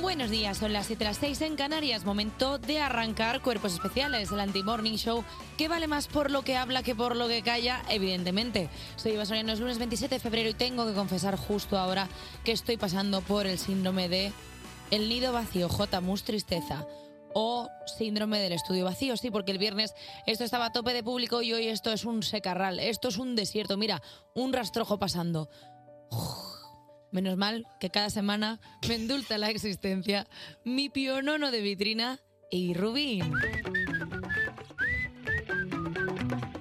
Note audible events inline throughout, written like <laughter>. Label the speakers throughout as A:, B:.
A: Buenos días, son las 7 las 6 en Canarias. Momento de arrancar Cuerpos Especiales, el anti-morning show que vale más por lo que habla que por lo que calla, evidentemente. Soy Eva Soriano, es lunes 27 de febrero y tengo que confesar justo ahora que estoy pasando por el síndrome de el nido vacío, J. Mus Tristeza. O síndrome del estudio vacío, sí, porque el viernes esto estaba a tope de público y hoy esto es un secarral, esto es un desierto, mira, un rastrojo pasando. Menos mal que cada semana me endulta la existencia mi pionono de vitrina y Rubí.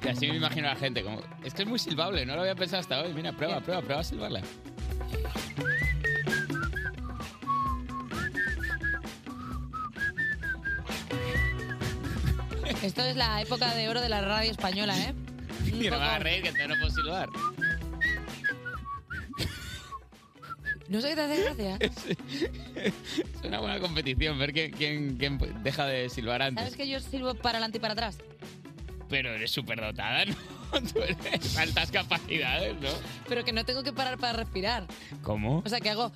B: Y así me imagino a la gente. Como, es que es muy silbable, no lo había pensado hasta hoy. Mira, prueba, prueba, prueba a silbarla.
A: Esto es la época de oro de la radio española, ¿eh? <laughs> Un
B: Y no me
A: poco-
B: hagas reír, que entonces no puedo silbar.
A: No sé qué te hace
B: <laughs>
A: gracia.
B: Es una buena competición, ver que- quién, quién deja de silbar
A: ¿Sabes
B: antes.
A: que yo sirvo para adelante y para atrás?
B: Pero eres súper dotada, <laughs> ¿no? Tú eres altas capacidades, ¿no?
A: Pero que no tengo que parar para respirar.
B: ¿Cómo?
A: O sea, que hago...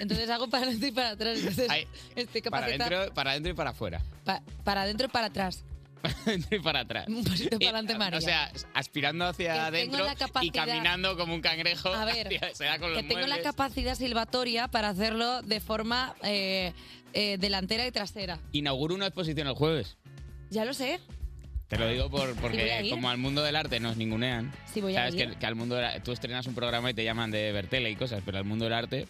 A: Entonces hago para adelante y para atrás. Entonces
B: Ay,
A: estoy
B: Para
A: capacitada
B: adentro, para adentro y para afuera. <laughs>
A: pa- para adentro y para atrás.
B: Adentro <laughs> y para atrás.
A: Un pasito para adelante,
B: Eh,
A: María.
B: O sea, aspirando hacia
A: Que tengo
B: adentro
A: la
B: y
A: capacidad-
B: caminando como un cangrejo.
A: A ver,
B: <laughs> hacia- se da con los
A: que tengo la
B: muebles.
A: capacidad silbatoria para hacerlo de forma eh, eh, delantera y trasera.
B: Inauguro una exposición el jueves.
A: Ya lo sé.
B: Te lo digo por,
A: voy a
B: porque
A: ir.
B: como al mundo del arte nos ningunean.
A: Sí, voy a
B: Sabes
A: ir.
B: que, que al mundo del ar- tú estrenas un programa y te llaman de Bertele y cosas, pero al mundo del arte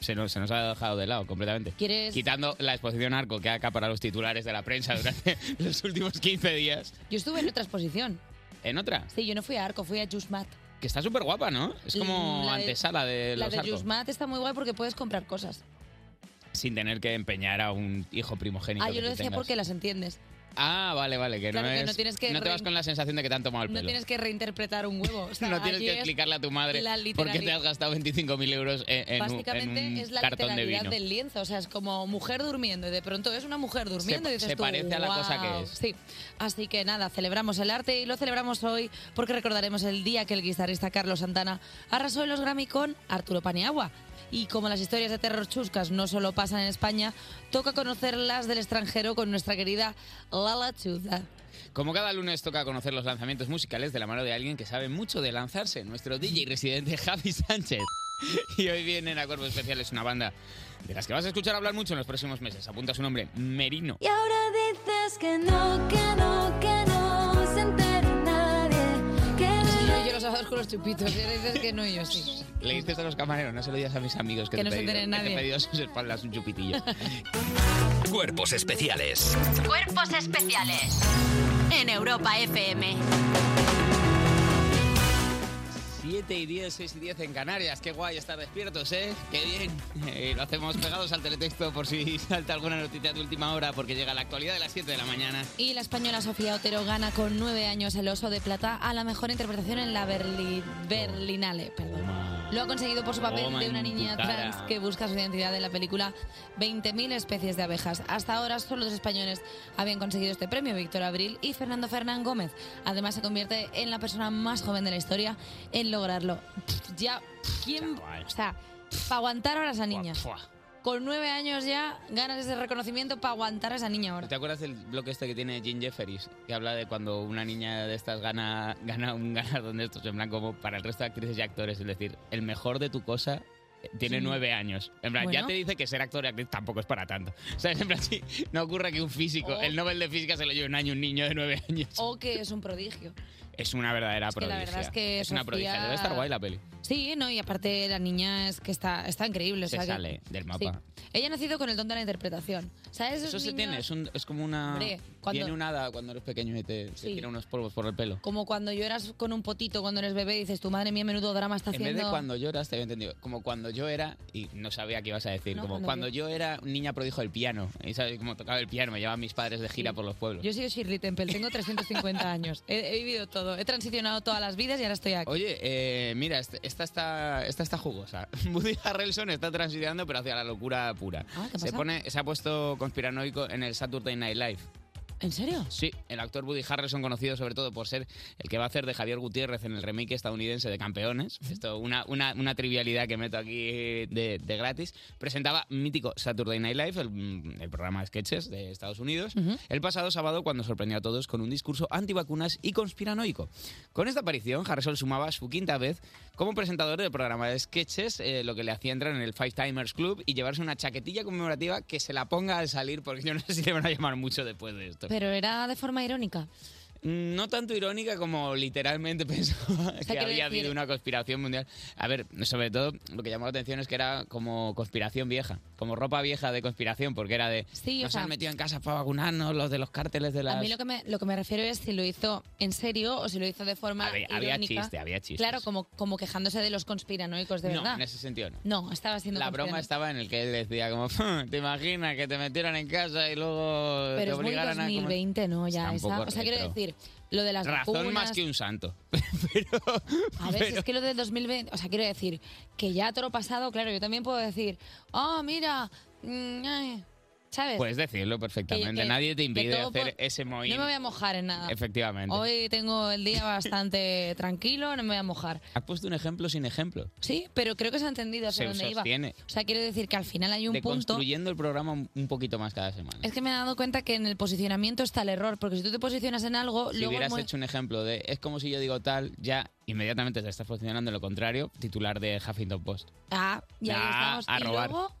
B: se nos, se nos ha dejado de lado completamente.
A: ¿Quieres?
B: Quitando la exposición Arco que ha acaparado los titulares de la
A: <laughs>
B: prensa durante los últimos 15 días.
A: Yo estuve en otra exposición.
B: En otra,
A: Sí, yo no fui a Arco, fui a Jusmat.
B: que está súper guapa, ¿no? Es como
A: Mm, La de-
B: antesala de
A: La
B: los
A: de
B: Arco,
A: Jusmat está muy guay porque puedes comprar cosas.
B: sin tener que empeñar a un hijo primogénito.
A: Ah,
B: que
A: yo
B: tú
A: lo decía
B: tengas.
A: porque las entiendes.
B: Ah, vale, vale, que
A: Claro
B: no
A: que
B: es-
A: no tienes que
B: te vas
A: rein-
B: con la sensación de que te han tomado el
A: No
B: pelo.
A: tienes que reinterpretar un huevo.
B: <laughs>
A: O sea,
B: no tienes
A: allí
B: que
A: es-
B: explicarle a tu madre
A: la
B: por qué te
A: literalidad-
B: has gastado 25.000 euros e-, en, en un- en un,
A: Básicamente es la
B: cartón de
A: literalidad
B: vino.
A: del lienzo, o sea, es como mujer durmiendo y de pronto es una mujer durmiendo
B: Se-
A: y dices
B: se
A: tú,
B: parece a la cosa que
A: "Guau".
B: es.
A: Sí, así que nada, celebramos el arte y lo celebramos hoy porque recordaremos el día que el guitarrista Carlos Santana arrasó en los Grammy con Arturo Paniagua. Y como las historias de terror chuscas no solo pasan en España, toca conocerlas del extranjero con nuestra querida Lala Chuda.
B: Como cada lunes toca conocer los lanzamientos musicales de la mano de alguien que sabe mucho de lanzarse,
A: <laughs>
B: nuestro DJ residente Javi Sánchez. Y hoy vienen a Cuerpo Especial, es una banda de las que vas a escuchar hablar mucho en los próximos meses. Apunta su nombre, Merino.
C: Y ahora dices que no, que no, que no se entere nadie. Que
A: yo los sábados con los chupitos, y dices que no, y yo sí.
B: Le dices a los camareros, no se lo digas a mis amigos que,
A: Que
B: te,
A: no
B: he
A: se
B: pedido,
A: entere
B: que te he
A: nadie.
B: pedido a sus espaldas un chupitillo.
D: Cuerpos especiales.
E: Cuerpos especiales en Europa FM.
B: 7 y 10, 6 y 10 en Canarias. Qué guay estar despiertos, ¿eh? Qué bien. <laughs> Eh, lo hacemos pegados al teletexto por si <laughs> salta alguna noticia de última hora porque llega la actualidad de las 7 de la mañana.
A: Y la española Sofía Otero gana con nueve años el Oso de Plata a la mejor interpretación en la Berli- Berlinale. Perdón. Lo ha conseguido por su papel
B: Toma
A: de una
B: en tu
A: niña
B: cara.
A: trans que busca su identidad en la película 20.000 especies de abejas. Hasta ahora solo dos españoles habían conseguido este premio, Víctor Abril y Fernando Fernán Gómez. Además se convierte en la persona más joven de la historia en lograrlo. Pff, Ya, ¿quién? O sea, para aguantar ahora a esa niña.
B: Fua.
A: Con nueve años ya ganas ese reconocimiento para aguantar a esa niña ahora.
B: ¿Te acuerdas del bloque este que tiene Jim Jefferies? Que habla de cuando una niña de estas gana, gana un galardón de estos, en plan como para el resto de actrices y actores. Es decir, el mejor de tu cosa eh, tiene
A: Sí.
B: nueve años. En plan, ya
A: Bueno.
B: te dice que ser actor y actriz tampoco es para tanto. <laughs> ¿Sabes? En plan, sí, no ocurre que un físico,
A: Oh.
B: el Nobel de Física se lo lleve un año un niño de nueve años.
A: o que es un prodigio.
B: Es una verdadera
A: que la
B: prodigia.
A: verdad es que
B: una
A: Sofía-
B: prodigia. Debe estar guay la peli.
A: Sí, no, y aparte la niña es que está, está increíble. o
B: Se
A: sea que-
B: sale del mapa.
A: Sí. Ella ha nacido con el don de la interpretación. ¿Sabes?
B: Eso
A: esos
B: se
A: niños-
B: tiene, es, un- es como una.
A: Hombre, cuando-
B: Tiene una hada cuando eres pequeño y te, te
A: Sí.
B: tira unos polvos por el pelo.
A: Como cuando lloras con un potito cuando eres bebé y dices, tu madre mía, menudo drama está
B: En
A: haciendo.
B: vez de cuando lloras, te había entendido. Como cuando yo era, y no sabía qué ibas a decir,
A: No,
B: como
A: cuando
B: cuando, yo... era niña prodijo del piano. Y sabes cómo tocaba el piano, me llevaban mis padres de gira por los pueblos.
A: Yo he sido Shirley Temple, tengo
B: <laughs>
A: 350 años. He, he vivido todo, he transicionado todas las vidas y ahora estoy aquí.
B: Oye, eh, mira, est- esta está, esta está jugosa. <laughs> Woody Harrelson está transicionando, pero hacia la locura pura.
A: Ah, ¿qué
B: se,
A: pasa?
B: pone, se ha puesto conspiranoico en el Saturday Night Live.
A: ¿En serio?
B: Sí, el actor Woody Harrelson, conocido sobre todo por ser el que va a hacer de Javier Gutiérrez en el remake estadounidense de Campeones. Esto, una, una, una trivialidad que meto aquí de, de gratis. Presentaba mítico Saturday Night Live, el, el programa de sketches de Estados Unidos, el pasado sábado cuando sorprendió a todos con un discurso antivacunas y conspiranoico. Con esta aparición, Harrelson sumaba su quinta vez como presentador del programa de sketches, eh, lo que le hacía entrar en el Five Timers Club y llevarse una chaquetilla conmemorativa que se la ponga al salir, porque yo no sé si le van a llamar mucho después de esto.
A: Pero era de forma irónica.
B: Mm, No tanto irónica como literalmente <laughs> pensaba que
A: quiero
B: había
A: decir-
B: habido una conspiración mundial. A ver, sobre todo lo que llamó la atención es que era como conspiración vieja, como ropa vieja de conspiración, porque era de
A: Sí, o
B: nos
A: sea-
B: han metido en casa para vacunarnos, los de los cárteles de las...
A: A mí lo que, me, lo que me refiero es si lo hizo en serio o si lo hizo de forma
B: Había-
A: irónica.
B: había chiste, había chistes.
A: Claro, como, como quejándose de los conspiranoicos, de
B: no,
A: verdad.
B: en ese sentido no.
A: No, estaba siendo
B: La broma
A: conspiranoico.
B: estaba en el que él decía como, te imaginas que te metieran en casa y luego te
A: Pero es muy
B: obligaran a... comer?".
A: 2020, ¿no? Ya,
B: Está un
A: esa-
B: poco
A: o sea, quiero
B: retro.
A: decir, lo de las
B: Razón
A: vacunas...
B: más que un santo.
A: A ver, si es que lo del 2020, o sea, quiero decir que ya todo pasado, claro, yo también puedo decir, oh, mira, mm, ay", ¿sabes?
B: Puedes decirlo perfectamente,
A: Pues, que-
B: nadie te
A: que
B: impide
A: todo
B: hacer
A: por-
B: ese
A: no
B: movimiento.
A: me voy a mojar en nada.
B: Efectivamente.
A: Hoy tengo el día
B: <laughs>
A: bastante tranquilo, no me voy a mojar.
B: Has puesto un ejemplo sin ejemplo.
A: Sí, pero creo que se ha entendido hacia
B: Se
A: dónde
B: sostiene.
A: iba. O sea, quiero decir que al final hay un
B: de
A: punto...
B: construyendo el programa un un poquito más cada semana.
A: Es que me he dado cuenta que en el posicionamiento está el error, porque si tú te posicionas en algo,
B: Si
A: luego... es
B: hubieras
A: muy-
B: hecho un ejemplo de es como si yo digo tal, ya inmediatamente te estás posicionando en lo contrario, titular de Huffington Post.
A: Ah, y ahí
B: Ah,
A: estamos.
B: a
A: y
B: robar.
A: luego,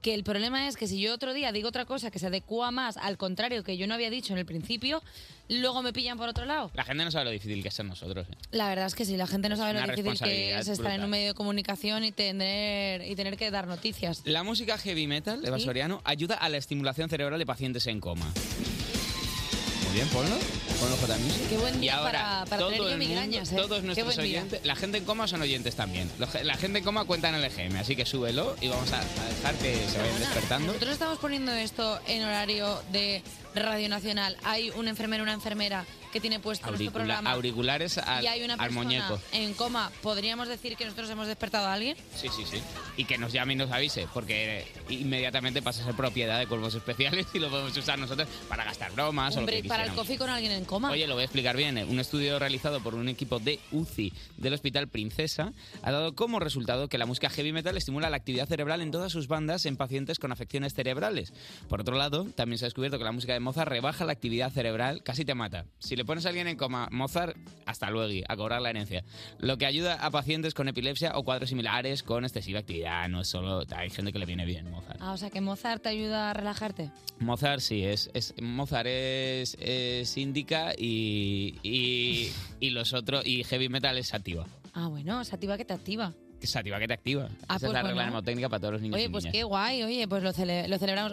A: que el problema es que si yo otro día digo otra cosa que se adecua más al contrario que yo no había dicho en el principio, luego me pillan por otro lado.
B: La gente no sabe lo difícil que es ser nosotros. ¿eh?
A: La verdad es que si la gente no sabe
B: una
A: lo difícil que
B: responsabilidad
A: es estar en
B: brutal.
A: un medio de comunicación y tener, y tener que dar noticias.
B: La música heavy metal de
A: Sí.
B: Basoriano ayuda a la estimulación cerebral de pacientes en coma. Muy bien, ponlo. Ponlo J Music.
A: Qué buen
B: Y
A: día
B: ahora,
A: para, para
B: todo
A: tener yo
B: el mundo-
A: migrañas, ¿eh?
B: todos
A: Qué
B: nuestros
A: buen día.
B: oyentes, la gente en coma son oyentes también. Los ge- La gente en coma cuentan el EGM, así que súbelo y vamos a a dejar que se vayan despertando.
A: Nosotros estamos poniendo esto en horario de Radio Nacional. Hay un enfermero, una enfermera que tiene puesto nuestro
B: Auricula-
A: programa.
B: auriculares al,
A: y hay una
B: al
A: persona
B: muñeco.
A: en coma. ¿Podríamos decir que nosotros hemos despertado a alguien?
B: Sí, sí, sí. Y que nos llame y nos avise, porque eh, inmediatamente pasa a ser propiedad de cuerpos especiales <laughs> y lo podemos usar nosotros para gastar bromas
A: Un
B: o Ah, lo que
A: break para el
B: quisiéramos.
A: coffee con alguien en coma.
B: Oye, lo voy a explicar bien. eh. Un estudio realizado por un equipo de UCI del Hospital Princesa ha dado como resultado que la música heavy metal estimula la actividad cerebral en todas sus bandas en pacientes con afecciones cerebrales. Por otro lado, también se ha descubierto que la música de Mozart rebaja la actividad cerebral, casi te mata. Si le pones a alguien en coma Mozart, hasta luego, a cobrar la herencia. Lo que ayuda a pacientes con epilepsia o cuadros similares con excesiva actividad. No es solo... Hay gente que le viene bien Mozart.
A: Ah, o sea que Mozart te ayuda a relajarte.
B: Mozart sí, es, es Mozart es, es indica y, y, y los otros y heavy metal es sativa.
A: Ah, bueno, se activa que te activa.
B: Es sativa que te activa.
A: Ah,
B: Esa
A: pues
B: es la
A: bueno.
B: regla mnemotécnica para todos los niños.
A: Oye,
B: y
A: pues
B: niñas.
A: qué guay, oye, pues lo, cele- lo celebramos.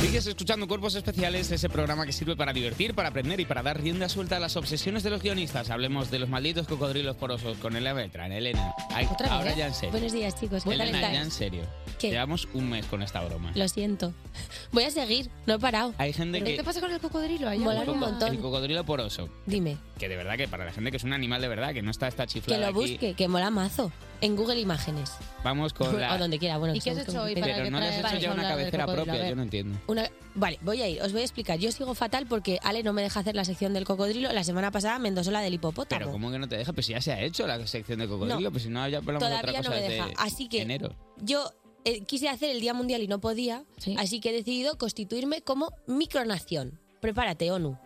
B: Sigues escuchando Cuerpos Especiales, ese programa que sirve para divertir, para aprender y para dar rienda suelta a las obsesiones de los guionistas. Hablemos de los malditos cocodrilos porosos con Elena Beltrán. Elena, ay,
F: ¿Otra vez,
B: ahora
F: eh?
B: ya en serio.
F: Buenos días, chicos. ¿Qué tal
B: Elena, ya en
F: estáis?
B: serio.
F: ¿Qué?
B: Llevamos un mes con esta broma.
F: Lo siento. Voy a seguir, no he parado.
B: Hay gente que...
A: con el cocodrilo allá?
F: Molan un
B: El
F: montón.
B: cocodrilo poroso.
F: Dime,
B: que de verdad que para la gente que es un animal de verdad, que no está esta
F: que
B: chiflada
F: lo
B: aquí,
F: busque, que mola mazo. En Google Imágenes. <laughs>
B: vamos con
F: O
B: la...
F: donde quiera, bueno.
A: ¿Y qué has
F: según
A: hecho hoy
F: Wikipedia.
A: para
B: Pero
A: que
B: no les he
A: traes
B: hecho ya
A: a
B: una
A: hablar del
B: cabecera
A: cocodrilo? A
B: propia,
A: ver.
B: yo no entiendo.
F: Una- Vale, voy a ir, os voy a explicar. Yo sigo fatal porque Ale no me deja hacer la sección del cocodrilo. La semana pasada me endosó la del hipopótamo.
B: Pero ¿cómo que no te deja? Pues si ya se ha hecho la sección de cocodrilo,
F: No.
B: pues si no ya hablamos de otra
F: Todavía
B: cosa
F: no me
B: desde
F: deja. Así que-
B: enero.
F: Yo eh, quise hacer el Día Mundial y no podía,
A: Sí.
F: así que he decidido constituirme como micronación. Prepárate, ONU.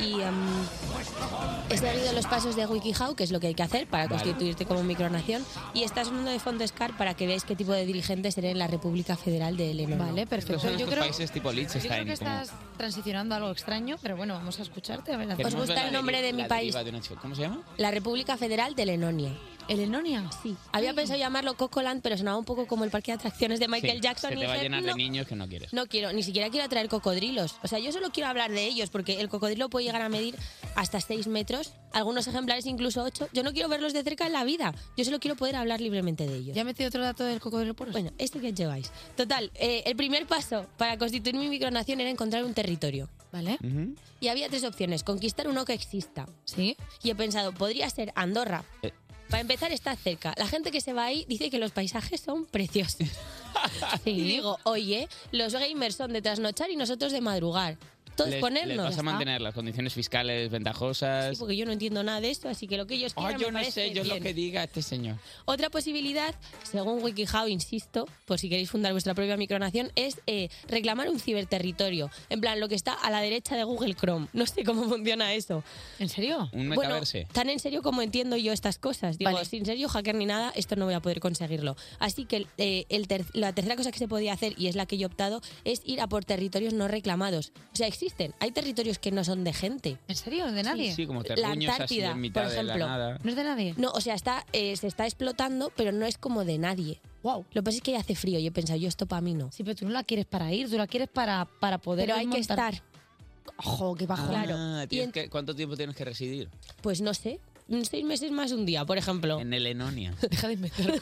F: y em, he seguido los pasos de WikiHow, que es lo que hay que hacer para
G: Vale.
F: constituirte como micronación, y está sonando de fondo Scar para que veáis qué tipo de dirigentes seré en la República Federal de Elena. Vale,
B: Estos son estos países
A: Yo
B: tipo
A: creo
B: Liechtenstein.
A: que
B: como-
A: estás transicionando a algo extraño, pero bueno, vamos a escucharte. A ver,
B: Queremos ver la
F: el nombre
B: deri-
F: de mi
B: la
F: país?
B: deriva de una chica. ¿Cómo se llama?
F: La República Federal de Lenonia.
A: ¿Elenonia?
F: Sí. Había pensado llamarlo Cocoland, pero sonaba un poco como el parque de atracciones de Michael
B: Sí,
F: Jackson.
B: Se
F: y
B: te va a
F: dije,
B: llenar de
F: "No".
B: niños que no quieres.
F: No quiero, ni siquiera quiero traer cocodrilos. O sea, yo solo quiero hablar de ellos, porque el cocodrilo puede llegar a medir hasta 6 metros, algunos ejemplares incluso 8. Yo no quiero verlos de cerca en la vida. Yo solo quiero poder hablar libremente de ellos.
A: Ya he metido otro dato del cocodrilo por
F: Bueno, esto que lleváis. Total, eh, el primer paso para constituir mi micronación era encontrar un territorio.
A: ¿Vale?
F: Y había tres opciones. Conquistar uno que exista.
A: ¿Sí?
F: Y he pensado, podría ser Andorra.
B: Eh.
F: Para empezar, está cerca. La gente que se va ahí dice que los paisajes son
B: <laughs>
F: preciosos. Y digo, oye, los gamers son de trasnochar y nosotros de madrugar. Entonces,
B: Les-
F: ponernos.
B: les vas
F: Ya
B: a
F: está.
B: mantener las condiciones fiscales ventajosas.
F: Sí, porque yo no entiendo nada de esto, así que lo que ellos
B: Ah,
F: quieran
B: yo
F: me
B: no
F: parece
B: sé, yo lo
F: bien.
B: que diga este señor.
F: Otra posibilidad, según WikiHow, insisto, por si queréis fundar vuestra propia micronación, es eh, reclamar un ciberterritorio. En plan, lo que está a la derecha de Google Chrome. No sé cómo <laughs> funciona eso.
A: ¿En serio?
B: Un
F: Bueno,
B: metaverse.
F: tan en serio como entiendo yo estas cosas. Digo,
A: Vale.
F: sin serio hacker ni nada, esto no voy a poder conseguirlo. Así que eh, el ter- la tercera cosa que se podía hacer, y es la que yo he optado, es ir a por territorios no reclamados. O sea, existen. Hay territorios que no son de gente.
A: ¿En serio? ¿De nadie?
B: Sí, como
F: La
B: terruños así
F: Antártida,
B: en mitad
F: por
B: de
F: ejemplo.
B: la nada.
A: ¿No es de nadie?
F: No, o sea, está, eh, se está explotando, pero no es como de nadie.
A: Wow.
F: Lo que pasa es que ya hace frío y he pensado, yo esto para mí no.
A: Sí, pero tú no la quieres para ir, tú la quieres para, para poder
F: Pero hay que
A: desmontar.
F: estar.
A: Ojo, qué bajo.
F: Claro.
B: Ah,
F: Y
B: tienes
F: en-
B: que- ¿Cuánto tiempo tienes que residir?
F: Pues no sé, mm, seis meses más un día, por ejemplo.
B: En Elenonia.
A: <laughs> Deja de
F: <laughs>
A: inventar.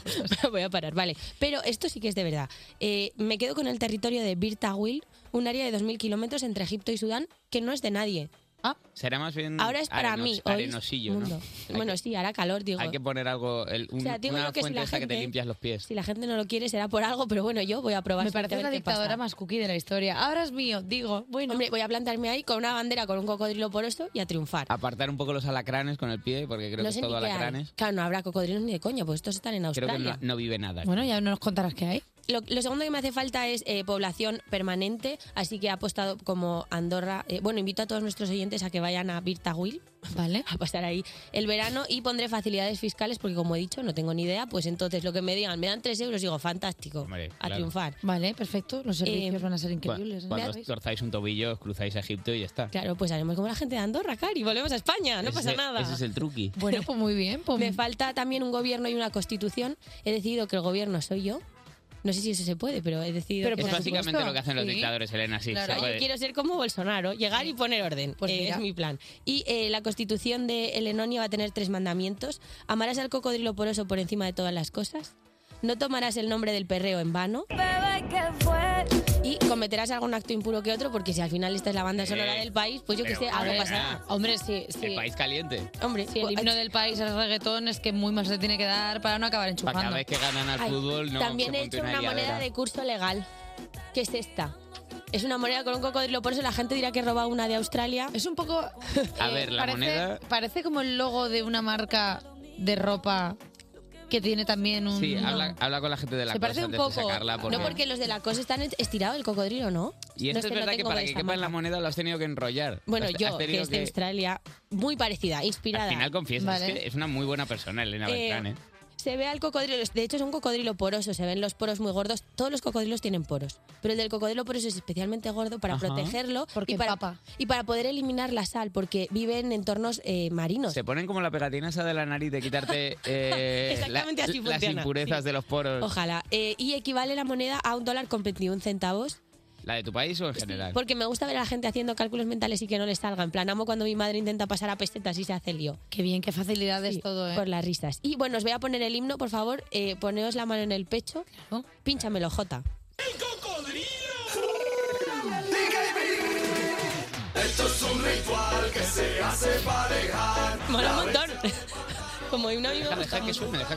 F: Voy a parar, vale. Pero esto sí que es de verdad. Eh, me quedo con el territorio de Birtawil, un área de 2.000 kilómetros entre Egipto y Sudán, que no es de nadie.
A: Ah.
B: Será más bien.
F: Ahora es para
B: arenos-
F: mí. ¿oís?
B: Arenosillo,
F: Mundo.
B: ¿no? Hay
F: Bueno,
B: que-
F: sí, hará calor, digo.
B: Hay que poner algo, el- un-
F: O sea, digo
B: una
F: yo que si
B: fuente
F: la
B: esta que te
F: gente-
B: limpias los pies.
F: Si la gente no lo quiere, será por algo, pero bueno, yo voy a probar.
A: Me parece
F: a ver
A: la
F: qué pasa.
A: dictadora más cookie de la historia. Ahora es mío, digo. Bueno,
F: Hombre, voy a plantarme ahí con una bandera, con un cocodrilo poroso y a triunfar.
B: Apartar un poco los alacranes con el pie, porque creo
F: no
B: que es
F: sé ni
B: todo
F: qué hay.
B: alacranes.
F: Claro, no habrá cocodrilos ni de coña, pues estos están en
B: Creo que
F: Australia.
B: no, no vive nada.
A: bueno, ya no nos contarás qué hay.
F: Lo, lo segundo que me hace falta es eh, población permanente, así que he apostado como Andorra. eh, bueno, invito a todos nuestros oyentes a que vayan a Virtawil
A: ¿Vale?
F: <laughs> a pasar ahí el verano y pondré facilidades fiscales porque, como he dicho, no tengo ni idea. Pues entonces lo que me digan, me dan 3 euros, digo, fantástico,
B: Hombre,
F: a
B: claro.
F: triunfar.
A: Vale, perfecto. Los servicios
F: Eh,
A: van a ser
B: Cu-
A: increíbles. ¿eh?
B: Cuando
A: Ya
B: os
A: veis.
B: torzáis un tobillo, os cruzáis a Egipto y ya está.
F: Claro, pues haremos como la gente de Andorra, Cari, volvemos a España, no
B: Ese
F: pasa
B: es-
F: nada.
B: Ese es el truqui.
A: Bueno, pues muy bien. Pues,
F: Me falta también un gobierno y una constitución. He decidido que el gobierno soy yo. No sé si eso se puede, pero he decidido
A: Pero
F: que
B: Es
A: por
F: la-
B: básicamente
A: supuesto,
B: lo que hacen los
A: sí.
B: dictadores, Elena, sí.
A: Claro,
B: se
F: Yo
B: puede.
F: quiero ser como Bolsonaro, llegar y poner orden.
A: Pues
F: Eh,
A: mira.
F: es mi plan. Y eh, la constitución de Elenonia va a tener tres mandamientos. Amarás al cocodrilo poroso por encima de todas las cosas. No tomarás el nombre del perreo en vano.
C: Bebé, que fue?
F: Y cometerás algún acto impuro que otro, porque si al final esta es la banda
B: Eh,
F: sonora del país, pues yo que
B: pero
F: sé, algo
B: bueno,
F: pasará.
A: Hombre, sí, sí.
B: El país caliente.
F: Hombre,
A: Si el
F: pues,
A: himno del país es reggaetón, es que muy más se tiene que dar para no acabar
B: Para cada
A: enchufando.
B: vez que ganan al
F: ay,
B: fútbol, no
F: también
B: se
F: he
B: monte
F: hecho una moneda
B: liadera.
F: de curso legal, que es esta. Es una moneda con un cocodrilo, por eso la gente dirá que he robado una de Australia.
A: Es un
F: <laughs>
A: poco.
B: A
A: eh,
B: ver, la
A: parece,
B: moneda-
A: Parece como el logo de una marca de ropa que tiene también un.
B: Sí,
A: no.
B: habla, habla con la gente de la
A: Se
B: cosa
A: parece un
B: antes de
A: poco-
B: sacarla.
F: No porque los de la cosa están estirado el cocodrilo, ¿no?
B: Y
F: No
B: esto
F: sé,
B: es
F: no
B: verdad que
F: tengo
B: para
F: de
B: que
F: esta
B: quepa en la
F: marca.
B: moneda lo has tenido que enrollar.
F: Bueno,
B: Has- has
F: yo,
B: tenido
F: que es de Australia, muy parecida, inspirada.
B: Al final confiesas
A: Vale.
B: que es una muy buena persona, Elena
F: Eh,
B: Beltrán, ¿eh?
F: Se ve al cocodrilo, de hecho es un cocodrilo poroso, se ven los poros muy gordos. Todos los cocodrilos tienen poros, pero el del cocodrilo poroso es especialmente gordo para
B: Ajá.
F: protegerlo
A: Porque
F: y, para,
A: empapa.
F: y para poder eliminar la sal, porque vive en entornos eh, marinos.
B: Se ponen como la pegatina esa de la nariz de
F: <laughs>
B: quitarte eh,
F: Exactamente así
B: las
F: funciona,
B: impurezas
F: sí.
B: de los poros.
F: Ojalá. Eh, y equivale la moneda a un dólar con 21 centavos.
B: ¿La de tu país o en general?
F: Porque me gusta ver a la gente haciendo cálculos mentales y que no les salga. En plan, amo cuando mi madre intenta pasar a pesetas y se hace lío.
A: Qué bien, qué facilidades
F: Sí,
A: todo, ¿eh?
F: Por las risas.
A: <laughs>
F: Y bueno, os voy a poner el himno, por favor. Eh, poneos la mano en el pecho.
A: Claro.
F: Pínchamelo, Jota. Mola un montón. <laughs> Como himno a mí me
B: Deja,
F: gusta
B: deja
F: mucho.
B: que
F: Ah,
B: suene, deja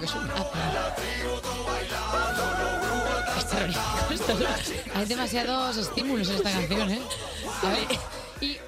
B: que suene. <laughs>
A: Hay demasiados estímulos en esta canción, ¿eh?
F: A ver,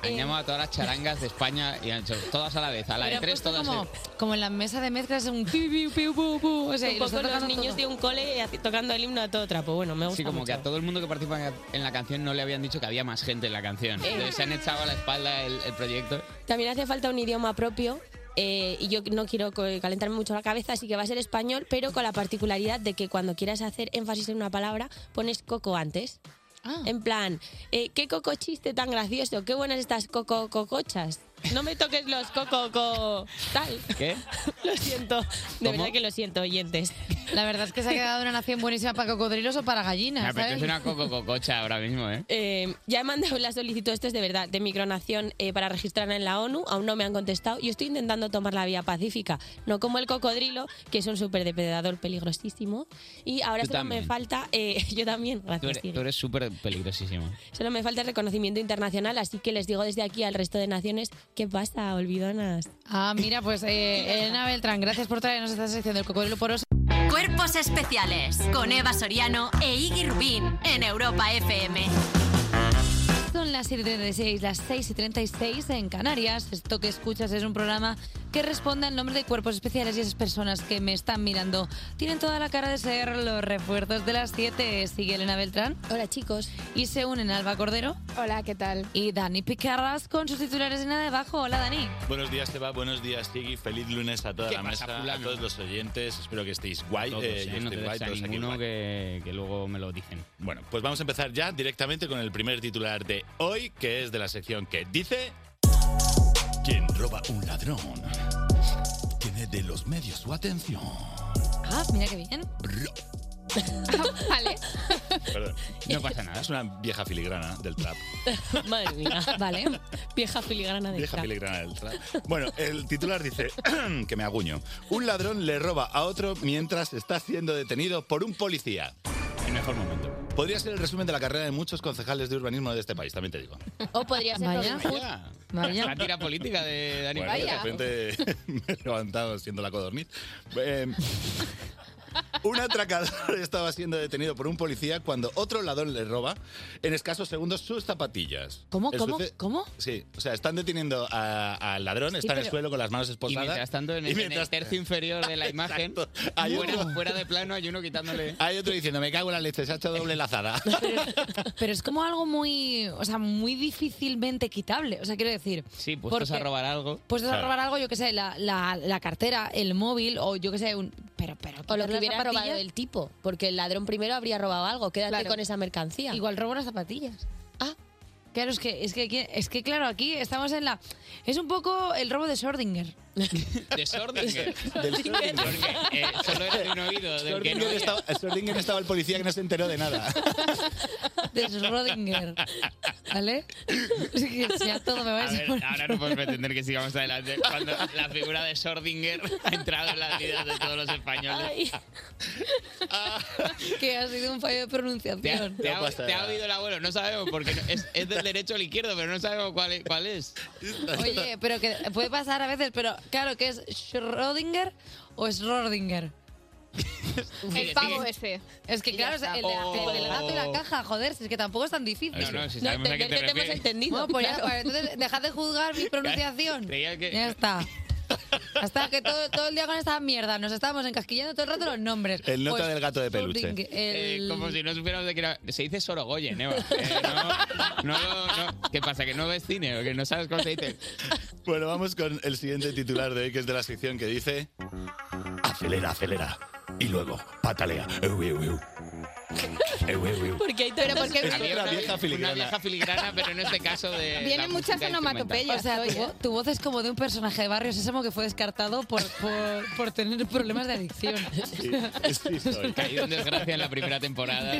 B: Han llamado a todas las charangas de España y han hecho todas a la vez, a la de
A: Pero
B: tres,
A: justo
B: todas. ¿eh?
A: como,
F: pues,
A: como en la mesa de mezclas, un piu, piu, piu, pu, pu. O sea, y
F: un
A: lo está
F: poco eh, los
A: tocando
F: niños
A: todo.
F: de un cole eh, tocando el himno a todo trapo. Bueno, me gusta
B: Sí, como
F: mucho.
B: que a todo el mundo que participa en la canción no le habían dicho que había más gente en la canción.
F: Eh.
B: Entonces se han echado a la espalda el, el proyecto.
F: También hace falta un idioma propio. eh, y yo no quiero co- calentarme mucho la cabeza, así que va a ser español, pero con la particularidad de que cuando quieras hacer énfasis en una palabra, pones coco antes.
A: Ah.
F: En plan, eh, qué coco chiste tan gracioso, qué buenas estas coco cocochas. <laughs> No me toques los coco co tal.
B: ¿Qué?
F: Lo siento, de
B: ¿Cómo?
F: verdad que lo siento, oyentes.
A: La verdad es que se ha quedado una nación buenísima para cocodrilos o para gallinas.
B: Me
A: ¿sabes?
B: apetece una coco cococha ahora mismo, ¿eh?
F: Eh, ya he mandado la solicitud, esto es de verdad, de micronación eh, para registrarla en la ONU, aún no me han contestado. Yo estoy intentando tomar la vía pacífica, no como el cocodrilo, que es un superdepredador peligrosísimo. Y ahora
B: Tú
F: solo
B: también.
F: me falta, eh, <laughs> yo también,
B: Tú
F: gracias.
B: eres-
F: Tigre.
B: tú eres súper peligrosísimo.
F: Solo me falta el reconocimiento internacional, así que les digo desde aquí al resto de naciones, ¿qué pasa, olvidonas?
A: Ah, mira, pues eh, Elena Beltrán, gracias por traernos esta sección del cocodrilo poroso.
E: Cuerpos especiales con Eva Soriano e Iggy Rubín en Europa FM.
A: Son las 7.36, las 6 y 36 en Canarias. Esto que escuchas es un programa que responde al nombre de cuerpos especiales y esas personas que me están mirando tienen toda la cara de ser los refuerzos de las 7. Sigue Elena Beltrán.
F: Hola, chicos.
A: Y se unen Alba Cordero.
G: Hola, ¿qué tal?
A: Y Dani Picarras con sus titulares en nada debajo. Hola, Dani.
H: Buenos días, Teba. Buenos días, Sigui. Feliz lunes a toda
B: ¿Qué
H: la
B: pasa,
H: mesa, a
B: fulano?
H: todos los oyentes. Espero que estéis guay.
B: Todos,
H: eh,
B: ¿eh?
H: yo
B: No
H: estoy
B: te
H: guay,
B: dejes a
H: todos aquí
B: ninguno
H: guay.
B: que, que luego me lo dicen.
H: Bueno, pues vamos a empezar ya directamente con el primer titular de hoy, que es de la sección que dice... Quien roba un ladrón tiene de los medios su atención.
A: Ah, mira qué bien.
G: <laughs>
A: <laughs>
G: vale.
H: Perdón.
B: No pasa nada.
H: Es una vieja filigrana del trap.
F: <laughs> Madre mía,
A: Vale.
F: vieja filigrana de
H: Vieja
F: esta.
H: filigrana del trap. Bueno, el titular dice <clears throat> que me aguño. Un ladrón le roba a otro mientras está siendo detenido por un policía.
B: El mejor momento.
H: Podría ser el resumen de la carrera de muchos concejales de urbanismo de este país, también te digo.
F: O podría ser
A: Vaya.
F: Robin Hood.
B: Vaya.
A: Vaya.
B: La tira política de Dani
H: Bueno,
G: Vaya.
H: de repente <laughs> me he levantado siendo la codorniz. Eh, un atracador <laughs> estaba siendo detenido por un policía cuando otro ladrón le roba en escasos segundos sus zapatillas.
A: ¿Cómo,
H: El
A: cómo,
H: suce-
A: cómo?
H: Sí, o sea, están deteniendo a- al ladrón, está en el
A: pero-
H: suelo con las manos
B: Y
H: esposadas.
B: mientras tanto, en el,
H: Y mientras-
B: en el tercio inferior de la imagen,
H: <laughs> Exacto. Hay
B: fuera,
H: otro-
B: fuera de plano, hay uno quitándole.
H: Hay otro diciendo, me cago en la leche, se ha hecho doble lazada.
A: Pero es como algo muy, o sea, muy difícilmente quitable. O sea, quiero decir,
B: <laughs> Sí, puestos
A: Porque-
B: a robar algo.
A: pues vas a
H: Claro.
A: robar algo, yo qué sé, la, la, la cartera, el móvil o yo qué sé, un... Pero, pero...
F: O
A: quitar
F: lo que
A: las
F: hubiera
A: zapatillas,
F: robado el tipo, porque el ladrón primero habría robado algo. Quédate
G: Claro.
F: con esa mercancía.
A: Igual robo las zapatillas.
F: Ah.
A: Claro, es que, es que aquí- es que claro, aquí estamos en la... Es un poco el robo de Schrödinger.
B: Desorden. que-
H: Del
B: Porque eh, solo eres de un oído, del que no
H: Schrödinger
B: oye.
H: estaba, Schrödinger estaba el policía que no se enteró de nada.
A: De
F: <laughs>
A: Schrödinger. ¿Vale? Es que ya todo me va
B: A ver, ahora no podemos pretender que sigamos adelante cuando la figura de Sordinger <laughs> ha entrado en las vidas de todos los españoles.
F: Ay.
A: <laughs> que ha sido un fallo de
B: Te ha,
A: pronunciación.
B: te ha-
H: No pasa
B: te ha
H: nada.
B: oído el abuelo, no sabemos, porque no- es, es del derecho al izquierdo, pero no sabemos cuál es. Cuál es.
A: Oye, pero que puede pasar a veces, pero claro, que es Schrödinger o Schrödinger?
G: El pavo ese.
A: Es que claro, es el, de la-
B: Oh.
A: el del gato y la caja, joder, si es que tampoco es tan difícil.
B: No, no, si
F: No,
B: sabemos a qué
F: entender que
B: te
F: te hemos
B: refieres.
A: Bueno,
F: entendido.
A: pues ya,
F: claro.
A: pues entonces dejad de juzgar mi pronunciación.
B: Creía que-
A: Ya está. Hasta que todo, todo el día con esta mierda nos estábamos encasquillando todo el rato los nombres. Pues
H: El nota del gato de peluche.
A: Schrödinger,
B: Eh,
A: el-
B: como si no supiéramos de qué era. Se dice Sorogoyen, Eva. Eh, no, no, no. ¿Qué pasa? ¿Que no ves cine o que no sabes cómo se dice?
H: Bueno, vamos con el siguiente titular de hoy, que es de la sección que dice... Acelera, acelera. Y luego, patalea. Eu, eu, eu. Eu, eu, eu.
F: Porque hay pero porque
H: Había una vieja filigrana.
B: Una vieja filigrana, pero en este caso de. la
G: Vienen muchas
B: música
G: onomatopeyas.
A: O sea, tu, vo- tu voz es como de un personaje de Barrio Sésamo que fue descartado
B: <laughs>
A: por, por, por tener problemas de adicción.
H: Sí, sí, soy.
B: instrumental. Caído en desgracia en la primera temporada.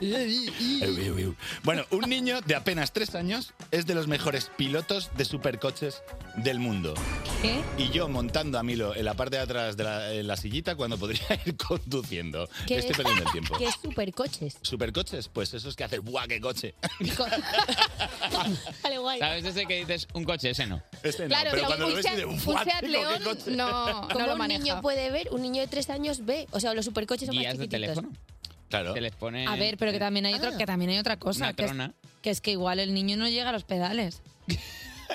H: Eu, eu, eu. Bueno, un niño de apenas tres años es de los mejores pilotos de supercoches del mundo.
A: ¿Qué?
H: Y yo montando a Milo en la parte de atrás de la, en la sillita cuando podría <laughs> ir conduciendo.
F: ¿Qué?
H: Estoy perdiendo el tiempo.
F: que es supercoches.
H: ¿Supercoches? Pues esos que hacen ¡buah, qué coche!
F: <laughs> Vale, guay.
B: ¿Sabes ese que dices un coche? Ese no.
H: Este no,
G: Claro,
H: pero
G: pero
H: cuando
G: un
H: lo ves
G: Seat-
H: y de
G: un
H: ¡buah,
G: Seat
H: chico, qué
G: León
H: coche!
G: no, no
F: Como
G: lo
F: un niño
G: maneja.
F: puede ver, un niño de tres años ve. O sea, los supercoches son más
B: Guías de
F: chiquititos. Ah.
B: teléfono.
H: Claro.
B: Te les pone.
A: A ver, pero que también hay, otro, que también hay otra cosa.
B: Una
A: que es-
B: trona. <laughs>
A: Que es que igual el niño no llega a los pedales.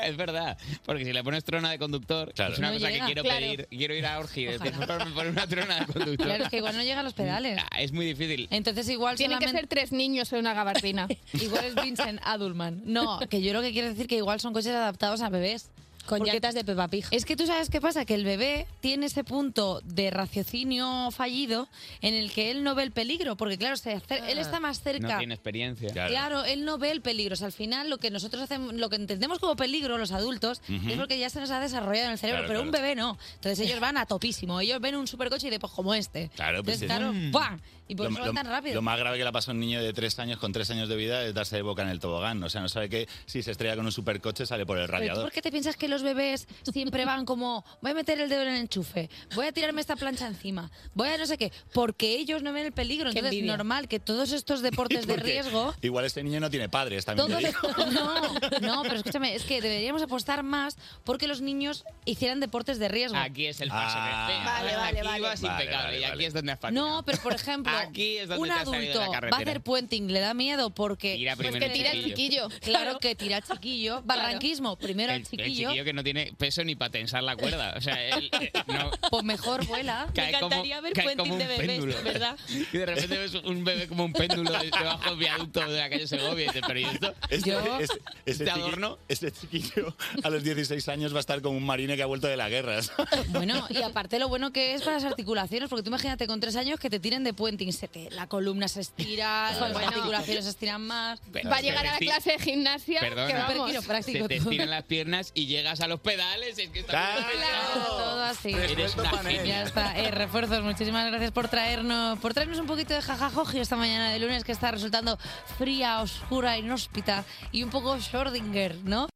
B: Es verdad, porque si le pones trona de conductor, es una
A: No
B: cosa que
A: llega.
B: quiero
A: Claro.
B: pedir. Quiero ir a Orgi y decir, por favor, me pone una trona de conductor.
A: Claro, es que igual no llega a los pedales.
B: <laughs> Ah, Es muy difícil.
A: Entonces igual
G: Tienen
A: solamente...
G: que ser tres niños en una gabardina.
A: <laughs> Igual es Vincent Adulman. No, que yo lo que quiero decir que igual son coches adaptados a bebés.
F: Con llantas de Peppa Pig.
A: Es que tú sabes qué pasa, que el bebé tiene ese punto de raciocinio fallido en el que él no ve el peligro, porque claro, se acer- él está más cerca.
B: No tiene experiencia.
A: Claro. él no ve el peligro. O sea, al final lo que nosotros hacemos, lo que entendemos como peligro los adultos,
B: Ujú.
A: es porque ya se nos ha desarrollado en el cerebro,
B: Claro,
A: pero un
B: claro.
A: bebé no. Entonces ellos van a topísimo. Ellos ven un supercoche y de pues como este.
H: Claro,
A: Entonces,
H: pues
A: claro,
H: es-
A: ¡buah! Y por
H: Lo,
A: eso van
H: lo-
A: tan rápido.
H: lo más grave que le pasa a un niño de tres años con tres años de vida es darse de boca en el tobogán. O sea, no sabe que si se estrella con un supercoche sale por el
A: ¿Pero tú
H: radiador. <laughs>
A: por qué te piensas que los bebés siempre van como, voy a meter el dedo en el enchufe, voy a tirarme esta plancha encima, voy a no sé qué? Porque ellos no ven el peligro.
F: Qué
A: Entonces,
F: envidia.
A: normal que todos estos
H: <laughs>
A: deportes de
H: Porque
A: riesgo.
H: Igual este niño no tiene padres, también
A: Todo
H: te
A: le-
B: <laughs>
H: digo.
A: no, no, pero escúchame, es que deberíamos apostar más porque los niños hicieran deportes de riesgo.
B: Aquí es el paso
H: Ah.
B: que pega.
A: Vale, vale,
B: Aquí
A: vale.
B: vas
H: Vale,
B: impecable
H: vale,
B: y aquí
H: vale.
B: es donde has patinado.
A: No, pero por ejemplo,
B: Aquí es donde
A: un
B: te has salido de la
A: adulto va a
B: carretera.
A: hacer puenting, le da miedo porque
B: Tira Pues primero que el tira el chiquillo.
A: Claro, que tira al chiquillo, barranquismo, primero al
B: el, el
A: chiquillo,
B: chiquillo que no tiene peso ni para tensar la cuerda. O sea,
A: <laughs>
B: él eh, no,
A: pues mejor vuela.
B: cae como, cae como un péndulo. <laughs> Y de repente ves un bebé como un péndulo de- debajo del viaducto de la calle Segovia y dices, pero ¿y esto?
H: <laughs> Este,
B: Yo-
H: este- este
B: ¿Te
H: chiqui-
B: adorno?
H: este chiquillo a los 16 años va a estar como un marine que ha vuelto de la guerra.
A: Bueno, y aparte lo bueno que es para las articulaciones, porque tú imagínate con tres años que te tiren de puenting, se te- la columna se estira, las
G: Bueno.
A: articulaciones se estiran más.
B: Pero-
G: Va a llegar a la
B: pero sí,
G: clase de gimnasia.
B: Perdona.
G: que vamos.
A: Superquiropráctico
B: Se te
A: todo.
B: estiran las piernas y llegas a los pedales. Es que está
H: Claro.
B: muy
A: Claro,
B: complicado.
A: todo así.
B: Eres una genia.
A: Ya está, eh, refuerzos, muchísimas gracias por traernos, por traernos un poquito de jajajoji esta mañana de lunes que está resultando fría, oscura, inhóspita y un poco Schrödinger, ¿no?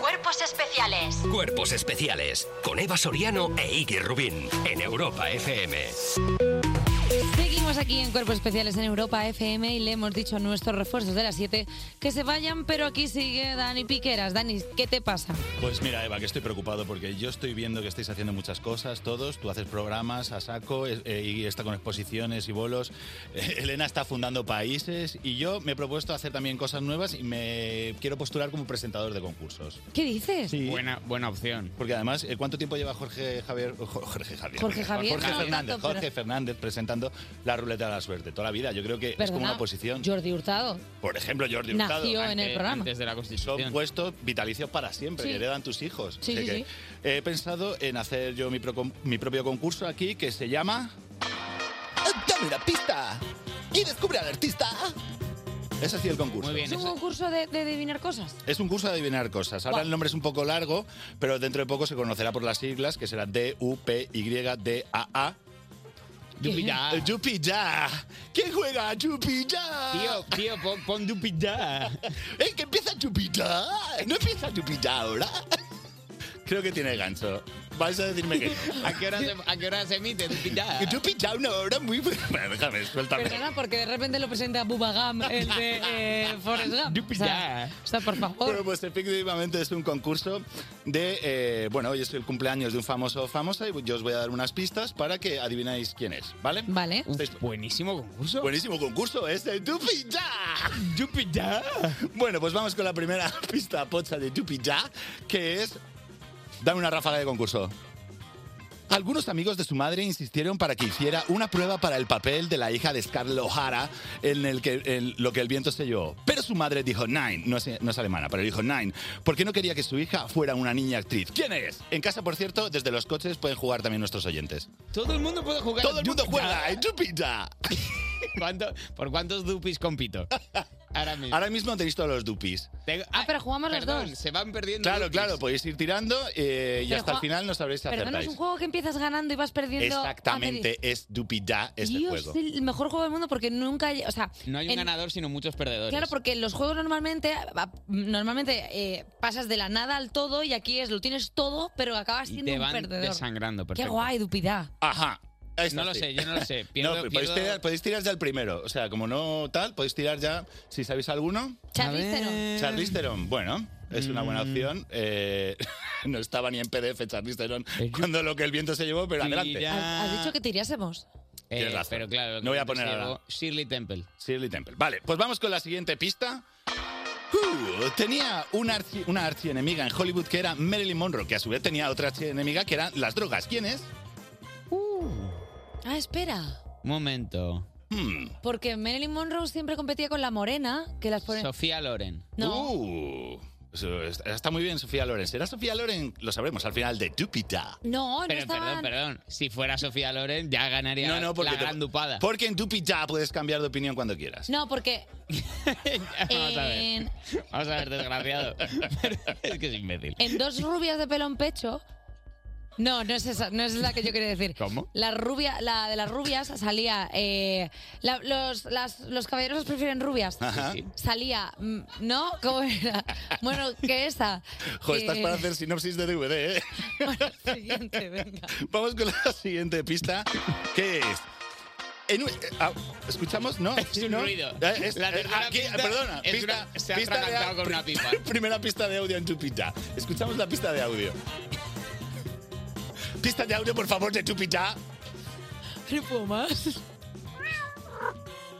E: Cuerpos especiales
D: Cuerpos especiales con Eva Soriano e Iggy Rubín en Europa FM.
A: Seguimos aquí en Cuerpos Especiales en Europa FM y le hemos dicho a nuestros refuerzos de las 7 que se vayan, pero aquí sigue Dani Piqueras. Dani, ¿qué te pasa?
H: Pues mira, Eva, que estoy preocupado porque yo estoy viendo que estáis haciendo muchas cosas todos. Tú haces programas a saco es- eh, y está con exposiciones y bolos. <laughs> Eh, Elena está fundando países y yo me he propuesto hacer también cosas nuevas y me quiero postular como presentador de concursos.
A: ¿Qué dices?
B: Buena, buena opción.
H: Porque además, eh, ¿cuánto tiempo lleva Jorge Javier? jo- Jorge Javier.
A: Jorge Javier,
H: Jorge
A: no,
H: Fernández.
A: tanto, pero-
H: Jorge Fernández presentando la ruleta de la suerte. Toda la vida. Yo creo que es como
A: Perdona,
H: una posición.
A: Jordi Hurtado.
H: Por ejemplo, Jordi Hurtado.
A: Nació en el
B: Eh,
A: programa.
B: Antes de la
H: Son
B: Constitución.
H: puestos vitalicios para siempre,
A: Sí.
H: que heredan tus hijos.
A: Sí, sí,
H: que
A: sí.
H: He pensado en hacer yo mi, pro- mi propio concurso aquí que se llama. ¡Dame una pista! ¡Y descubre al artista! Es así el concurso.
B: Muy bien.
A: ¿Es un concurso de, de adivinar cosas?
H: Es un curso de adivinar cosas. Ahora
A: Guau.
H: el nombre es un poco largo, pero dentro de poco se conocerá por las siglas, que será D-U-P-Y-D-A-A.
B: Dupidá.
H: ¡Yupi ya! ¿Quién juega a Yupi ya?
B: Tío, tío, pon,
H: <laughs>
B: pon Dupidá.
H: ¡Eh, que empieza Yupi ya! ¿No empieza Yupi ya ahora? Creo que tiene gancho. Vais a decirme que... no.
B: ¿A qué
H: <laughs>
B: hora se, a qué hora se emite Dupidá?
H: Que Yupi ya una hora muy... Bueno, déjame,
A: <laughs>
H: suéltame.
A: Perdona, porque de repente lo presenta Bubagam, el de eh, Forrest Gump. O sea, o sea, por favor.
H: Bueno, pues efectivamente es un concurso de, eh, bueno, hoy es el cumpleaños de un famoso o famosa y yo os voy a dar unas pistas para que adivináis quién es, ¿vale?
A: Vale.
H: Estáis-
B: Buenísimo concurso.
H: Buenísimo concurso, es de Yupi ya.
B: Dupidá.
H: Bueno, pues vamos con la primera <laughs> pista pocha de Yupi ya, que es... Dame una ráfaga de concurso. Algunos amigos de su madre insistieron para que hiciera una prueba para el papel de la hija de Scarlett O'Hara en, el que, en lo que el viento se llevó. Pero su madre dijo, Nine, no es, no es alemana, pero dijo Nine, porque no quería que su hija fuera una niña actriz. ¿Quién es? En casa, por cierto, desde los coches pueden jugar también nuestros oyentes.
B: Todo el mundo puede jugar.
H: Todo el mundo
B: Dupidá.
H: juega en Yupi ya.
B: ¿Cuánto- ¿Por cuántos dupis compito? Ahora mismo.
H: Ahora mismo tenéis todos los dupis.
B: Tengo-
A: Ah, pero jugamos los
B: perdón,
A: dos.
B: Se van perdiendo.
H: Claro,
B: dupis.
H: claro, podéis ir tirando eh, y
A: Pero
H: hasta el
A: Juan-
H: final no sabréis si
A: Perdona,
H: acertáis.
A: es un juego que empiezas ganando y vas perdiendo. a
H: Exactamente, es dupidá
A: medida-
H: este
A: Dios,
H: juego.
A: el mejor juego del mundo porque nunca. hay- O sea,
B: No hay un
A: en-
B: ganador, sino muchos perdedores.
A: Claro, porque los juegos normalmente a- normalmente eh, pasas de la nada al todo y aquí es lo tienes todo, pero acabas
B: Y
A: siendo
B: te
A: un
B: van
A: perdedor.
B: desangrando.
A: Qué
B: Perfecto.
A: guay, Dupidá.
H: Ajá. esta
B: No lo
H: sí.
B: sé, yo no
H: <laughs>
B: lo sé.
H: no,
B: Pierdo,
H: pero
B: pierdo-
H: podéis, tirar, podéis tirar ya el primero. O sea, como no tal, podéis tirar ya, si sabéis alguno.
A: Charlize
B: A ver.
A: Theron.
H: Charlize Theron, bueno, es una buena
B: Mm.
H: opción. Eh, <laughs> no estaba ni en PDF Charlize Theron
B: Es-
H: cuando lo que el viento se llevó, pero adelante.
B: Mira.
A: Has, has dicho que te iríásemos.
H: Tienes razón.
B: Eh, pero claro, lo que
H: no voy a
B: antes
H: poner
B: llegó,
H: ahora.
B: Shirley Temple.
H: Shirley Temple. Vale, pues vamos con la siguiente pista. Uh, tenía una, archi- una archienemiga en Hollywood que era Marilyn Monroe, que a su vez tenía otra archienemiga que eran las drogas. ¿Quién es?
A: Ah, espera.
B: Momento.
H: Hmm.
A: Porque Marilyn Monroe siempre competía con la morena, que las pone...
B: Sofía Loren.
A: No.
H: Uh, eso está está muy bien Sofía Loren. ¿Será Sofía Loren? Lo sabremos al final de Dúpita.
A: No, no
B: Pero
A: estaban-
B: perdón, perdón. Si fuera Sofía Loren, ya ganaría
H: No, no, porque
B: la
H: te-
B: gran dupada.
H: Porque en Dúpita puedes cambiar de opinión cuando quieras.
A: No, porque...
B: <laughs> Vamos a ver.
A: en,
B: Vamos a ver, desgraciado. <laughs> es que es imbécil.
A: en dos rubias de pelo en pecho... No, no es esa, no es la que yo quería decir.
B: ¿Cómo?
A: La rubia, la de las rubias salía... eh, la- los, las- los caballeros las prefieren rubias.
H: Ajá.
A: Salía, mm, ¿no? ¿Cómo era? Bueno, que esa.
H: Jo, estás
A: Eh,
H: para hacer sinopsis de DVD, ¿eh?
A: <laughs> Siguiente, venga.
H: Vamos con la siguiente pista, que es... en un- eh, ah, ¿Escuchamos? ¿No?
B: Es
H: ¿Sí,
B: un
H: no?
B: ruido.
H: Eh, es-
B: La
H: eh,
B: tercera
H: aquí-
B: pista
H: perdona,
B: es
H: pista,
B: una- se ha
H: pista de
B: atragantado
H: au-
B: con una pipa.
H: <laughs> Primera pista de audio en Tupita. Escuchamos la pista de audio. Pista de audio, por favor, de Tupita.
A: ¿Pero puedo más?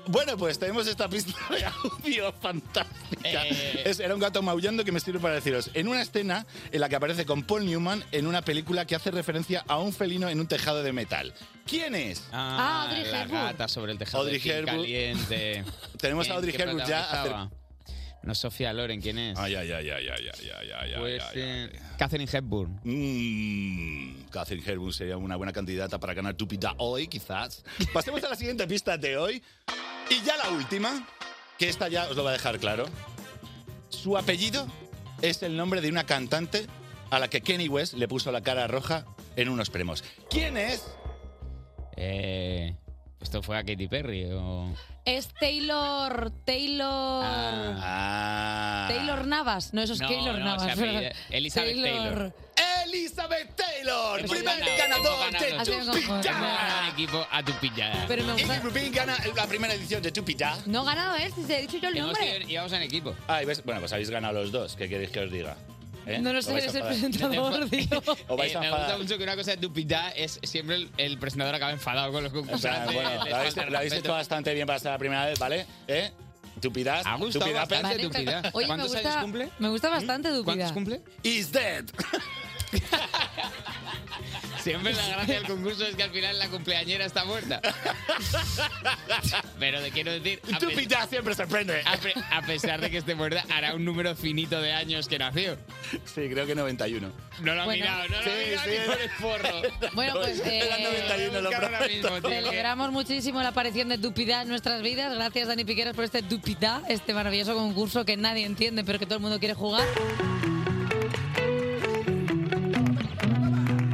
H: Bueno, pues tenemos esta pista de audio <laughs> fantástica.
B: Eh.
H: Es- era un gato maullando que me sirve para deciros. En una escena en la que aparece con Paul Newman en una película que hace referencia a un felino en un tejado de metal. ¿Quién es?
A: Ah, Audrey
B: la
A: Hepburn.
B: gata sobre el tejado
H: Audrey
B: de Kim
H: Hepburn.
B: caliente.
H: <laughs> Tenemos
B: ¿Quién-
H: a Audrey
B: quién
H: Hepburn ya.
B: protagonizaba? No, Sofía Loren, ¿quién es?
H: Ay, ay, ay, ay, ay, ay, ay, ay,
B: pues
H: ay, ay.
B: eh, Catherine Hepburn.
H: Mm, Catherine Hepburn sería una buena candidata para ganar Tupita hoy, quizás. Pasemos a la siguiente pista de hoy. Y ya la última, que esta ya os lo va a dejar claro. Su apellido es el nombre de una cantante a la que Kenny West le puso la cara roja en unos premios. ¿Quién es?
B: Eh, ¿Esto fue a Katy Perry o...?
A: Es Taylor. Taylor.
B: Ah.
H: Ah,
A: Taylor Navas. No, eso es
B: No,
A: Taylor
B: no,
A: Navas.
B: se apellida Elizabeth Taylor.
H: Elizabeth Taylor,
B: Hemos
H: primer ganador
B: ganado, hemos ganado.
A: Así me
H: de
A: confundo.
B: Gran
H: Tupita.
B: equipo a tu pillada.
A: Pero me
H: Iggy
A: gusta.
H: Rubin gana la primera edición de Tupita.
A: No he ganado, ¿eh? Si te he dicho yo el
B: Hemos
A: nombre.
B: ido- íbamos en equipo.
H: Ah, y ves- bueno, pues habéis ganado los dos. ¿Qué queréis que os diga? ¿Eh?
A: No lo
H: ¿Os
A: sé,
H: vais a
A: eres el
H: enfadar? <laughs>
A: presentador, tío.
H: ¿Os vais
B: Eh,
H: a
B: me
H: enfadar?
B: gusta mucho que una cosa de Dupita es siempre el, el presentador acaba enfadado con los
H: O sea,
B: concursantes.
H: bueno,
B: les
H: lo habéis,
B: falta
H: lo habéis
B: respeto.
H: hecho bastante bien para ser la primera vez, ¿vale? ¿Eh? Tupidas,
B: Ha gustado
H: tupidape.
B: bastante. Vale. Dupida.
A: Oye, me
B: ¿Cuántos años
A: gusta,
B: cumple?
A: me
H: ¿Mm?
A: gusta bastante Dupida.
B: ¿Cuántos cumple?
H: Is dead.
B: Siempre la gracia del concurso es que al final la cumpleañera está muerta. Pero te quiero decir, a, pe-
H: Tupida siempre ¿eh? sorprende.
B: a pe- a pesar de que
H: este
B: esté muerta, hará un número finito de años que nació.
H: Sí, creo que 91.
B: No lo ha
A: Bueno.
B: mirado, no lo ha
H: Sí,
B: mirado
H: sí.
B: ni por el
H: <laughs>
B: forro.
A: Bueno, pues.
H: Era
A: Eh,
H: 91, lo
B: Buscar ahora
H: prometo.
B: mismo, tío, que-
A: Celebramos muchísimo la aparición de Dupida en nuestras vidas. Gracias, Dani Piqueras, por este Dupida, este maravilloso concurso que nadie entiende, pero que todo el mundo quiere jugar.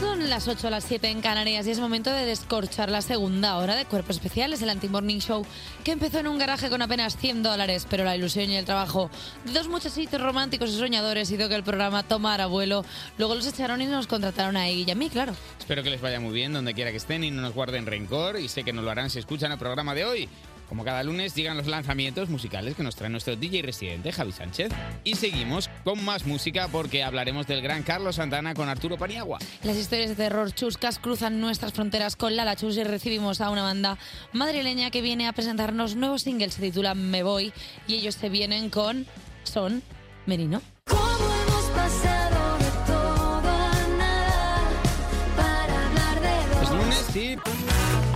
A: Son las 8 a las 7 en Canarias y es momento de descorchar la segunda hora de Cuerpos Especiales, el Anti-Morning Show, que empezó en un garaje con apenas 100 dólares, pero la ilusión y el trabajo de dos muchachitos románticos y soñadores hizo que el programa tomara vuelo. Luego los echaron y nos contrataron a ella y a mí, claro.
B: Espero que les vaya muy bien donde quiera que estén y no nos guarden rencor y sé que no lo harán si escuchan el programa de hoy. Como cada lunes llegan los lanzamientos musicales que nos trae nuestro DJ residente Javi Sánchez y seguimos con más música porque hablaremos del gran Carlos Santana con Arturo Paniagua.
A: Las historias de terror chuscas cruzan nuestras fronteras con Lala Chus y recibimos a una banda madrileña que viene a presentarnos nuevos singles. Se titula Me Voy y ellos se vienen con Son Merino.
C: ¿Cómo hemos pasado de todo a nada para hablar de
B: Es
C: dos?
B: lunes, sí.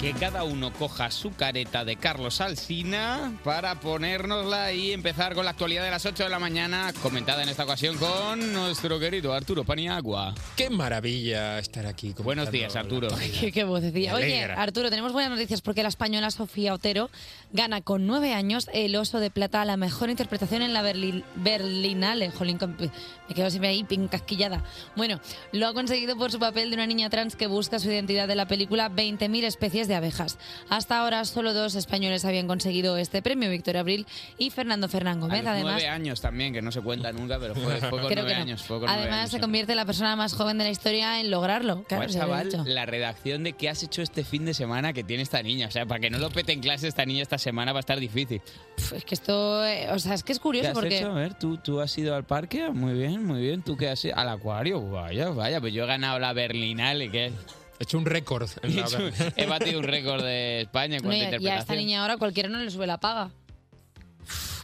B: Que cada uno coja su careta de Carlos Alsina para ponérnosla y empezar con la actualidad de las 8 de la mañana, comentada en esta ocasión con nuestro querido Arturo Paniagua.
I: Qué maravilla estar aquí.
B: Buenos días, Arturo.
A: <laughs> Qué, qué vocecilla.
I: Me
A: Oye,
I: alegra.
A: Arturo, tenemos buenas noticias porque la española Sofía Otero gana con nueve años el Oso de Plata a la mejor interpretación en la Berlin- Berlinale. Jolín, con- me quedo siempre ahí pincasquillada. Bueno, lo ha conseguido por su papel de una niña trans que busca su identidad de la película 20.000 especies de de abejas. Hasta ahora solo dos españoles habían conseguido este premio, Víctor Abril y Fernando Fernán
B: A los
A: Gómez. Además,
B: nueve años también, que no se cuenta nunca, pero fue, fue con
A: Creo que
B: nueve
A: no.
B: años. fue con nueve
A: además
B: años.
A: se convierte en la persona más joven de la historia en lograrlo. Claro,
B: Guau,
A: se lo he
B: chaval,
A: dicho.
B: la redacción de qué has hecho este fin de semana que tiene esta niña. O sea, para que no lo pete en clase esta niña esta semana va a estar difícil.
A: Pf, es que esto, eh, o sea, es que es curioso
B: ¿Qué has
A: porque
B: hecho? eh? A ver, ¿tú, tú has ido al parque, muy bien, muy bien. ¿Tú qué has ido? Al acuario, vaya, vaya. Pues yo he ganado la Berlinale, que He hecho un récord.
I: en la
B: <laughs> He batido un récord de España en
A: no,
B: cuanto
A: ya,
B: a
A: ya a esta
B: interpretación.
A: niña ahora cualquiera no le sube la paga.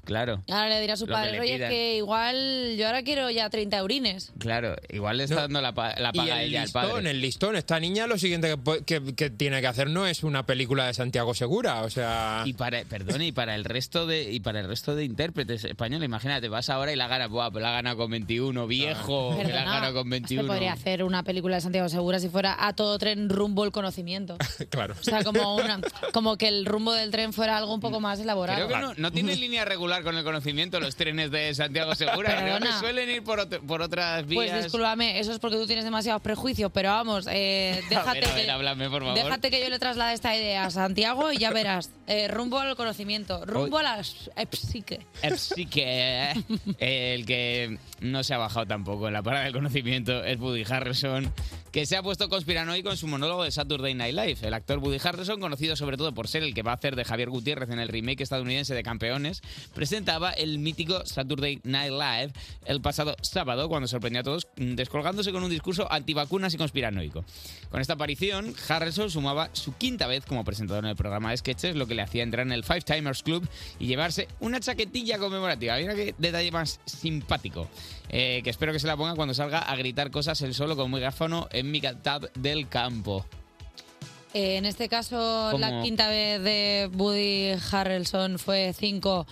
B: Claro.
A: Ahora le dirá a su
B: Lo que
A: padre,
B: le
A: oye,
B: pidan".
A: que igual yo ahora quiero ya 30 eurines.
B: Claro, igual le está dando la, pa- la
I: Y
B: paga
I: el
B: ella al padre.
I: listón, el listón. Esta niña lo siguiente que, po- que- que tiene que hacer no es una película de Santiago Segura, o sea...
B: Y para, perdón, y para el resto de y para el resto de intérpretes españoles, imagínate, vas ahora y la ganas, buah, pero la gana con 21, viejo, Oh, que la
A: Perdona,
B: gana con
A: Se
B: 21.
A: podría hacer una película de Santiago Segura si fuera a todo tren rumbo el conocimiento.
I: Claro.
A: O sea, como, una, como que el rumbo del tren fuera algo un poco más elaborado.
B: <laughs> Creo que no, no tienen línea regular con el conocimiento los trenes de Santiago Segura. Creo que
A: Perdona.
B: suelen ir por, otro- por otras vías.
A: Pues discúlpame, eso es porque tú tienes demasiados prejuicios, pero vamos, eh,
B: <laughs> a
A: déjate,
B: ver, a ver,
A: que,
B: háblame, por favor.
A: déjate que yo le traslade esta idea a Santiago y ya verás. Eh, rumbo al conocimiento, rumbo
B: Hoy-
A: a la s- eh, psique.
B: Eh, Sí que eh, el que no se ha bajado tampoco en la parada del conocimiento es Woody Harrison, que se ha puesto conspiranoico en su monólogo de Saturday Night Live. El actor Woody Harrison, conocido sobre todo por ser el que va a hacer de Javier Gutiérrez en el remake estadounidense de Campeones, presentaba el mítico Saturday Night Live el pasado sábado cuando sorprendió a todos mm, descolgándose con un discurso antivacunas y conspiranoico. Con esta aparición, Harrison sumaba su quinta vez como presentador en el programa de sketches, lo que le hacía entrar en el Five Timers Club y llevarse una chaquetilla conmemorativa. Mira qué detalle más simpático. Eh, que espero que se la ponga cuando salga a gritar cosas él solo con megáfono en mi tab del campo.
A: Eh, en este caso, la
B: Como-
A: quinta vez de Woody Harrelson fue 5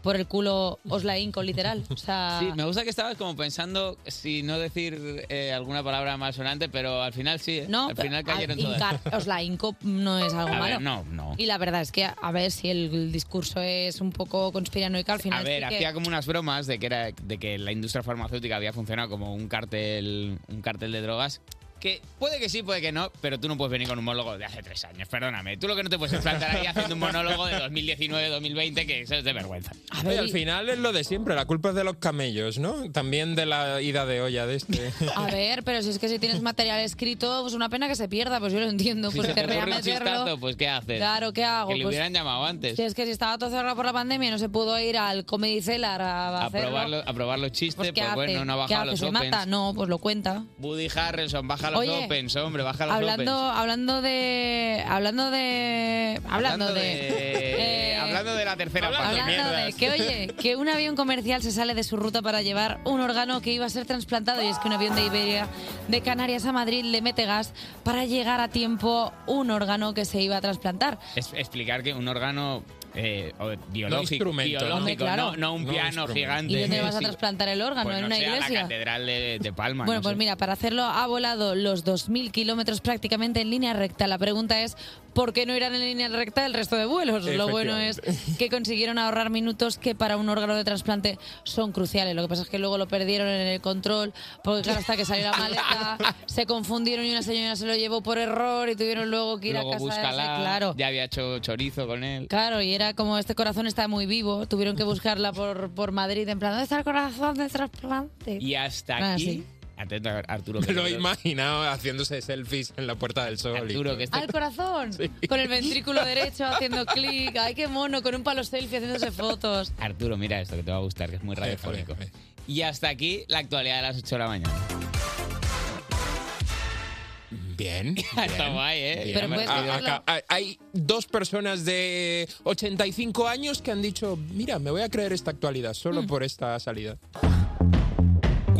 A: por el culo os la hinco, literal. O sea,
B: Sí, me gusta que estabas como pensando si no decir eh, alguna palabra más sonante, pero al final sí. ¿eh?
A: no,
B: al final
A: al
B: cayeron todas.
A: hincar- os la hinco no es algo
B: <laughs> A
A: malo.
B: ver, no, no.
A: Y la verdad es que, a ver si el, el discurso es un poco conspiranoico, al final
B: A ver,
A: sí que-
B: hacía como unas bromas de que era de que la industria farmacéutica había funcionado como un cartel, un cartel de drogas. Que puede que sí, puede que no, pero tú no puedes venir con un monólogo de hace tres años, perdóname. Tú lo que no te puedes es plantar ahí haciendo un monólogo de 2019-2020, que eso es de vergüenza.
I: Oye, al final es lo de siempre, la culpa es de los camellos, ¿no? También de la ida de olla de este.
A: A ver, pero si es que si tienes material escrito, pues una pena que se pierda, pues yo lo entiendo,
B: Si se
A: porque
B: te ocurre un
A: reameterlo...
B: chistazo, pues ¿qué haces?
A: Claro, ¿qué hago?
B: Que le
A: Pues-
B: hubieran llamado antes.
A: Si es que si estaba todo cerrado por la pandemia y no se pudo ir al Comedy Cellar a,
B: A
A: hacerlo,
B: probar, los, a probar los chistes, pues,
A: ¿qué hace?
B: bueno, no ha
A: ¿Qué
B: bajado
A: hace?
B: los
A: ¿Se
B: opens.
A: mata? No, pues lo cuenta.
B: Woody Harrelson, baja los
A: Oye,
B: opens, hombre, baja los
A: Hablando,
B: opens.
A: hablando de... Hablando de... Hablando de...
B: de- Eh, hablando de la tercera parte.
A: eh, Hablando de que, oye, que un avión comercial se sale de su ruta para llevar un órgano que iba a ser trasplantado y es que un avión de Iberia de Canarias a Madrid le mete gas para llegar a tiempo un órgano que se iba a trasplantar.
B: Es explicar que un órgano eh, o- biológico,
I: instrumento, ¿no?
B: biológico,
I: Hombre, claro.
B: no, no un
I: No
B: piano
I: instrumento.
B: gigante.
A: ¿Y
B: <laughs>
A: dónde vas a trasplantar el órgano?
B: Pues
A: ¿En
B: no
A: una
B: sé, a la
A: iglesia?
B: catedral de, de Palma.
A: Bueno,
B: no
A: pues
B: sé.
A: mira, para hacerlo ha volado los 2.000 kilómetros prácticamente en línea recta. La pregunta es, ¿por qué no irán en línea recta el resto de vuelos? Lo bueno es que consiguieron ahorrar minutos que para un órgano de trasplante son cruciales. Lo que pasa es que luego lo perdieron en el control, porque claro, hasta que salió la maleta,
B: <laughs>
A: se confundieron y una señora se lo llevó por error y tuvieron luego que ir
B: Luego
A: a casa. de ese-
B: búscala.
A: claro.
B: Ya había hecho chorizo con él.
A: Claro, y era como este corazón está muy vivo, tuvieron que buscarla por, por Madrid, en plan, ¿dónde está el corazón de trasplante?
B: <laughs> Y hasta
A: Ah,
B: aquí.
A: sí.
B: Atento,
I: <laughs>
B: Arturo.
I: Me
B: que
I: lo he imaginado haciéndose selfies en la Puerta del Sol.
B: Arturo, que este-
A: al corazón. Con
I: <laughs>
A: el ventrículo derecho haciendo clic. Ay, qué mono, con un palo selfie haciéndose fotos.
B: Arturo, mira esto que te va a gustar, que es muy radiofónico. Y hasta aquí la actualidad de las 8 de la mañana.
I: Bien.
B: Está guay, ¿eh?
I: bien.
B: Pero puedes
I: Ah,
B: hacerlo.
I: acá- hay- hay dos personas de 85 años que han dicho, mira, me voy a creer esta actualidad solo
B: Mm.
I: por esta salida.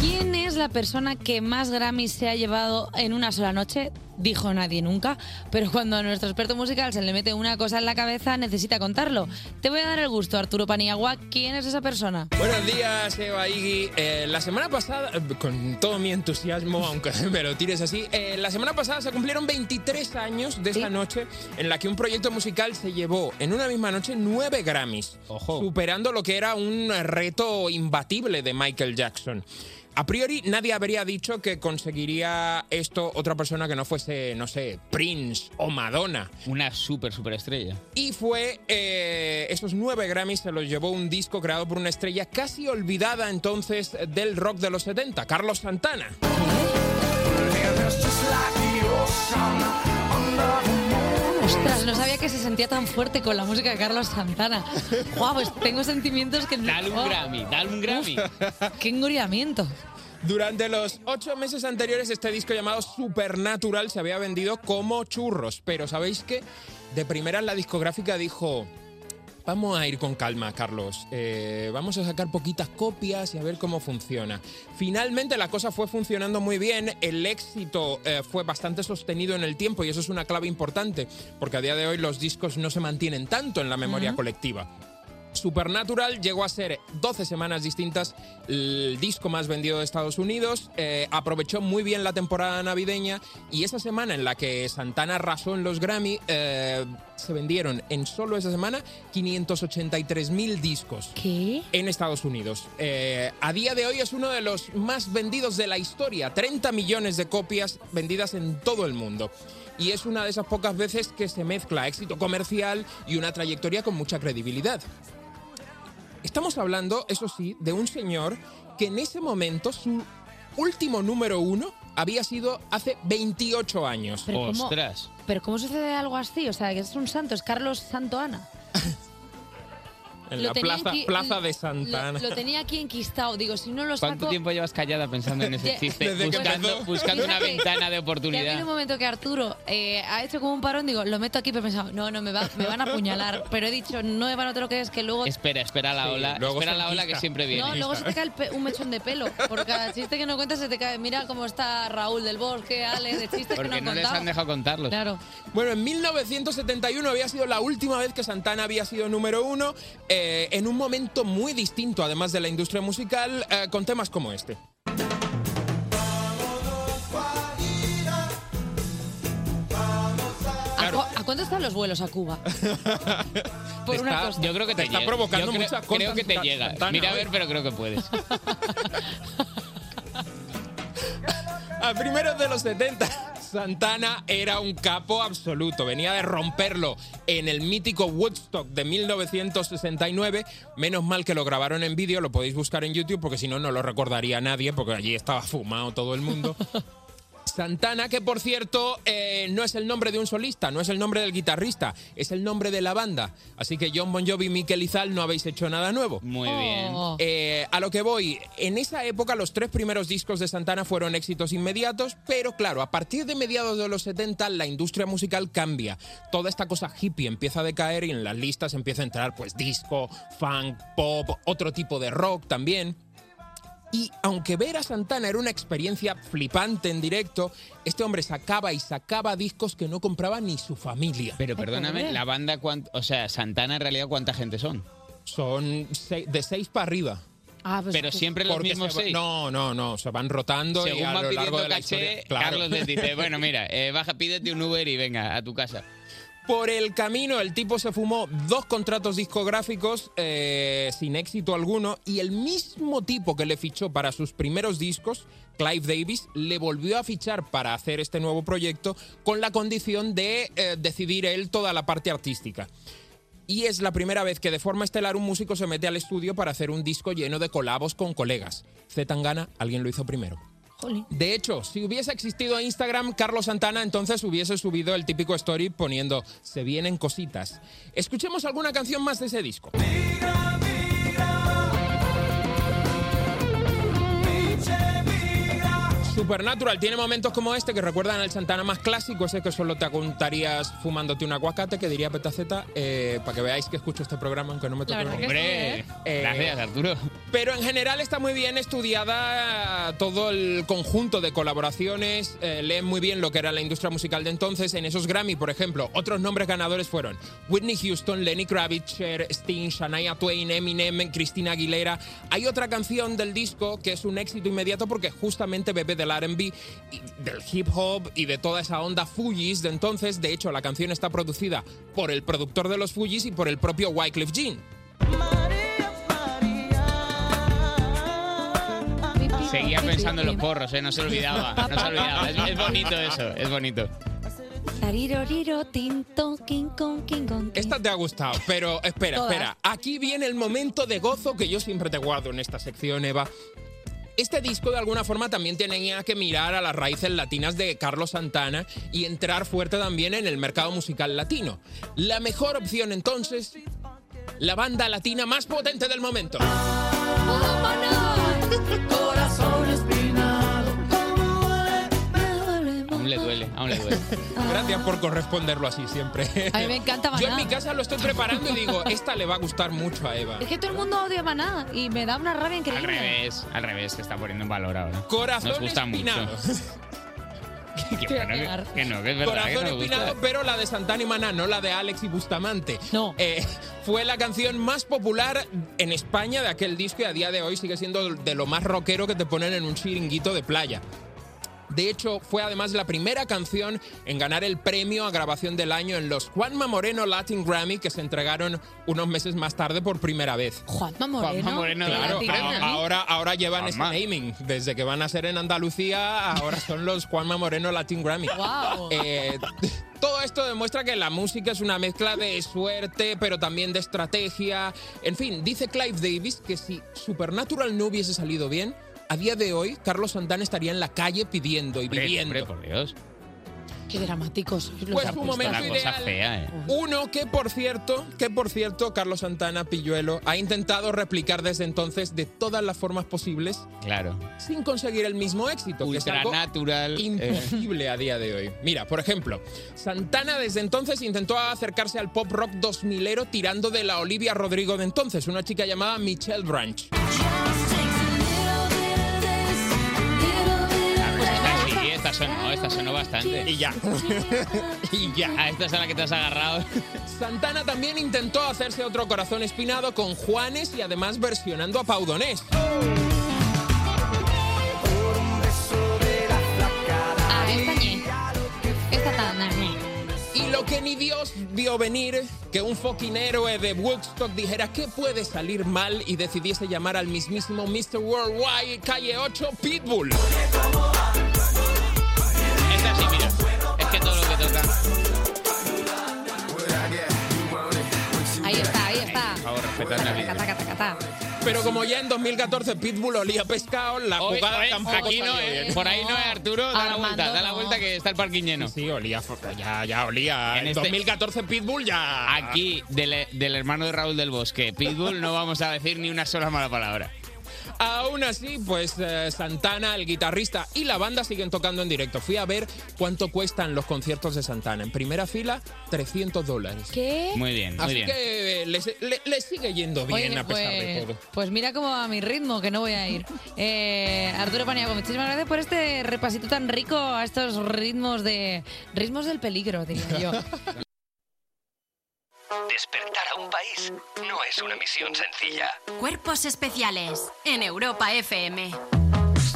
A: ¿Quién es la persona que más Grammys se ha llevado en una sola noche? Dijo nadie nunca, pero cuando a nuestro experto musical se le mete una cosa en la cabeza, necesita contarlo. Te voy a dar el gusto, Arturo Paniagua. ¿Quién es esa persona?
I: Buenos días, Eva Iggy. Eh, la semana pasada, eh, con todo mi entusiasmo, aunque <laughs> me lo tires así, eh, la semana pasada se cumplieron 23 años de esa noche en la que un proyecto musical se llevó en una misma noche 9 Grammys, superando lo que era un reto imbatible de Michael Jackson. A priori, nadie habría dicho que conseguiría esto otra persona que no fuese, no sé, Prince o Madonna.
B: Una súper, súper estrella.
I: Y fue, eh, esos nueve Grammys se los llevó un disco creado por una estrella casi olvidada entonces del rock de los 70, Carlos Santana.
A: Ostras, no sabía que se sentía tan fuerte con la música de Carlos Santana. Guau, pues tengo sentimientos que...
B: Dale un
A: Guau.
B: Grammy, dale un Grammy.
A: ¡Qué engoriamiento!
I: Durante los ocho meses anteriores, este disco llamado Supernatural se había vendido como churros, pero ¿sabéis qué? De primera la discográfica dijo... Vamos a ir con calma, Carlos. Eh, vamos a sacar poquitas copias y a ver cómo funciona. Finalmente la cosa fue funcionando muy bien. El éxito eh, fue bastante sostenido en el tiempo y eso es una clave importante, porque a día de hoy los discos no se mantienen tanto en la memoria colectiva. Supernatural llegó a ser 12 semanas distintas el disco más vendido de Estados Unidos, eh, aprovechó muy bien la temporada navideña y esa semana en la que Santana arrasó en los Grammy, eh, se vendieron en solo esa semana 583.000 discos en Estados Unidos. Eh, a día de hoy es uno de los más vendidos de la historia, 30 millones de copias vendidas en todo el mundo y es una de esas pocas veces que se mezcla éxito comercial y una trayectoria con mucha credibilidad. Estamos hablando, eso sí, de un señor que en ese momento su último número uno había sido hace 28 años.
A: Pero ¿cómo- ¿Pero cómo sucede algo así? O sea, que es un santo, es Carlos Santo Ana.
I: En
A: Lo
I: la
A: tenía
I: plaza,
A: enqui-
I: plaza
A: lo-
I: de Santa Ana.
A: Lo, tenía aquí enquistado. Digo, si no lo saco...
B: ¿Cuánto tiempo llevas callada pensando en
A: <laughs>
B: ese
A: Ya-
B: chiste?
A: Desde que
B: Buscando,
A: empezó.
B: buscando una
A: Fíjate,
B: ventana
A: Que
B: de
A: ha habido un
B: oportunidad.
A: momento que Arturo eh, ha hecho como un parón, digo, lo meto aquí, pero he pensado, no, no, me, va- me van a apuñalar. Pero he dicho, no me van a otro que es que luego...
B: Espera, espera la
I: Sí,
B: ola.
I: luego
B: Espera
I: se
B: la ola que
I: enquista.
B: siempre viene.
A: No,
I: <laughs>
A: luego se te cae el pe- un mechón de pelo. Por cada chiste que no cuentas se te cae. Mira cómo está Raúl del Bosque, Ale, de chistes
B: Porque
A: que no
B: no
A: han
B: les
A: contado.
B: han dejado contarlos.
A: Claro.
I: Bueno, en 1971 había sido la última vez que Santana había sido número uno, eh, en un momento muy distinto, además de la industria musical, eh, con temas como este.
A: ¿A cu- ¿A, cuánto están los vuelos a
B: <laughs>
A: Cuba? Por
B: Te
A: una
B: está-
A: cosa.
B: Yo creo que te,
I: está
B: llega.
I: provocando
B: Yo creo-
I: muchas
B: Creo
I: cosas,
B: que te
I: Sa-
B: llega.
I: Santana,
B: Mira a
I: hoy.
B: ver, pero creo que puedes.
A: <laughs>
I: A primeros de los 70, Santana era un capo absoluto. Venía de romperlo en el mítico Woodstock de 1969. Menos mal que lo grabaron en vídeo, lo podéis buscar en YouTube porque si no, no lo recordaría nadie porque allí estaba fumado todo el mundo. Santana, que por cierto eh, no es el nombre de un solista, no es el nombre del guitarrista, es el nombre de la banda. Así que John Bon Jovi y Mikel Izal no habéis hecho nada nuevo.
B: Muy bien.
I: Eh, a lo que voy, en esa época los tres primeros discos de Santana fueron éxitos inmediatos, pero claro, a partir de mediados de los 70 la industria musical cambia. Toda esta cosa hippie empieza a decaer y en las listas empieza a entrar pues disco, funk, pop, otro tipo de rock también. Y aunque ver a Santana era una experiencia flipante en directo, este hombre sacaba y sacaba discos que no compraba ni su familia.
B: Pero perdóname, la banda, cuan- o sea, Santana en realidad, ¿cuánta gente son?
I: Son se- de seis para arriba.
A: Ah,
B: pues Pero sí. siempre los
I: Porque
B: mismos
I: se va-
B: seis.
I: No, no, no, se van rotando y
B: Según
I: a
B: van
I: lo largo
B: pidiendo
I: de la
B: caché,
I: historia, claro.
B: Carlos les dice,
I: <laughs>
B: bueno, mira, eh, baja, pídete un Uber y venga a tu casa.
A: Ah,
I: Por el camino, el tipo se fumó dos contratos discográficos eh, sin éxito alguno y el mismo tipo que le fichó para sus primeros discos, Clive Davis, le volvió a fichar para hacer este nuevo proyecto con la condición de eh, decidir él toda la parte artística. Y es la primera vez que de forma estelar un músico se mete al estudio para hacer un disco lleno de colabos con colegas. Z Tangana, alguien lo hizo primero. De hecho, si hubiese existido Instagram, Carlos Santana entonces hubiese subido el típico story poniendo se vienen cositas. Escuchemos alguna canción más de ese disco. Su Supernatural tiene momentos como este que recuerdan al Santana más clásico, ese que solo te contarías fumándote un aguacate, que diría Petaceta, eh, para que veáis que escucho este programa aunque no me toque.
B: La verdad que Hombre, sí, ¿eh? gracias, Arturo.
I: Pero en general está muy bien estudiada todo el conjunto de colaboraciones, eh, leen muy bien lo que era la industria musical de entonces. En esos Grammy, por ejemplo, otros nombres ganadores fueron Whitney Houston, Lenny Kravitz, Cher, Sting, Shania Twain, Eminem, Christina Aguilera. Hay otra canción del disco que es un éxito inmediato porque justamente bebe del R&B, y del hip hop y de toda esa onda Fugees de entonces. De hecho, la canción está producida por el productor de los Fugees y por el propio Wyclef Jean.
A: pues
B: Seguía pensando en los porros, ¿eh? no se
A: <laughs>
B: olvidaba. No se olvidaba. Es, es bonito eso, es bonito.
C: Tariroriro, tin, ton, king, con, king, con, king.
I: Esta te ha gustado, pero espera,
C: Todas.
I: espera. Aquí viene el momento de gozo que yo siempre te guardo en esta sección, Eva. Este disco de alguna forma también tenía que mirar a las raíces latinas de Carlos Santana y entrar fuerte también en el mercado musical latino. La mejor opción entonces, la banda latina más potente del momento.
C: Corazón espinado.
B: Aún le duele, aún
A: <laughs>
B: le duele.
I: Gracias por corresponderlo así siempre.
A: Ah. A mí me encanta
I: Yo
A: Maná.
I: en mi casa lo estoy preparando y digo, esta le va a gustar mucho a Eva.
A: Es que todo el mundo odia Maná y me da una rabia
B: Al
A: increíble.
B: revés, al revés, se está poniendo en valor ahora.
I: Corazón
B: Nos gusta
I: espinado.
B: mucho. <laughs> Que bueno, que- que no, que es verdad. que
I: Corazón
B: nos gusta.
I: Espinado, pero la de Santana y Maná, no la de Alex y Bustamante. No. fue la canción más popular en España de aquel disco y a día de hoy sigue siendo de lo más rockero que te ponen en un chiringuito de playa. De hecho, fue además la primera canción en ganar el premio a grabación del año en los Juanma Moreno Latin Grammy que se entregaron unos meses más tarde por primera vez.
A: Juanma
B: Juanma Moreno,
I: Claro,
B: Latin Grammy.
I: a- ahora, ahora llevan
B: Juanma.
I: ese naming. Desde que van a ser en Andalucía, ahora son los Juanma Moreno Latin Grammy.
C: Guau.
I: Eh, <laughs> todo esto demuestra que la música es una mezcla de suerte, pero también de estrategia. En fin, dice Clive Davis que si Supernatural no hubiese salido bien, a día de hoy Carlos Santana estaría en la calle pidiendo y pidiendo.
B: Hombre, por Dios.
A: Qué dramáticos. sois los
I: Pues
A: artistas.
I: un momento
B: Una cosa
I: ideal.
B: fea, ¿eh?
I: Uno que por cierto, que por cierto, Carlos Santana Pilluelo ha intentado replicar desde entonces de todas las formas posibles
B: Claro.
I: sin conseguir el mismo éxito. que es algo
B: Ultranatural. eh,
I: imposible a día de hoy. Mira, por ejemplo, Santana desde entonces intentó acercarse al pop rock 2000ero tirando de la Olivia Rodrigo de entonces, una chica llamada Michelle Branch.
B: pues estas sí, estas sonó, estas sonó bastante. <laughs>
I: Y ya. y ya.
B: A esta es a la que te has agarrado.
I: Santana también intentó hacerse otro corazón espinado con Juanes y además versionando a Paudonés.
A: Ah, esta ñe. Esta tan ñe.
I: Y lo que ni Dios vio venir, que un fucking héroe de Woodstock dijera que puede salir mal y decidiese llamar al mismísimo Mr. Worldwide Calle 8 Pitbull.
B: Esta sí, mira. Es que todo lo que toca.
A: Ahí está, ahí está.
B: Por favor, respetad la
A: Taca,
B: vida.
A: taca, taca, taca.
I: Pero como ya en 2014 Pitbull olía a pescado, la
B: Hoy-
I: jugada
B: hoy-
I: tampoco
B: aquí no,
I: salió
B: eh,
I: bien.
B: por ahí no es Arturo, da la
A: Armando,
B: vuelta, da la
A: no.
B: vuelta que está el parking lleno.
I: Sí, olía, ya, ya olía.
B: En
I: En
B: este-
I: 2014 Pitbull ya...
B: Aquí, del, del hermano de Raúl del Bosque, Pitbull, no vamos a decir ni una sola mala palabra.
I: Aún así, pues eh, Santana, el guitarrista y la banda siguen tocando en directo. Fui a ver cuánto cuestan los conciertos de Santana. En primera fila, 300 dólares.
A: ¿Qué?
B: Muy bien, muy
I: Así
B: bien.
I: que eh, les, le- les sigue yendo bien
A: Oye,
I: a pesar
A: pues,
I: de todo.
A: pues mira cómo va mi ritmo, que no voy a ir. Eh, Arturo Paniagua, muchísimas gracias por este repasito tan rico a estos ritmos de ritmos del peligro, diría yo.
D: Despertar a un país no es una misión sencilla.
E: <laughs> Cuerpos especiales en Europa FM.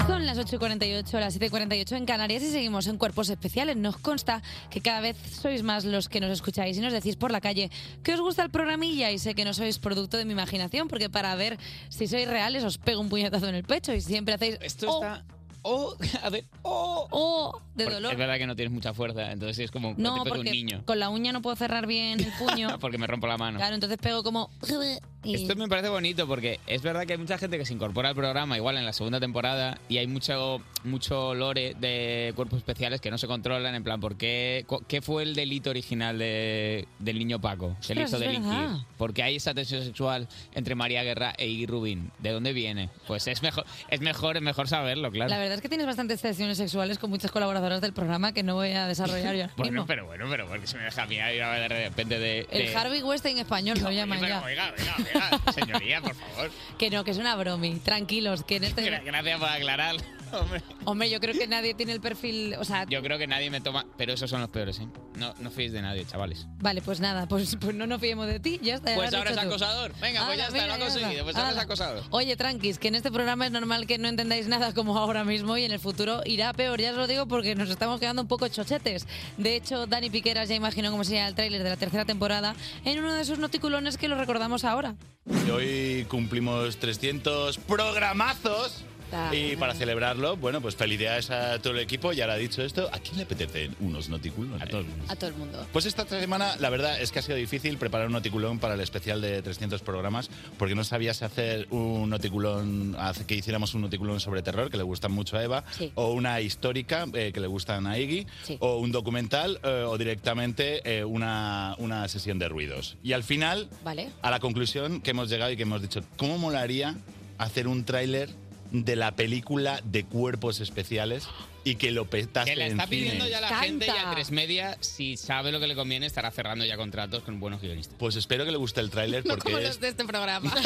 A: Son las 8.48, las 7.48 en Canarias y seguimos en Cuerpos Especiales. Nos consta que cada vez sois más los que nos escucháis y nos decís por la calle que os gusta el programilla y sé que no sois producto de mi imaginación porque para ver si sois reales os pego un puñetazo en el pecho y siempre hacéis...
B: Esto está. Oh, a ver, oh.
A: Oh, de
B: Porque
A: dolor.
B: Es verdad que no tienes mucha fuerza, entonces es como
A: No,
B: te pego un
A: porque
B: niño. <laughs>
A: con la uña no puedo cerrar bien el puño.
B: Porque me rompo la mano.
A: Claro, entonces pego como <laughs> Y-
B: Esto me parece bonito porque es verdad que hay mucha gente que se incorpora al programa igual en la segunda temporada y hay mucho, mucho lore de cuerpos especiales que no se controlan, en plan, ¿por qué, cu- qué fue el delito original de- del niño Paco que le
J: Ostras,
B: hizo
J: es
B: delinquir?
J: verdad.
B: Porque hay esa tensión sexual entre María Guerra e Iggy Rubín. ¿De dónde viene? Pues es mejor, es mejor, es mejor saberlo, claro.
A: La verdad es que tienes bastantes sesiones sexuales con muchas colaboradoras del programa que no voy a desarrollar yo.
B: <laughs> Bueno, pero bueno, pero porque se me deja a mí ahí de repente de...
A: El
B: de-
A: Harvey Weinstein
B: <laughs>
A: español lo llaman
B: Pero
A: ya.
B: oiga, oiga, oiga, señoría,
A: <laughs>
B: por favor.
A: Que no, que es una bromi. Tranquilos, que en
B: <laughs> Gra-
A: este...
B: Gracias por aclarar. Hombre.
A: Hombre, yo creo que nadie tiene el perfil... O sea,
B: Yo creo que nadie me toma, pero esos son los peores, ¿eh? No, no fiéis de nadie, chavales.
A: vale, pues nada, pues, pues no nos fiemos de ti, ya está. ya
B: Pues
A: lo has
B: ahora es
A: dicho tú.
B: acosador. Venga, pues
A: Ala,
B: ya está, lo ha
A: mira, ya está.
B: conseguido. Pues ahora es
A: Ala.
B: acosador.
A: Oye, tranquis, que en este programa es normal que no entendáis nada como ahora mismo y en el futuro irá peor, ya os lo digo porque nos estamos quedando un poco chochetes. De hecho, Dani Piqueras ya imaginó cómo sería el tráiler de la tercera temporada en uno de sus noticulones que lo recordamos ahora.
H: Y Hoy cumplimos 300 programazos.
A: Ah.
H: Y para celebrarlo, bueno, pues felicidades a todo el equipo. Ya lo ha dicho esto. ¿A quién le apetecen unos noticulones? A todos.
A: A todo el mundo.
H: Pues esta semana, la verdad es que ha sido difícil preparar un noticulón para el especial de 300 programas, porque no sabías hacer un noticulón, hace- que hiciéramos un noticulón sobre terror, que le gustan mucho a Eva,
K: Sí.
H: o una histórica, eh, que le gustan a Iggy, o un documental, eh, o directamente eh, una, una sesión de ruidos. Y al final,
A: Vale.
H: a la conclusión que hemos llegado y que hemos dicho, ¿cómo molaría hacer un tráiler de la película de cuerpos especiales y que lo petase
B: Que la está
H: en cine?
B: pidiendo ya la gente y a
A: Canta.
B: tres media, si sabe lo que le conviene, estará cerrando ya contratos con buenos guionistas.
H: Pues espero que le guste el tráiler
B: No
H: porque
B: como
H: es
B: los
A: de este
B: <laughs>
A: programa.
H: <laughs>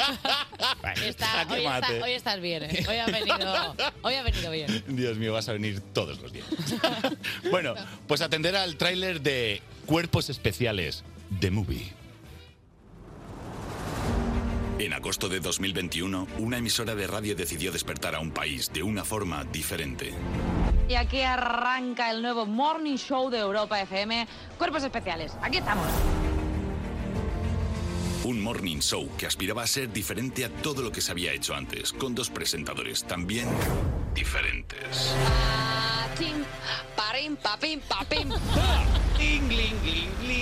B: Ah,
H: Está- Jaque hoy está- mate. hoy
A: estás bien, eh. hoy ha
B: <laughs>
A: venido, hoy ha venido bien.
H: Dios mío, vas a venir todos los días. <laughs> bueno, pues atender al tráiler de Cuerpos Especiales, The Movie.
L: En agosto de 2021, una emisora de radio decidió despertar a un país de una forma diferente.
A: Y aquí arranca el nuevo Morning Show de Europa FM, Cuerpos Especiales. Aquí estamos.
L: Un morning show que aspiraba a ser diferente a todo lo que se había hecho antes, con dos presentadores también diferentes.
A: Patín, parín, papín, papín.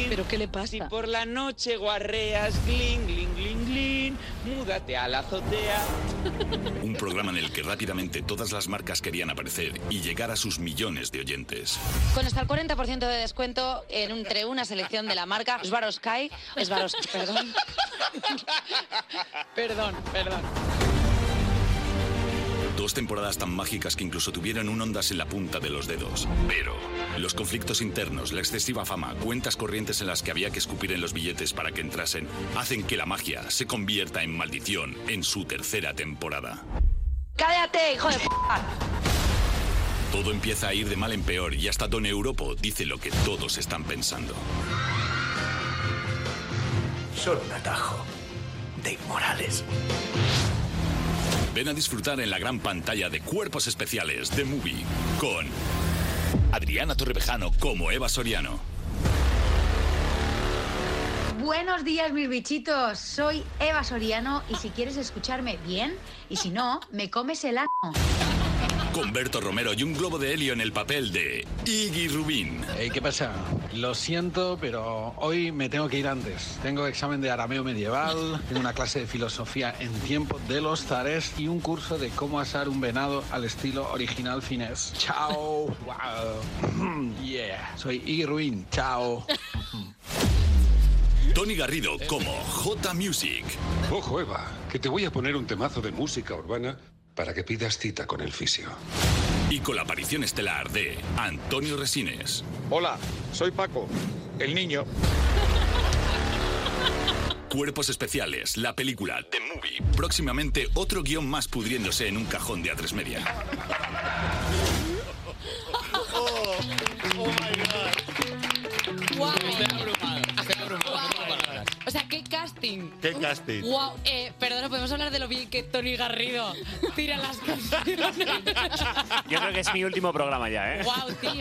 B: ¿Pero qué le pasa? Si por la noche guarreas, gling, gling, gling, gling, múdate a la azotea.
L: Un programa en el que rápidamente todas las marcas querían aparecer y llegar a sus millones de oyentes.
A: Con hasta el 40% de descuento en- entre una selección de la marca Swarovski, Swarovski, perdón.
B: Perdón, perdón.
L: Dos temporadas tan mágicas que incluso tuvieron un ondas en la punta de los dedos. Pero los conflictos internos, la excesiva fama, cuentas corrientes en las que había que escupir en los billetes para que entrasen, hacen que la magia se convierta en maldición en su tercera temporada.
A: Cállate, hijo de p***.
L: Todo empieza a ir de mal en peor y hasta Don Europo dice lo que todos están pensando.
M: Solo un atajo. Dave Morales.
L: Ven a disfrutar en la gran pantalla de Cuerpos Especiales de Movie con Adriana Torrevejano como Eva Soriano,
N: Buenos días, mis bichitos. Soy Eva Soriano y si quieres escucharme bien, y si no, me comes el ano.
L: con Berto Romero y un globo de helio en el papel de Iggy Rubín.
O: ¿Qué pasa? Lo siento, pero hoy me tengo que ir antes. Tengo examen de arameo medieval, tengo una clase de filosofía en tiempo de los zares y un curso de cómo asar un venado al estilo original finés. Chao. Wow. Yeah. Soy Iggy Ruin. Chao.
L: Tony Garrido como J Music.
P: Ojo, Eva, que te voy a poner un temazo de música urbana para que pidas cita con el fisio.
L: Y con la aparición estelar de Antonio Resines.
P: Hola, soy Paco, el niño.
L: Cuerpos especiales, la película The Movie. Próximamente otro guión más pudriéndose en un cajón de A3 Media.
H: Oh, oh my god.
A: Guau.
B: Estoy abrumado, no tengo palabras.
A: O sea, qué casting.
H: Qué casting.
A: Wow, eh, perdona, podemos hablar de lo bien que Tony Garrido tira las canciones.
Q: Yo creo que es mi último programa ya, ¿eh?
B: <laughs>
A: wow, tío.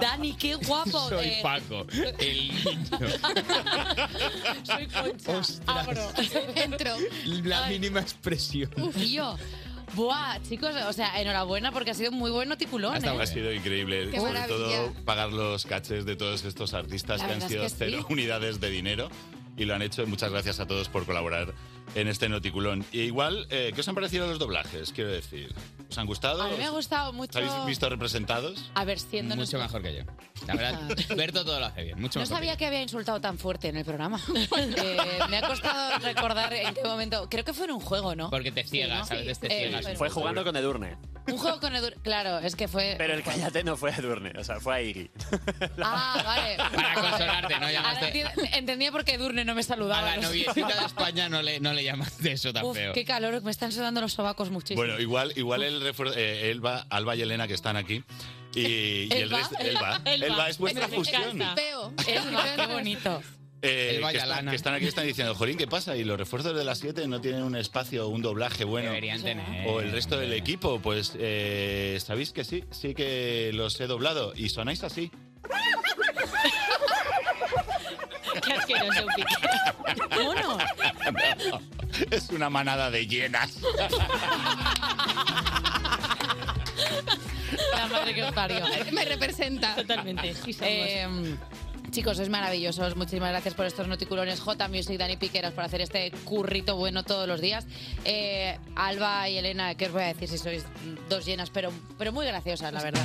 A: Dani, qué guapo. eh,
Q: Paco, el
A: <laughs> soy Concha. Abro. Entro.
B: La mínima expresión.
A: Tío. Buah, chicos, o sea, enhorabuena porque ha sido un muy buen noticulón.
H: Ha
A: ¿eh?
H: sido increíble,
A: Qué
H: sobre
A: maravilla.
H: todo pagar los caches de todos estos artistas
A: La
H: que han
A: verdad
H: sido
A: es que
H: cero <laughs>
A: sí.
H: unidades de dinero. y lo han hecho. Muchas gracias a todos por colaborar en este noticulón. Y igual, eh, ¿qué os han parecido los doblajes? Quiero decir, ¿os han gustado?
J: A mí me ha
H: ¿Os
J: gustado mucho.
H: habéis visto representados?
J: A ver, siendo
B: Mucho mejor que yo. La verdad, Berto todo lo hace bien. Mucho
J: No
B: mejor.
J: sabía que había insultado tan fuerte en el
B: <laughs>
J: programa. Eh, me ha costado recordar en qué momento. Creo que fue en un juego, ¿no?
B: Porque te ciegas,
J: Sí, ¿no?
B: a veces te
A: Eh,
J: Sí,
B: ciegas.
J: pero-
Q: Fue jugando con Edurne.
J: Un juego con Edu. Claro, es que
A: Eh,
J: fue.
Q: Pero el cállate no fue Edurne, o sea, fue a Iggy.
J: Ah, vale.
B: <laughs> Para consolarte, ¿no?
J: Ahora
B: Llamaste
J: enti- entendía por qué Durne no me saludaba.
B: a la
J: <laughs>
B: noviecita de España, no le, no le llamaste eso tan
J: Uf,
B: feo.
J: qué calor, me están sudando los sobacos muchísimo.
H: Bueno, igual, igual el refuer- eh, Elba, Alba y Elena que están aquí. Y, y el
J: Elba.
H: resto. Elba.
J: Elba.
H: Elba es vuestra
J: Me
H: fusión.
J: encanta. Elba, qué bonito.
H: Eh,
B: Elba y
H: que, están,
B: Alana.
H: que están aquí están diciendo, Jolín, ¿qué pasa? Y los refuerzos de las 7 no tienen un espacio o un doblaje bueno.
B: Deberían tener.
H: O el resto del equipo, pues eh, sabéis que sí, sí que los he doblado y sonáis así.
J: <laughs> Qué asqueroso, Piqui.
H: <laughs>
J: Mono.
H: Es una manada de llenas.
J: La madre que os parió.
G: Me representa.
J: Totalmente. Em, Chicos, sois maravillosos. Muchísimas gracias por estos noticulones. J Music, Dani Piqueras, por hacer este currito bueno todos los días. Eh, Alba y Elena, ¿qué os voy a decir si sois dos llenas, pero, pero muy graciosas, la verdad?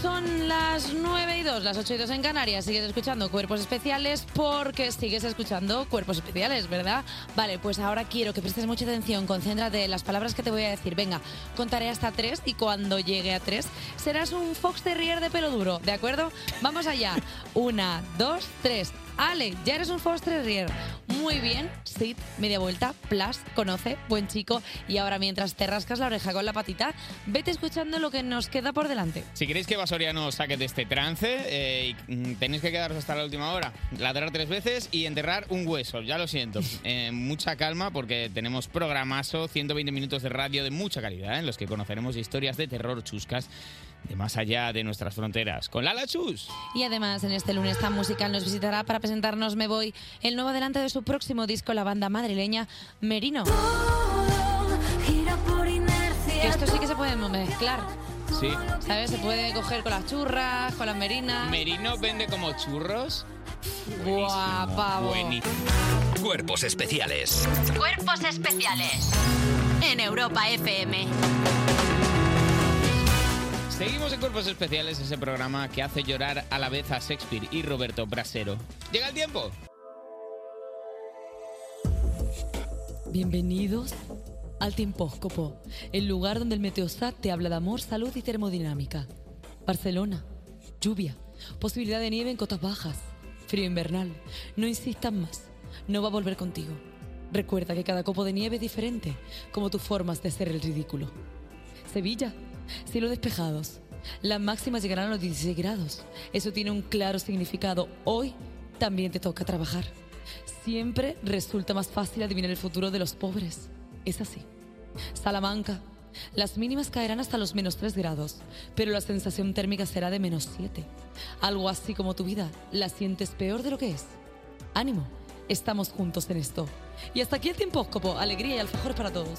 A: Son las 9 y 2, las 8 y 2 en Canarias. Sigues escuchando Cuerpos Especiales porque sigues escuchando Cuerpos Especiales, ¿verdad? Vale, pues ahora quiero que prestes mucha atención, concéntrate en las palabras que te voy a decir. Venga, contaré hasta 3 y cuando llegue a 3 serás un fox terrier de pelo duro, ¿de acuerdo? Vamos allá. 1, 2, 3. Ale, ya eres un fox terrier. Muy bien, sit, media vuelta, plus, conoce, buen chico. Y ahora mientras te rascas la oreja con la patita, vete escuchando lo que nos queda por delante.
B: Si queréis que Basoriano os saque de este trance, eh, y, mm, tenéis que quedaros hasta la última hora, ladrar tres veces y enterrar un hueso, ya lo siento. Eh, mucha calma porque tenemos programazo, 120 minutos de radio de mucha calidad, eh, en los que conoceremos historias de terror chuscas de más allá de nuestras fronteras. Con Lala Chus.
A: Y además, en este lunes tan musical nos visitará para presentarnos Me Voy, el nuevo adelanto de su próximo disco, la banda madrileña Merino. Que esto sí que se puede mezclar,
B: Sí.
A: ¿sabes? Se puede coger con las churras, con las merinas.
B: Merino vende como churros.
A: Buah, pavo.
D: Cuerpos especiales.
E: Cuerpos especiales en Europa FM.
B: Seguimos en Cuerpos Especiales, ese programa que hace llorar a la vez a Shakespeare y Roberto Brasero. Llega el tiempo.
A: Bienvenidos al Tiempóscopo, el lugar donde el Meteosat te habla de amor, salud y termodinámica. Barcelona, lluvia, posibilidad de nieve en cotas bajas, frío invernal. No insistas más, no va a volver contigo. Recuerda que cada copo de nieve es diferente, como tus formas de hacer el ridículo. Sevilla, cielos despejados. Las máximas llegarán a los 16 grados. Eso tiene un claro significado. Hoy también te toca trabajar. Siempre resulta más fácil adivinar el futuro de los pobres. Es así. Salamanca. Las mínimas caerán hasta los menos 3 grados, pero la sensación térmica será de menos 7. Algo así como tu vida, la sientes peor de lo que es. Ánimo, estamos juntos en esto. Y hasta aquí el tiempóscopo. Alegría y alfajores para todos.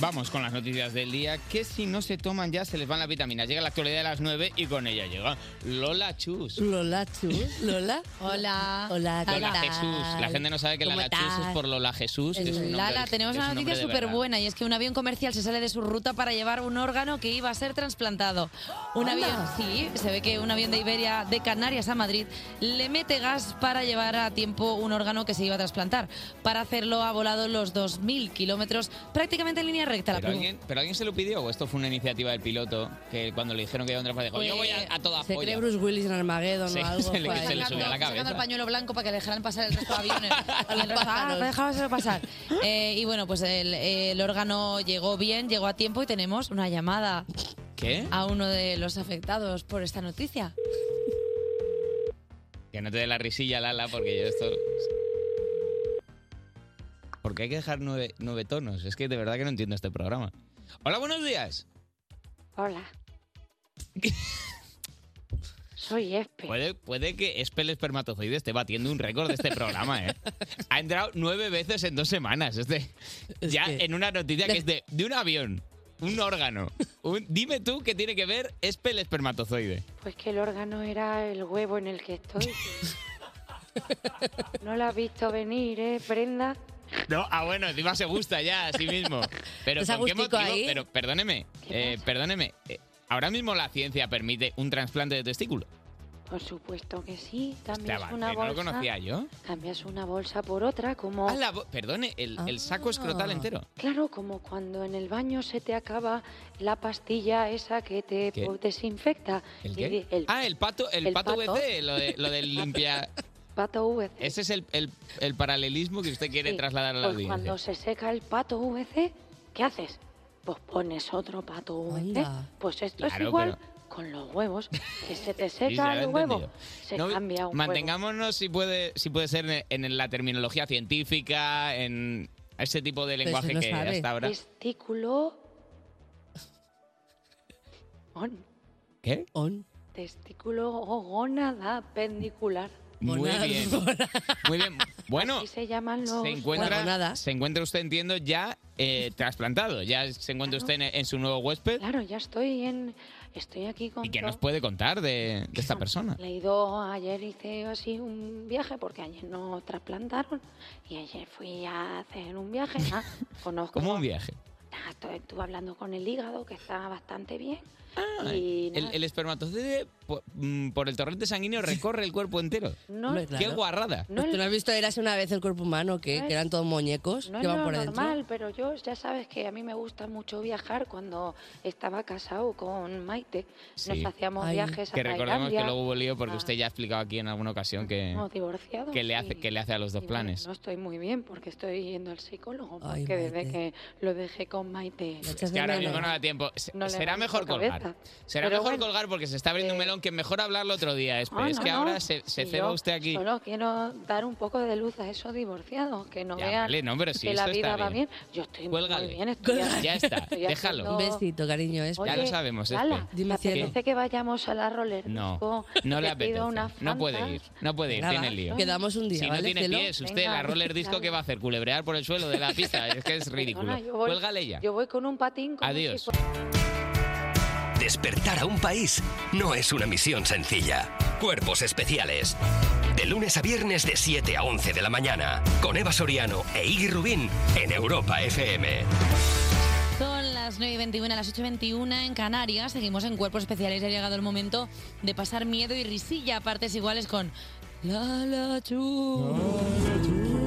B: Vamos con las noticias del día, que si no se toman ya se les van las vitaminas. Llega la actualidad de las 9 y con ella llega Lola Chus.
R: Lola Chus. Lola.
A: Hola.
R: Hola, ¿qué
B: Lola
R: tal?
B: Jesús. La gente no sabe que
R: ¿Cómo
B: Lala Chus es
R: estás?
B: por Lola Jesús. es un nombre
A: Lala,
B: de-
A: tenemos
B: es
A: una
B: un nombre
A: noticia
B: de
A: súper
B: verdad.
A: buena y es que un avión comercial se sale de su ruta para llevar un órgano que iba a ser trasplantado. Un
R: Anda.
A: avión, sí, se ve que un avión de Iberia de Canarias a Madrid le mete gas para llevar a tiempo un órgano que se iba a trasplantar. Para hacerlo ha volado los 2.000 kilómetros prácticamente en línea correcta la
B: Pero
A: pregunta.
B: alguien, ¿Pero alguien se lo pidió o esto fue una iniciativa del piloto que cuando le dijeron que iba a entrar
A: Pues
B: dijo, yo voy a, a toda
R: Se
B: polla"?
R: cree Bruce Willis en Armageddon
B: Sí,
A: <laughs>
R: o algo.
B: se le-
R: fue ahí.
B: se le subió a la
A: Sacando el
B: cabeza.
A: pañuelo blanco para que le dejaran pasar el resto de
B: <laughs>
A: aviones. Y el resto, ah,
R: pájaros.
A: dejábaselo pasar. Eh, y bueno, pues el, el órgano llegó bien, llegó a tiempo y tenemos una llamada
B: ¿Qué?
A: a uno de los afectados por esta noticia.
B: Que no te dé la risilla, Lala, porque yo esto... Porque hay que dejar nueve, nueve tonos. Es que de verdad que no entiendo este programa. Hola, buenos días.
S: Hola. Soy Espe.
B: Puede, puede que Espel Espermatozoide esté batiendo un récord de este programa, ¿eh? Ha entrado nueve veces en dos semanas. Este, ya en una noticia que es de, de un avión, un órgano. Un- dime tú qué tiene que ver Espel Espermatozoide.
S: Pues que el órgano era el huevo en el que
B: <laughs>
S: estoy. No lo has visto venir, ¿eh, Brenda?
B: No, ah, bueno, encima se gusta ya a
S: <laughs>
B: sí mismo. Pero,
S: ¿Te se
B: ¿con qué
S: agustico
B: motivo?
S: ahí?
B: Pero perdóneme, eh, perdóneme. eh, ahora mismo la ciencia permite un trasplante de testículo.
S: Por supuesto que sí.
B: Este
S: Cambias
B: avance,
S: una
B: no
S: bolsa.
B: lo conocía yo.
S: Cambias una bolsa por otra, como.
B: Ah, la bo- perdone, el, el saco escrotal
S: Ah.
B: entero.
S: Claro, como cuando en el baño se te acaba la pastilla esa que te
B: ¿Qué?
S: po- desinfecta.
B: ¿El
S: Y
B: qué?
S: di-
B: ah, el pato, el,
S: el
B: pato,
S: pato.
B: VC, lo, de, lo
S: <laughs>
B: del limpia.
S: pato VC.
B: Ese es el, el- el paralelismo que usted quiere
S: Sí,
B: trasladar a la
S: pues
B: audiencia.
S: cuando se seca el pato VC, ¿qué haces? Pues pones otro pato VC.
B: Anda.
S: Pues esto es
B: Claro,
S: igual con los huevos, que se
B: <laughs>
S: te
B: Sí, se
S: seca
B: lo he
S: el huevo,
B: entendido.
S: se
B: No,
S: cambia un huevo.
B: Mantengámonos si puede, si puede ser en, en la terminología científica, en ese tipo
S: Pues
B: de lenguaje que hasta ahora. <laughs>
S: Testículo. On.
B: ¿Qué?
S: Testículo o gónada pendicular.
B: Muy bien.
S: <laughs>
B: Muy bien. Bueno,
S: Así se llaman los.
B: se encuentra, se encuentra usted, entiendo, ya eh, trasplantado. Ya se encuentra usted en, en su nuevo huésped.
S: Claro, ya estoy en. Estoy aquí con.
B: ¿Y qué
S: todo.
B: nos puede contar de, de esta persona?
S: Le he ido ayer hice así un viaje porque ayer no trasplantaron y ayer fui a hacer un
B: <laughs>
S: viaje. Ah, conozco.
B: Como un viaje.
S: ah, estu- Estuve hablando con el hígado que está bastante bien.
B: Ah,
S: y
B: el,
S: nada,
B: el espermatozoide po- mm, por, el torrente sanguíneo recorre el cuerpo entero.
S: No.
R: Hombre,
B: ¡Qué
R: claro.
B: guarrada!
R: ¿Tú no has visto Érase una vez el cuerpo humano que,
S: No
R: que
S: es-
R: eran todos muñecos
S: no
R: que
S: es
R: van
S: lo
R: por
S: normal, pero yo ya sabes que a mí me gusta mucho viajar. Cuando estaba casado con Maite,
B: Sí.
S: nos hacíamos viajes a
B: Que recordemos que
S: Tailandia.
B: luego hubo lío porque
S: Ah.
B: usted ya ha explicado aquí en alguna ocasión que,
S: No, divorciados,
B: que, le,
S: sí.
B: hace, que le hace a los dos
S: Y bueno,
B: planes.
S: No estoy muy bien porque estoy yendo al psicólogo, porque
B: Ay,
S: desde que lo dejé con Maite...
B: Es que ahora mismo no da tiempo. Se-
S: No le
B: Será
S: da
B: mejor
S: mucha
B: colgar.
S: cabeza.
B: Será
S: Pero
B: mejor
S: bueno, Eh.
B: colgar porque se está abriendo un melón que mejor hablarlo otro día. Es,
S: Ah,
B: es
S: no,
B: que
S: no,
B: ahora se, se
S: si
B: ceba
S: yo
B: usted aquí.
S: Solo quiero dar un poco de luz a esos divorciados, que no
B: Ya,
S: vean
B: vale, no, pero si
S: que la
B: esto está
S: vida va
B: bien.
S: bien. Yo estoy
B: Cuélgale.
S: muy bien. estoy-
B: Ya está,
S: estoy
B: déjalo.
R: Un besito, cariño. Es
B: Ya lo sabemos, Espe.
S: Lala,
R: Dime,
S: ¿te
R: cielo.
S: apetece que vayamos a la roller?
B: No, no le
S: Te pido
B: apetece.
S: unas
B: No puede
S: fantas.
B: ir, no puede ir,
R: Nada,
B: tiene lío.
R: quedamos un día,
B: Si no
R: ¿vale,
B: tiene
R: cielo?
B: pies, usted,
S: Venga,
B: la roller disco,
S: dale.
B: ¿qué va a hacer? Culebrear por el suelo de la
S: <laughs>
B: pista. Es que es ridículo.
S: Perdona, yo voy-
B: Cuélgale ya.
S: Yo voy con un patín. como
D: Adiós.
S: si fuera-
D: Despertar a un país no es una misión sencilla. Cuerpos especiales. De lunes a viernes de 7 a 11 de la mañana. Con Eva Soriano e Iggy Rubín en Europa FM.
A: Son las 9 y 21, las 8 y 21 en Canarias. Seguimos en Cuerpos Especiales. Ya ha llegado el momento de pasar miedo y risilla a partes iguales con... La, la, chu.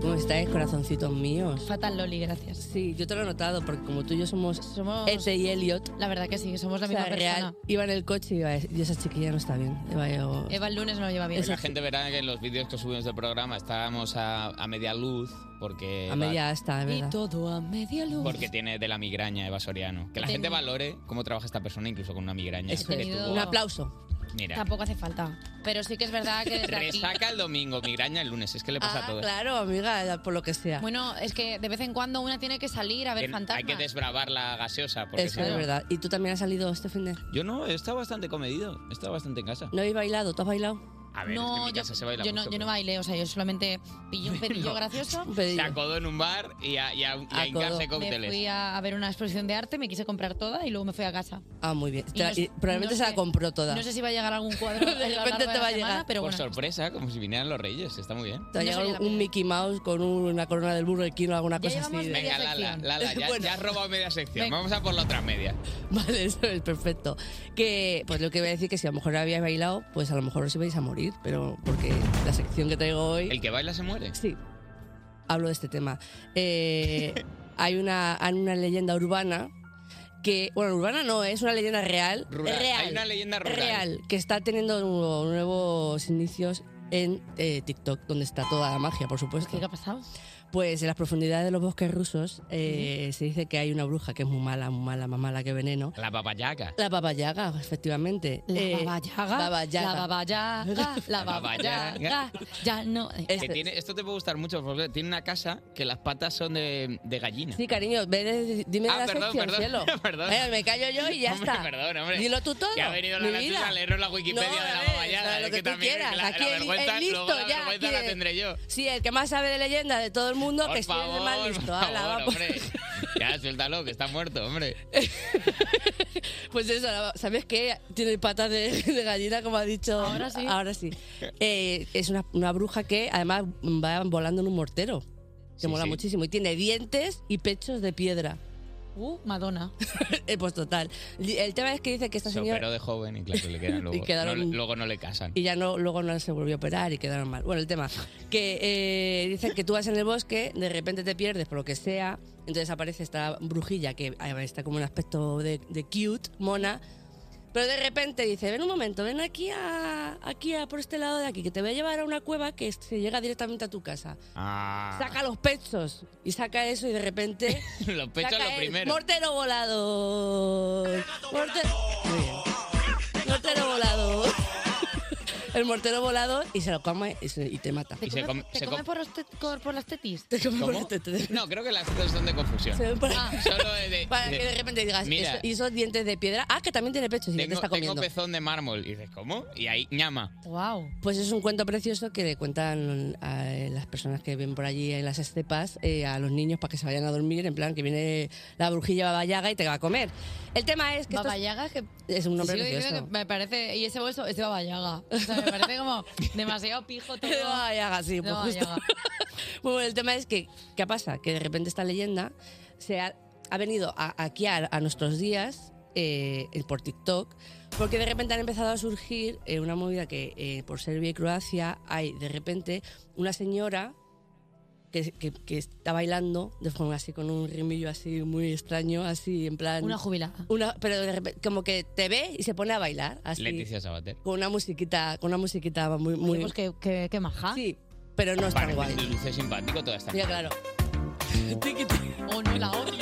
R: ¿Cómo estáis, corazoncitos míos?
A: Fatal Loli, gracias.
R: Sí, yo te lo he notado porque como tú y yo somos, Ete y Elliot.
A: La verdad que sí, somos la misma persona.
R: Iba en el coche y iba a decir, "Y esa chiquilla no está bien. Eva, yo-
A: Eva el lunes no lo lleva bien.
R: Esa
B: La gente verá que en los vídeos que subimos del programa estábamos a, a media luz porque...
R: A media asta, de
A: Y
R: verdad.
A: todo a media luz.
B: Porque tiene de la migraña Eva Soriano. Que la
A: He
B: gente
A: tenido-
B: valore cómo trabaja esta persona incluso con una migraña.
R: Eso
B: que
R: es.
B: tuvo-
R: Un aplauso.
B: Mira,
A: Tampoco hace falta. Pero sí que es verdad que desde aquí...
B: resaca el domingo, migraña el lunes. Es que le pasa a
R: Ah,
B: todos.
R: claro, amiga, por lo que sea.
A: Bueno, es que de vez en cuando una tiene que salir a ver
B: Que Hay que
A: fantasmas.
B: desbravar la gaseosa. Porque
R: Eso
B: si
R: es
B: no-
R: verdad. ¿Y tú también has salido este fin de...?
B: Yo no, he estado bastante comedido. He estado bastante en casa.
R: ¿No habéis bailado? ¿Tú has bailado?
B: A ver, es que en mi casa se baila
A: yo
B: mucho,
A: no, yo no bailé, o sea, yo solamente pillé
B: <laughs>
A: un pedillo gracioso.
B: Se acodó en un bar y a, y a- y a
R: Acodó.
B: hincarse
A: Me
B: cócteles.
A: fui a, a ver una exposición de arte, me quise comprar toda y luego me fui a casa.
R: Ah, muy bien.
A: Y
R: Te la-
A: no
R: y
A: sé-
R: probablemente
A: no
R: se
A: sé-
R: la compró toda.
A: No sé si va a llegar algún cuadro.
R: <laughs>
A: a
R: De
A: lo
R: repente
A: largo de la
R: te va a
A: semana,
R: llegar.
A: Pero
B: Por
A: bueno,
B: sorpresa, como si vinieran los reyes. Está muy bien.
R: Te ha llegado un Mickey Mouse con un- una corona del burro, el kino, alguna cosa así. de-
B: Venga, Lala,
R: <laughs>
B: Lala, ya, ya has robado media sección. Vamos a por la otra media.
R: Vale, eso es perfecto. Que, pues lo que voy a decir que si a lo mejor habíais bailado, pues a lo mejor os ibais a morir, pero porque la sección que traigo hoy...
B: El que baila se muere.
R: Sí. Hablo de este tema. Eh, hay una, hay una leyenda urbana que, bueno, urbana no, es una leyenda real.
B: Rural.
R: Real.
B: Hay una leyenda rural.
R: Real, que está teniendo nuevo- nuevos inicios en eh, TikTok, donde está toda la magia, por supuesto. ¿Qué
J: ha pasado?
R: Pues en las profundidades de los bosques rusos eh, se dice que hay una bruja que es muy mala, muy mala, más mala que veneno.
B: La papayaca.
R: La babayaga, efectivamente.
J: La
R: Eh,
J: babayaga,
R: babayaga.
J: la
R: <laughs>
J: babayaga, la babayaga, ya no. eh.
R: Este
B: Que tiene, esto te puede gustar mucho, porque tiene una casa que las patas son de, de gallina.
R: Sí, cariño, ve de- dime
B: Ah,
R: la
B: perdón,
R: sección,
B: perdón,
R: cielo.
B: <laughs> perdón.
R: Eh, me callo yo y ya
B: Hombre,
R: está.
B: perdón, hombre.
R: Dilo tú todo.
B: Ya ha venido la
R: mi
B: Natuza
R: vida.
B: a leernos la Wikipedia
R: No,
B: de la
R: a ver,
B: babayaga,
R: o sea,
B: es
R: Lo
B: que
R: que tú
B: también
R: quieras.
B: la- la
R: Aquí el-
B: vergüenza-
R: el
B: luego
R: listo
B: la
R: ya.
B: vergüenza
R: aquí
B: la
R: el-
B: tendré yo.
R: Sí, el que más sabe de leyenda de todo el mundo,
B: Por
R: que sí es el más
B: favor,
R: listo.
B: por
R: Ala,
B: favor,
R: va por-
B: hombre. Ya, suéltalo, que está muerto, hombre.
R: <laughs> Este Pues eso, ¿sabes qué? Tiene patas de, de gallina, como ha dicho.
B: Ahora sí.
R: Ahora sí. Eh, es una, una bruja que además va volando en un mortero. Que
J: Sí,
R: mola
J: sí.
R: muchísimo. Y tiene dientes y pechos de piedra. <laughs>
J: Uh, Madonna.
R: Eh, pues total. Li- El tema es que dice que esta
B: Se
R: señora.
B: operó de joven y claro, le
R: <laughs>
B: quedan luego.
R: quedaron-
B: no, luego no le casan.
R: Y ya no, luego no se volvió a operar y quedaron mal. Bueno, el tema. Que eh, dicen que tú vas en el bosque, de repente te pierdes por lo que sea, entonces aparece esta brujilla que además está como un aspecto de, de cute, mona. Pero de repente dice, ven un momento, ven aquí a, aquí a por este lado de aquí, que te voy a llevar a una cueva que se llega directamente a tu casa.
B: Ah. <laughs>
R: Saca los pechos y saca eso y de repente
B: los pechos
R: Saca
B: lo
R: el
B: primero.
R: Mortero volador. Morte- Muy bien. Mortero volador. <laughs> El mortero volador y se lo come y, se- y te mata.
B: Y se come-
J: ¿Te
B: se
J: come
B: come-
J: por, los te- cor- por las tetis?
R: <laughs>
B: ¿Cómo? No, creo que las dos son de confusión.
R: Se ve por-
B: Solo de- de-
R: Para que de repente digas,
B: Mira,
R: "Eso- y esos dientes de piedra. Ah, que también tiene pecho y te
B: tengo,
R: está
B: tengo
R: comiendo.
B: pezón de mármol. Y dices, ¿cómo? Y ahí, ñama.
J: Wow.
R: Pues es un cuento precioso que le cuentan a eh, las personas que viven por allí en las estepas eh, a los niños para que se vayan a dormir, en plan que viene la brujilla babayaga y te va a comer. El tema es que estos-
J: Babayaga que
R: es un nombre
J: Sí, yo digo
R: precioso.
J: que me parece y ese bolso este es de babayaga. O sea, me parece como demasiado
R: <laughs>
J: pijo todo.
R: De babayaga, sí,
J: De
R: pues justo.
J: babayaga.
R: <laughs> Bueno, el tema es que, ¿qué pasa? Que de repente esta leyenda se ha, ha venido a, aquí a, a nuestros días eh, por TikTok, porque de repente han empezado a surgir eh, una movida que eh, por Serbia y Croacia hay de repente una señora que, que- que está bailando de forma así con un rimillo así muy extraño, así en plan...
J: Una jubilada.
R: Una, pero de repente, como que te ve y se pone a bailar. Así
B: Leticia Sabater.
R: con una musiquita, con una musiquita muy, muy...
J: pues qué, qué, qué maja.
R: Sí, pero no es tan
B: Parece
R: guay.
B: un dulce simpático toda esta gente.
R: Ya, claro.
J: Oh, no la odio.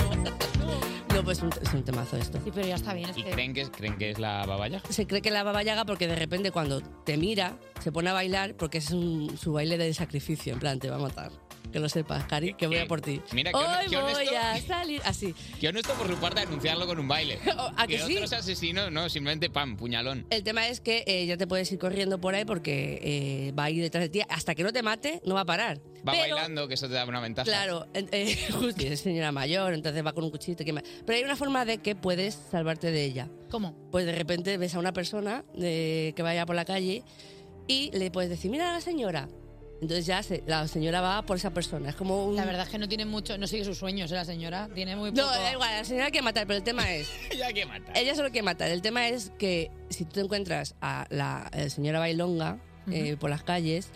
R: No, pues un- es un temazo esto.
J: Sí, pero ya está bien. es
B: ¿Y
J: que-
B: creen que, es, creen que es la babayaga?
R: Se cree que la baba yaga porque de repente cuando te mira, se pone a bailar porque es un- su baile de sacrificio, en plan, te va a matar. Que lo sepas, Cari, que voy a por ti.
B: Mira, qué hon-
R: Hoy
B: qué honesto. <laughs>
R: voy a salir así. Oh,
B: Que honesto por su parte anunciarlo con un
R: <laughs>
B: baile.
R: ¿A que sí?
B: otros asesinos, no, simplemente pam, puñalón.
R: El tema es que eh, ya te puedes ir corriendo por ahí porque eh, va a ir detrás de ti. Hasta que no te mate, no va a parar.
B: Va
R: Pero-
B: bailando, que eso te da una ventaja.
R: Claro, eh,
J: <laughs>
R: eh, justo. Y es señora mayor, entonces va con un cuchillo. y te quema. Pero hay una forma de que puedes salvarte de ella.
J: ¿Cómo?
R: Pues de repente ves a una persona eh, que vaya por la calle y le puedes decir, mira a la señora. Entonces ya se- la señora va por esa persona. Es como un...
J: La verdad es que no tiene mucho, no sigue sus sueños, ¿eh, la señora. Tiene muy poco.
R: No, da igual,
B: <laughs>
R: la señora quiere matar, pero el tema es...
B: ella quiere matar.
R: Ella solo quiere matar. El tema es que si tú te encuentras a la eh, señora Bailonga eh,
J: Ujú.
R: por las calles,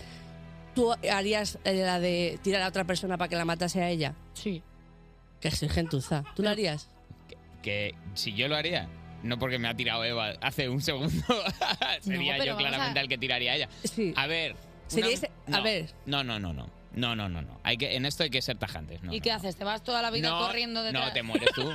R: ¿tú harías eh, la de tirar a otra persona para que la matase a ella?
J: Sí.
R: Que soy gentuza. ¿Tú lo harías?
B: Que si yo lo haría, no porque me ha tirado Eva hace un segundo, <laughs> sería
R: pero
B: yo
R: vamos
B: claramente
R: a-
B: el que tiraría a ella. A ver.
R: Sería
B: una-
R: ese-
B: no,
R: a ver.
B: No, no, no, no. No, no, no, no. Hay que, en esto hay que ser tajantes. No,
J: ¿Y
B: no.
J: qué haces? ¿Te vas toda la vida
B: no,
J: corriendo detrás?
B: No, te mueres
J: <laughs>
B: tú.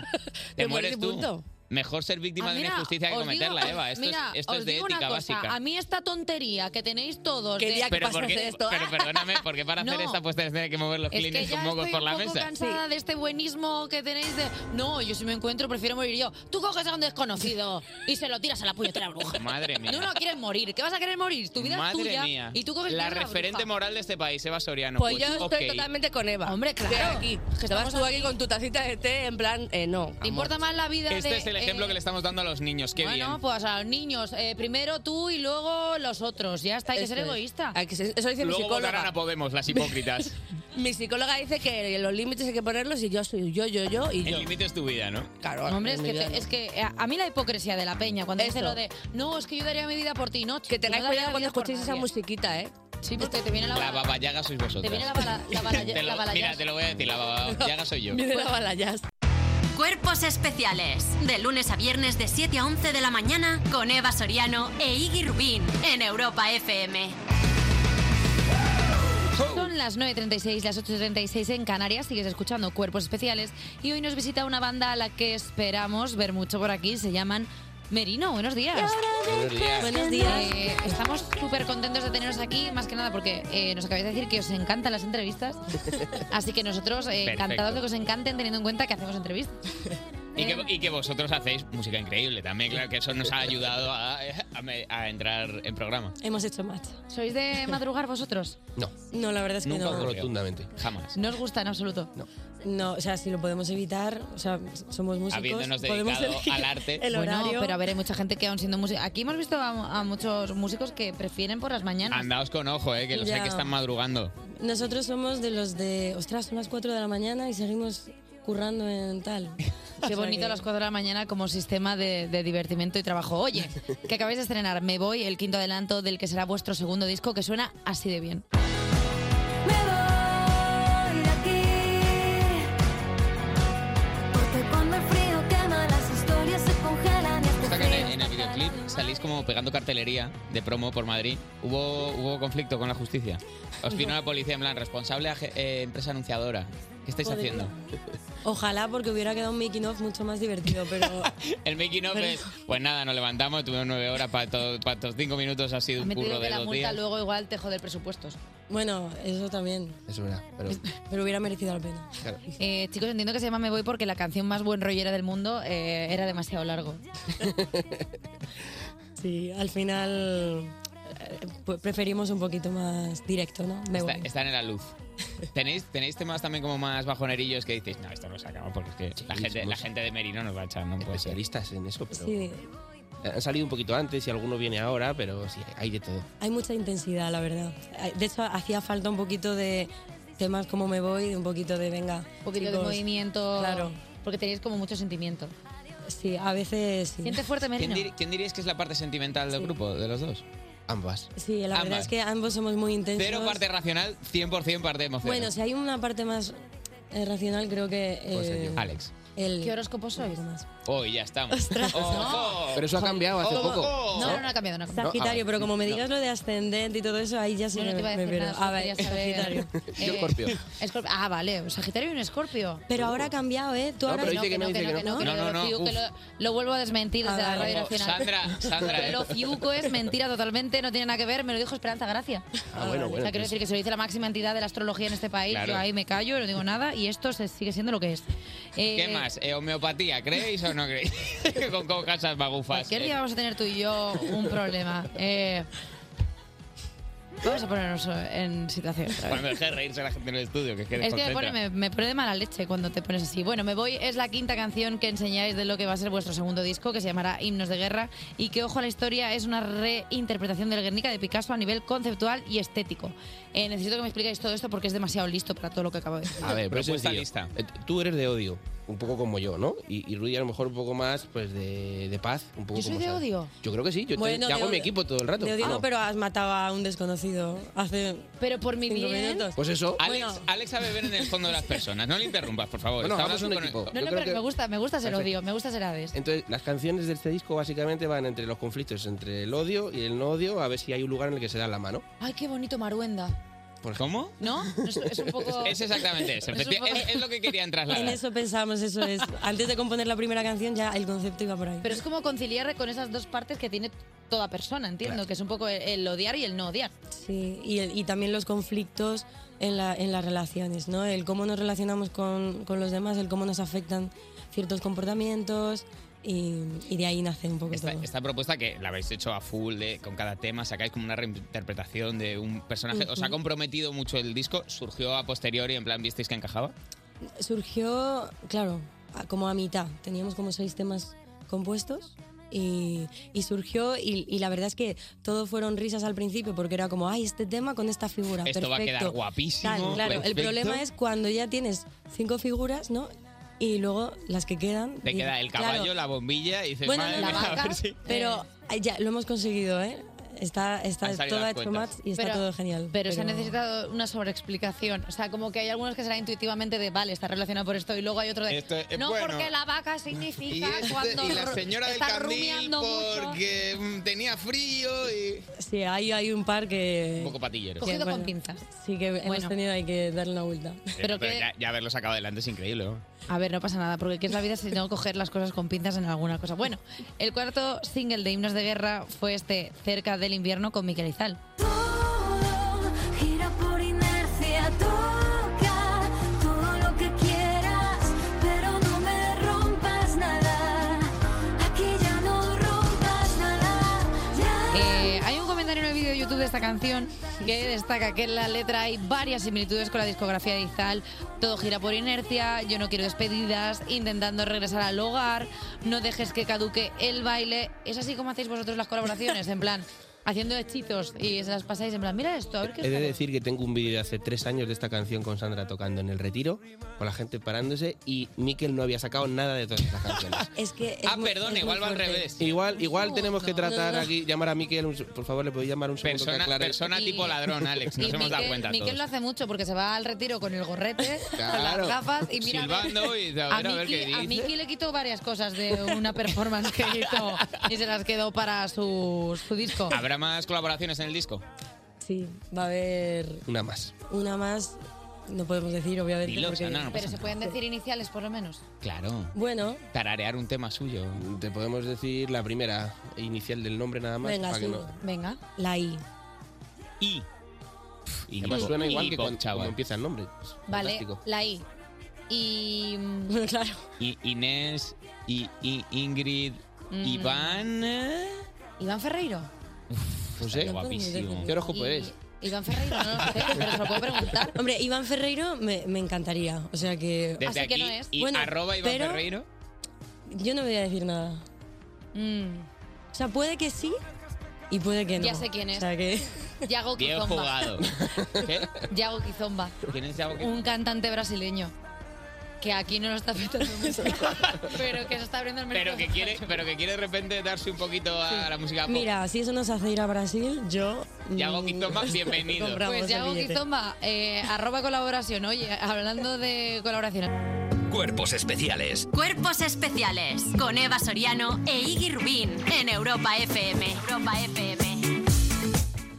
B: Te
R: Te mueres
B: mueres
R: y
B: tú.
R: punto.
B: Mejor ser víctima
J: Ah,
B: de
J: mira,
B: una injusticia que
J: os digo-
B: cometerla, Eva. Esto
J: mira,
B: es, esto
J: os
B: es de
J: digo una
B: ética
J: cosa,
B: básica.
J: A mí esta tontería que tenéis todos. de- ¿eh?
B: pero, ¿por qué- pero <laughs> perdóname, porque para hacer
J: No.
B: esta puesta tienes que mover los
J: Es que
B: clines
J: ya
B: con mocos
J: estoy
B: por
J: un
B: la
J: poco
B: mesa.
J: cansada de este buenismo que tenéis de... No, yo si me encuentro prefiero morir yo. Tú coges a un desconocido y se lo tiras a la puñetera bruja.
B: Madre mía.
J: No, no quieres morir. ¿Qué vas a querer morir? Tu vida
B: Madre
J: es tuya
B: mía.
J: y tú coges y
B: la
J: tiras a
B: referente
J: bruja.
B: moral de este país, Eva Soriano.
R: Pues, yo
B: ok.
R: estoy totalmente con Eva. Hombre,
J: claro.
R: Aquí.
J: que
R: Te vas
J: estamos
R: tú aquí con tu tacita de té, en plan, eh, no.
J: ¿Te importa más la vida
B: Este
J: de...
B: es el ejemplo
J: eh,
B: que le estamos dando a los niños. Qué
J: bueno,
B: bien.
J: pues a los niños. eh, primero tú y luego los otros. Ya está, hay que
R: Eso
J: ser
R: es.
J: egoísta.
R: eso dice mi
B: Luego votarán
R: psicóloga.
B: a
J: <laughs>
B: Podemos, las hipócritas.
R: Mi psicóloga dice que los límites hay que ponerlos y yo soy yo, yo, yo y
B: el
R: yo.
B: límite es tu vida, ¿no?
R: Claro.
J: Hombre, es que, te- es que
A: eh,
J: a- a mí la hipocresía de la peña, cuando dice
R: Eso.
J: lo de, no, es que yo daría mi vida por ti, no,
R: Que tengáis cuidado cuando escuchéis esa musiquita, ¿eh?
C: Sí, porque te viene la
B: La babayaga sois vosotros.
C: Te viene la bala- la bala- la bala
B: Mira,
C: jazz.
B: te lo voy a decir, la babayaga Ah,
E: <laughs>
B: soy yo.
T: Viene la bala jazz.
E: Cuerpos especiales. De lunes a viernes de 7 a 11 de la mañana con Eva Soriano e Iggy Rubín en Europa FM.
A: Son las 9.36, las 8.36 en Canarias, sigues escuchando Cuerpos Especiales y hoy nos visita una banda a la que esperamos ver mucho por aquí, se llaman Merino, buenos días.
B: Buenos días.
C: Buenos días.
A: Eh, estamos súper contentos de teneros aquí, más que nada porque eh, nos acabáis de decir que os encantan
J: <laughs>
A: las entrevistas, así que nosotros eh,
B: Perfecto.
A: encantados de que os encanten teniendo en cuenta que hacemos entrevistas.
B: Y que, y que vosotros hacéis música increíble también, claro que eso nos ha ayudado a, a me- a entrar en programa.
J: Hemos hecho match.
A: ¿Sois de madrugar vosotros?
B: No.
J: No, la verdad es que
B: Nunca
J: no.
B: ocurrió.
U: Rotundamente.
B: Jamás.
A: No os gusta en absoluto. No.
J: No, o sea, si lo podemos evitar, o sea, somos músicos.
B: Habiéndonos
J: podemos
B: dedicado
J: elegir
B: <laughs> al arte.
J: <laughs> El
A: Bueno,
J: horario.
A: pero a ver, hay mucha gente que aún siendo música. Aquí hemos visto a, a muchos músicos que prefieren por las mañanas.
B: Andaos con ojo, eh, que lo sé
J: Ya.
B: que están madrugando.
J: Nosotros somos de los de, ostras, son las 4 de la mañana y seguimos currando en
B: <laughs>
J: tal.
B: Ah.
A: Qué bonito a las 4 de la mañana como sistema de, de divertimento y trabajo. Oye, que acabáis de estrenar Me Voy, el quinto adelanto del que será vuestro segundo disco, que suena así de bien.
V: voy de aquí. Porque cuando el frío quema, las historias se congelan y
B: Hasta
V: este
B: que en el,
V: frío
B: en el videoclip salís como pegando cartelería de promo por Madrid. ¿Hubo, hubo conflicto con la justicia? Os vino la policía en plan, responsable a ge- eh, empresa anunciadora. ¿Qué estáis
J: Joder.
B: haciendo?
J: Ojalá porque hubiera quedado un making of mucho más divertido, pero
B: <laughs> El making of es, pues nada, nos levantamos, tuvimos nueve horas para estos cinco minutos, ha sido un
J: Me te digo
B: curro
J: que
B: de
J: la
B: dos
J: multa
B: días.
A: Luego igual te jode presupuestos.
J: bueno, eso también.
U: Es verdad, pero...
J: Pero hubiera merecido la pena.
U: claro.
A: Eh, chicos, entiendo que se llama Me Voy porque la canción más buen rollera del mundo eh, era
J: <laughs>
A: demasiado largo.
J: Sí, al final eh, pues preferimos un poquito más directo, ¿no? Me
B: Está,
J: voy.
B: están en la
A: <laughs>
B: luz. ¿Tenéis, ¿Tenéis temas también como más bajonerillos que dices, no, esto no se acaba porque es que la, gente, la gente de Merino nos va a echar, no puede ser.
U: Especialistas en eso, pero...
J: Sí,
U: Han salido un poquito antes y alguno viene ahora, pero sí, hay de todo.
J: hay mucha intensidad, la verdad. Hay- De hecho, hacía falta un poquito de temas como me voy, de un poquito de venga. Un
A: poquito de movimiento.
J: Claro.
A: Porque tenéis como mucho sentimiento.
J: Sí, a veces sí.
A: <laughs> Siente fuerte
B: ¿Quién, dir- quién diríais que es la parte sentimental del grupo, de los dos?
U: Ambas.
J: Sí, la verdad
B: Ambas.
J: es que ambos somos muy intensos.
B: Cero parte racional, 100% parte emocional.
J: Bueno, si hay una parte más eh, racional, creo que.
B: Pues
J: eh,
B: yo. Alex.
J: el-
A: ¿Qué horóscopo sois?
B: Hoy ya estamos. Oh, ¡Ojo!
U: Pero eso ha cambiado hace
B: Oh.
J: Ojo.
U: poco.
A: No, no, no ha cambiado, no ha cambiado.
J: Sagitario,
U: No, ah,
J: pero como me
U: no.
J: digas lo de ascendente y todo eso, ahí ya sí
A: No, no
J: me,
A: te iba a
J: me
A: decir
J: pierdo.
A: nada,
J: A ver,
A: solo quería saber. <laughs> Eh,
J: Sagitario.
U: <laughs> Yo, Scorpio.
A: Escorpio. Ah, vale, un Sagitario y un Escorpio.
J: Pero ahora ha cambiado, ¿eh? Tú
U: No,
J: ahora
U: pero dice que no, dice que no.
A: que
U: No, no,
A: lo
U: no,
A: fiu- que
U: uf.
A: lo, lo vuelvo a desmentir desde
J: Ah,
A: la radio
J: vale.
A: nacional.
J: Sandra, Sandra, eh.
A: <laughs> Lo fiuco es mentira totalmente, no tiene nada que ver, me lo dijo Esperanza Gracia.
U: Ah, bueno,
A: o
U: bueno.
A: sea, quiero decir que se lo dice la máxima entidad de la astrología en este país,
B: Claro.
A: yo ahí me callo, no digo nada y esto se sigue siendo lo que es. <laughs> Eh,
B: ¿Qué más? Eh, ¿Homeopatía? ¿Creéis o no creéis? <laughs> Con cosas magufas.
A: Cualquier día
B: Eh,
A: vamos a tener tú y yo un
U: <laughs>
A: problema. Eh, vamos a ponernos en situación. otra vez.
B: Bueno, me deja de reírse la gente en el estudio, que es que
A: Es que me
B: desconcentra.
A: pone, me, me pone de mala leche cuando te pones así. Bueno, me voy. Es la quinta canción que enseñáis de lo que va a ser vuestro segundo disco, que se llamará Himnos de Guerra. Y que, ojo a la historia, es una reinterpretación del Guernica de Picasso a nivel conceptual y estético. Eh, necesito que me expliquéis todo esto porque es demasiado listo para todo lo que acabo de decir.
U: A ver, pero es
B: Propuesta
U: sencillo. Eh, Tú eres de odio, un poco como yo, ¿no? Y, y Rudy a lo mejor un poco más pues de, de paz, un poco
J: ¿Yo soy
U: como
J: de
U: Sara.
J: odio?
U: Yo creo que sí, yo te-
J: Bueno, de
U: te hago mi
J: odio-
U: equipo todo el rato.
J: Te digo,
U: Ah, no.
J: pero has matado a un desconocido hace.
A: Pero por mi
J: cinco
A: bien.
J: minutos.
U: Pues eso.
B: Alex, Alex sabe ver en el fondo de las personas. No le interrumpas, por favor.
U: Bueno,
B: Estamos
U: hagamos un
B: con-
U: equipo.
A: No,
U: Yo
A: no,
U: creo
A: pero
U: que-
A: me gusta, me gusta ser
U: Perfecto.
A: odio, me gusta ser Hades.
U: Entonces, las canciones de este disco básicamente van entre los conflictos entre el odio y el no odio, a ver si hay un lugar en el que se dan la mano.
A: Ay, qué bonito Maruenda.
U: ¿Cómo?
A: ¿No? Es, es un poco.
B: <laughs> Es exactamente eso.
A: Es un
B: efecti-
A: poco-
B: Es, es lo que querían
J: En
B: trasladar.
J: eso pensamos, eso es. Antes de componer la primera canción, ya el concepto iba por ahí.
A: Pero es como conciliar con esas dos partes que tiene toda persona, entiendo,
J: Claro.
A: que es un poco el, el odiar y el no odiar.
J: Sí, y, el- y también los conflictos en, la- en las relaciones, ¿no? El cómo nos relacionamos con, con los demás, el cómo nos afectan ciertos comportamientos y, y de ahí nace un poco
B: Esta,
J: todo.
B: esta propuesta que la habéis hecho a full, de- con cada tema sacáis como una reinterpretación de un personaje. ¿Os ha
J: Ujú.
B: comprometido mucho el disco? ¿Surgió a posteriori, en plan, visteis que encajaba?
J: Surgió, claro, a- como a mitad. Teníamos como seis temas compuestos y, y surgió y, y la verdad es que todo fueron risas al principio porque era como, ay, este tema con esta figura.
B: Esto va a
J: perfecto".
B: quedar guapísimo,
J: Tal, claro, el
B: perfecto.
J: problema es cuando ya tienes cinco figuras, ¿no? Y luego las que quedan...
B: Te
J: y-
B: queda el
J: claro,
B: caballo, la bombilla y dices, <laughs>
J: Bueno,
B: madre
J: no,
B: mía,
J: la
B: a ver si-
J: Pero ay, ya lo hemos conseguido, ¿eh? Está, está
A: Han salido
J: todo
A: las
J: hecho
A: cuentas.
J: match y está
A: Pero-
J: todo genial.
A: Pero, se ha necesitado una sobreexplicación. O sea, como que hay algunos que será intuitivamente de, vale, está relacionado por esto, y luego hay otro de,
B: Esto es
A: no,
B: Este, eh, bueno.
A: porque la vaca significa
B: <laughs> Y, este-
A: cuando
B: y la
A: ru-
B: señora del
A: está
B: candil
A: rumiando mucho.
B: porque mm, tenía frío y...
J: Sí, ahí hay un par que...
B: Un poco patillero.
J: que,
B: Cogido
A: con
J: pinzas. Sí, que hemos
A: Bueno.
J: tenido ahí que darle una vuelta.
B: Pero, ya, ya haberlo sacado adelante es increíble. ¿no?
A: A ver, no pasa nada, porque ¿qué es la vida si no coger las cosas con pinzas en alguna cosa? Bueno, el cuarto single de Himnos de Guerra fue este, Cerca del Invierno, con Miquel Izal.
C: Gira por inercia, toca todo lo que quieras, pero no me rompas nada. Aquí ya no rompas nada.
A: Eh, hay un comentario en el vídeo de YouTube de esta canción que destaca que en la letra hay varias similitudes con la discografía de Izal. Todo gira por inercia, yo no quiero despedidas, intentando regresar al hogar, no dejes que caduque el baile. Es así como hacéis vosotros las colaboraciones, en plan, haciendo hechitos y se las pasáis en plan, mira esto, a ver qué
U: He de
A: sale".
U: decir que tengo un vídeo de hace tres años de esta canción con Sandra tocando en el retiro, con la gente parándose y Miquel no había sacado nada de todas esas canciones.
B: <laughs>
J: Es que
B: ah, perdón, igual va al revés.
U: Igual, igual tenemos que
B: segundo.
U: tratar
B: No, no.
U: aquí, llamar a Miquel, un se- por favor, le podéis llamar un segundo que
B: Persona-
U: aclare.
B: persona tipo ladrón, Alex, nos
A: Y
B: hemos dado
A: Miquel-
B: cuenta
A: Miquel
U: todos.
A: lo hace mucho porque se va al retiro con el gorrete, con
U: Claro.
A: las gafas y mira. eh, a ver-
B: Silbando y a ver, a ver qué
A: Miki- a
B: dice.
A: Miki le quitó varias cosas de una performance que hizo y se las quedó para su, su disco.
B: ¿Habrá más colaboraciones en el disco?
J: Sí, va a haber
U: Una más.
J: una más, no podemos decir, obviamente.
B: Dilo,
J: porque-
B: Sana, no pasa
A: Pero se pueden decir iniciales por lo menos.
U: Claro.
J: Bueno,
U: Tararear un tema suyo. Te podemos decir la primera inicial del nombre nada más.
J: venga,
U: para que
J: sí.
U: no-
A: Venga.
J: La I.
U: Y. Y
B: Hip-hop.
U: suena igual que
B: Hip-hop,
U: cuando,
B: chaval.
U: como empieza el nombre. Es
A: Vale,
U: pues, fantástico.
A: la I. Y.
J: <laughs> Claro.
B: I- Inés, y, y- Ingrid,
A: Mm.
B: Iván... eh,
A: Iván Ferreiro.
B: José,
J: No podemos
B: guapísimo.
J: decirlo. ¿Qué horóscopo
A: Y-
J: eres?
A: Iván Ferreiro, no lo sé, pero se lo puedo preguntar.
J: Hombre, Iván Ferreiro me, me encantaría. O sea que.
B: Desde aquí, y
J: Bueno,
B: arroba Iván
J: pero
B: Ferreiro.
J: Yo no voy a decir nada.
A: Mm.
J: O sea, puede que sí y puede que no.
A: Ya sé quién es.
J: O sea que.
A: Yago
B: Bien
A: Quizomba. <laughs>
B: jugado. ¿Qué?
A: Yago Quizomba.
B: ¿Quién es Yago?
A: Un cantante brasileño. Que aquí no lo está afectando
J: <laughs>
A: mucho. pero que se está abriendo el mercado.
B: Pero que quiere, pero que quiere de repente darse un poquito a la música pop.
J: Mira, si eso nos hace ir a Brasil, yo. mm,
B: Yago Quizomba,
J: <laughs>
B: bienvenido.
J: Compramos
A: Pues
J: el
A: Yago
J: billete.
A: Quizomba, eh, arroba colaboración. Oye, hablando de colaboración.
D: Cuerpos especiales
E: Cuerpos especiales con Eva Soriano e Iggy Rubín en Europa FM. Europa FM.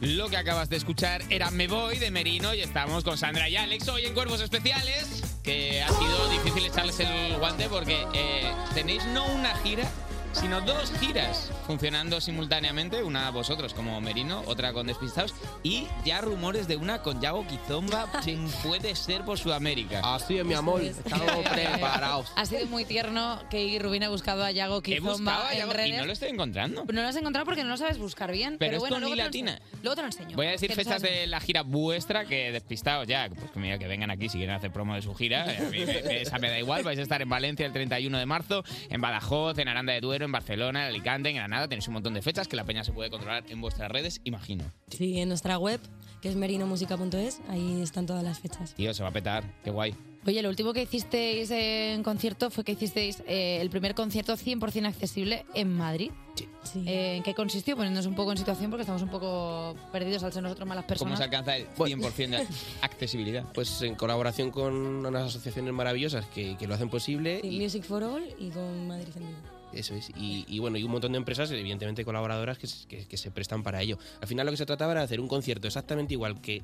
B: Lo que acabas de escuchar era Me Voy de Merino y estamos con Sandra y Alex hoy en Cuerpos Especiales, que ha sido difícil echarles el guante porque eh, tenéis no una gira, sino dos giras funcionando simultáneamente, una vosotros como Merino, otra con Despistados y ya rumores de una con Yago Quizomba, quien puede ser por Sudamérica.
U: Así es, mi amor, estamos preparados.
A: Ha sido muy tierno que Iggy Rubín ha buscado a Yago
B: He buscado
A: Quizomba
B: a
A: en
B: Yago y
A: redes.
B: no lo estoy encontrando.
A: No lo has encontrado porque no lo sabes buscar bien.
B: Pero
A: Pero,
B: es
A: bueno,
B: con
A: luego
B: I
A: te lo ense-
B: latina.
A: Luego te lo enseño.
B: Voy a decir
A: Que tú
B: fechas
A: sabes
B: de la gira vuestra que despistados ya, pues que mira que vengan aquí si quieren hacer promo de su gira, eh, a mí me- me- esa me da igual, vais a estar en Valencia el 31 de marzo, en Badajoz, en Aranda de Duero, en Barcelona, en Alicante, en Granada, tenéis un montón de fechas que la peña se puede controlar en vuestras redes, imagino.
J: Sí, en nuestra web, que es merinomusica.es, ahí están todas las fechas.
B: Tío, se va a petar, qué guay.
A: Oye, lo último que hicisteis en concierto fue que hicisteis eh, el primer concierto 100% accesible en Madrid.
J: Sí.
A: Eh, ¿En qué consistió? Poniéndonos un poco en situación porque estamos un poco perdidos al ser nosotros malas
B: ¿Cómo
A: personas.
B: se alcanza el 100% <laughs> de accesibilidad?
U: Pues en colaboración con unas asociaciones maravillosas que, que lo hacen posible.
J: Sí, Music for All y con Madrid en vivo.
U: Eso es. Y, y bueno, y un montón de empresas, evidentemente colaboradoras, que, se- que- que se prestan para ello. Al final lo que se trataba era de hacer un concierto exactamente igual que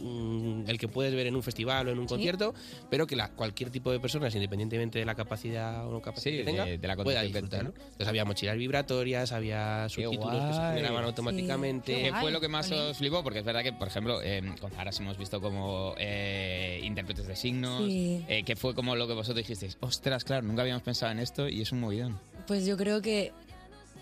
U: mm, el que puedes ver en un festival o en un concierto, pero que la, cualquier tipo de personas, independientemente de la capacidad o no capacidad
B: Sí,
U: que tenga,
B: de- de la
U: pueda
B: condición que
U: disfrutarlo.
B: tenga.
U: Entonces había mochilas vibratorias, había subtítulos que se
B: guay.
U: generaban
B: Sí.
U: automáticamente.
B: ¿Qué fue lo que más os flipó? Porque es verdad que, por ejemplo, eh, con Zaras hemos visto como eh, intérpretes de signos,
J: Sí.
B: eh, que fue como lo que vosotros dijisteis, ostras, claro, nunca habíamos pensado en esto y es un movidón.
J: Pues yo creo que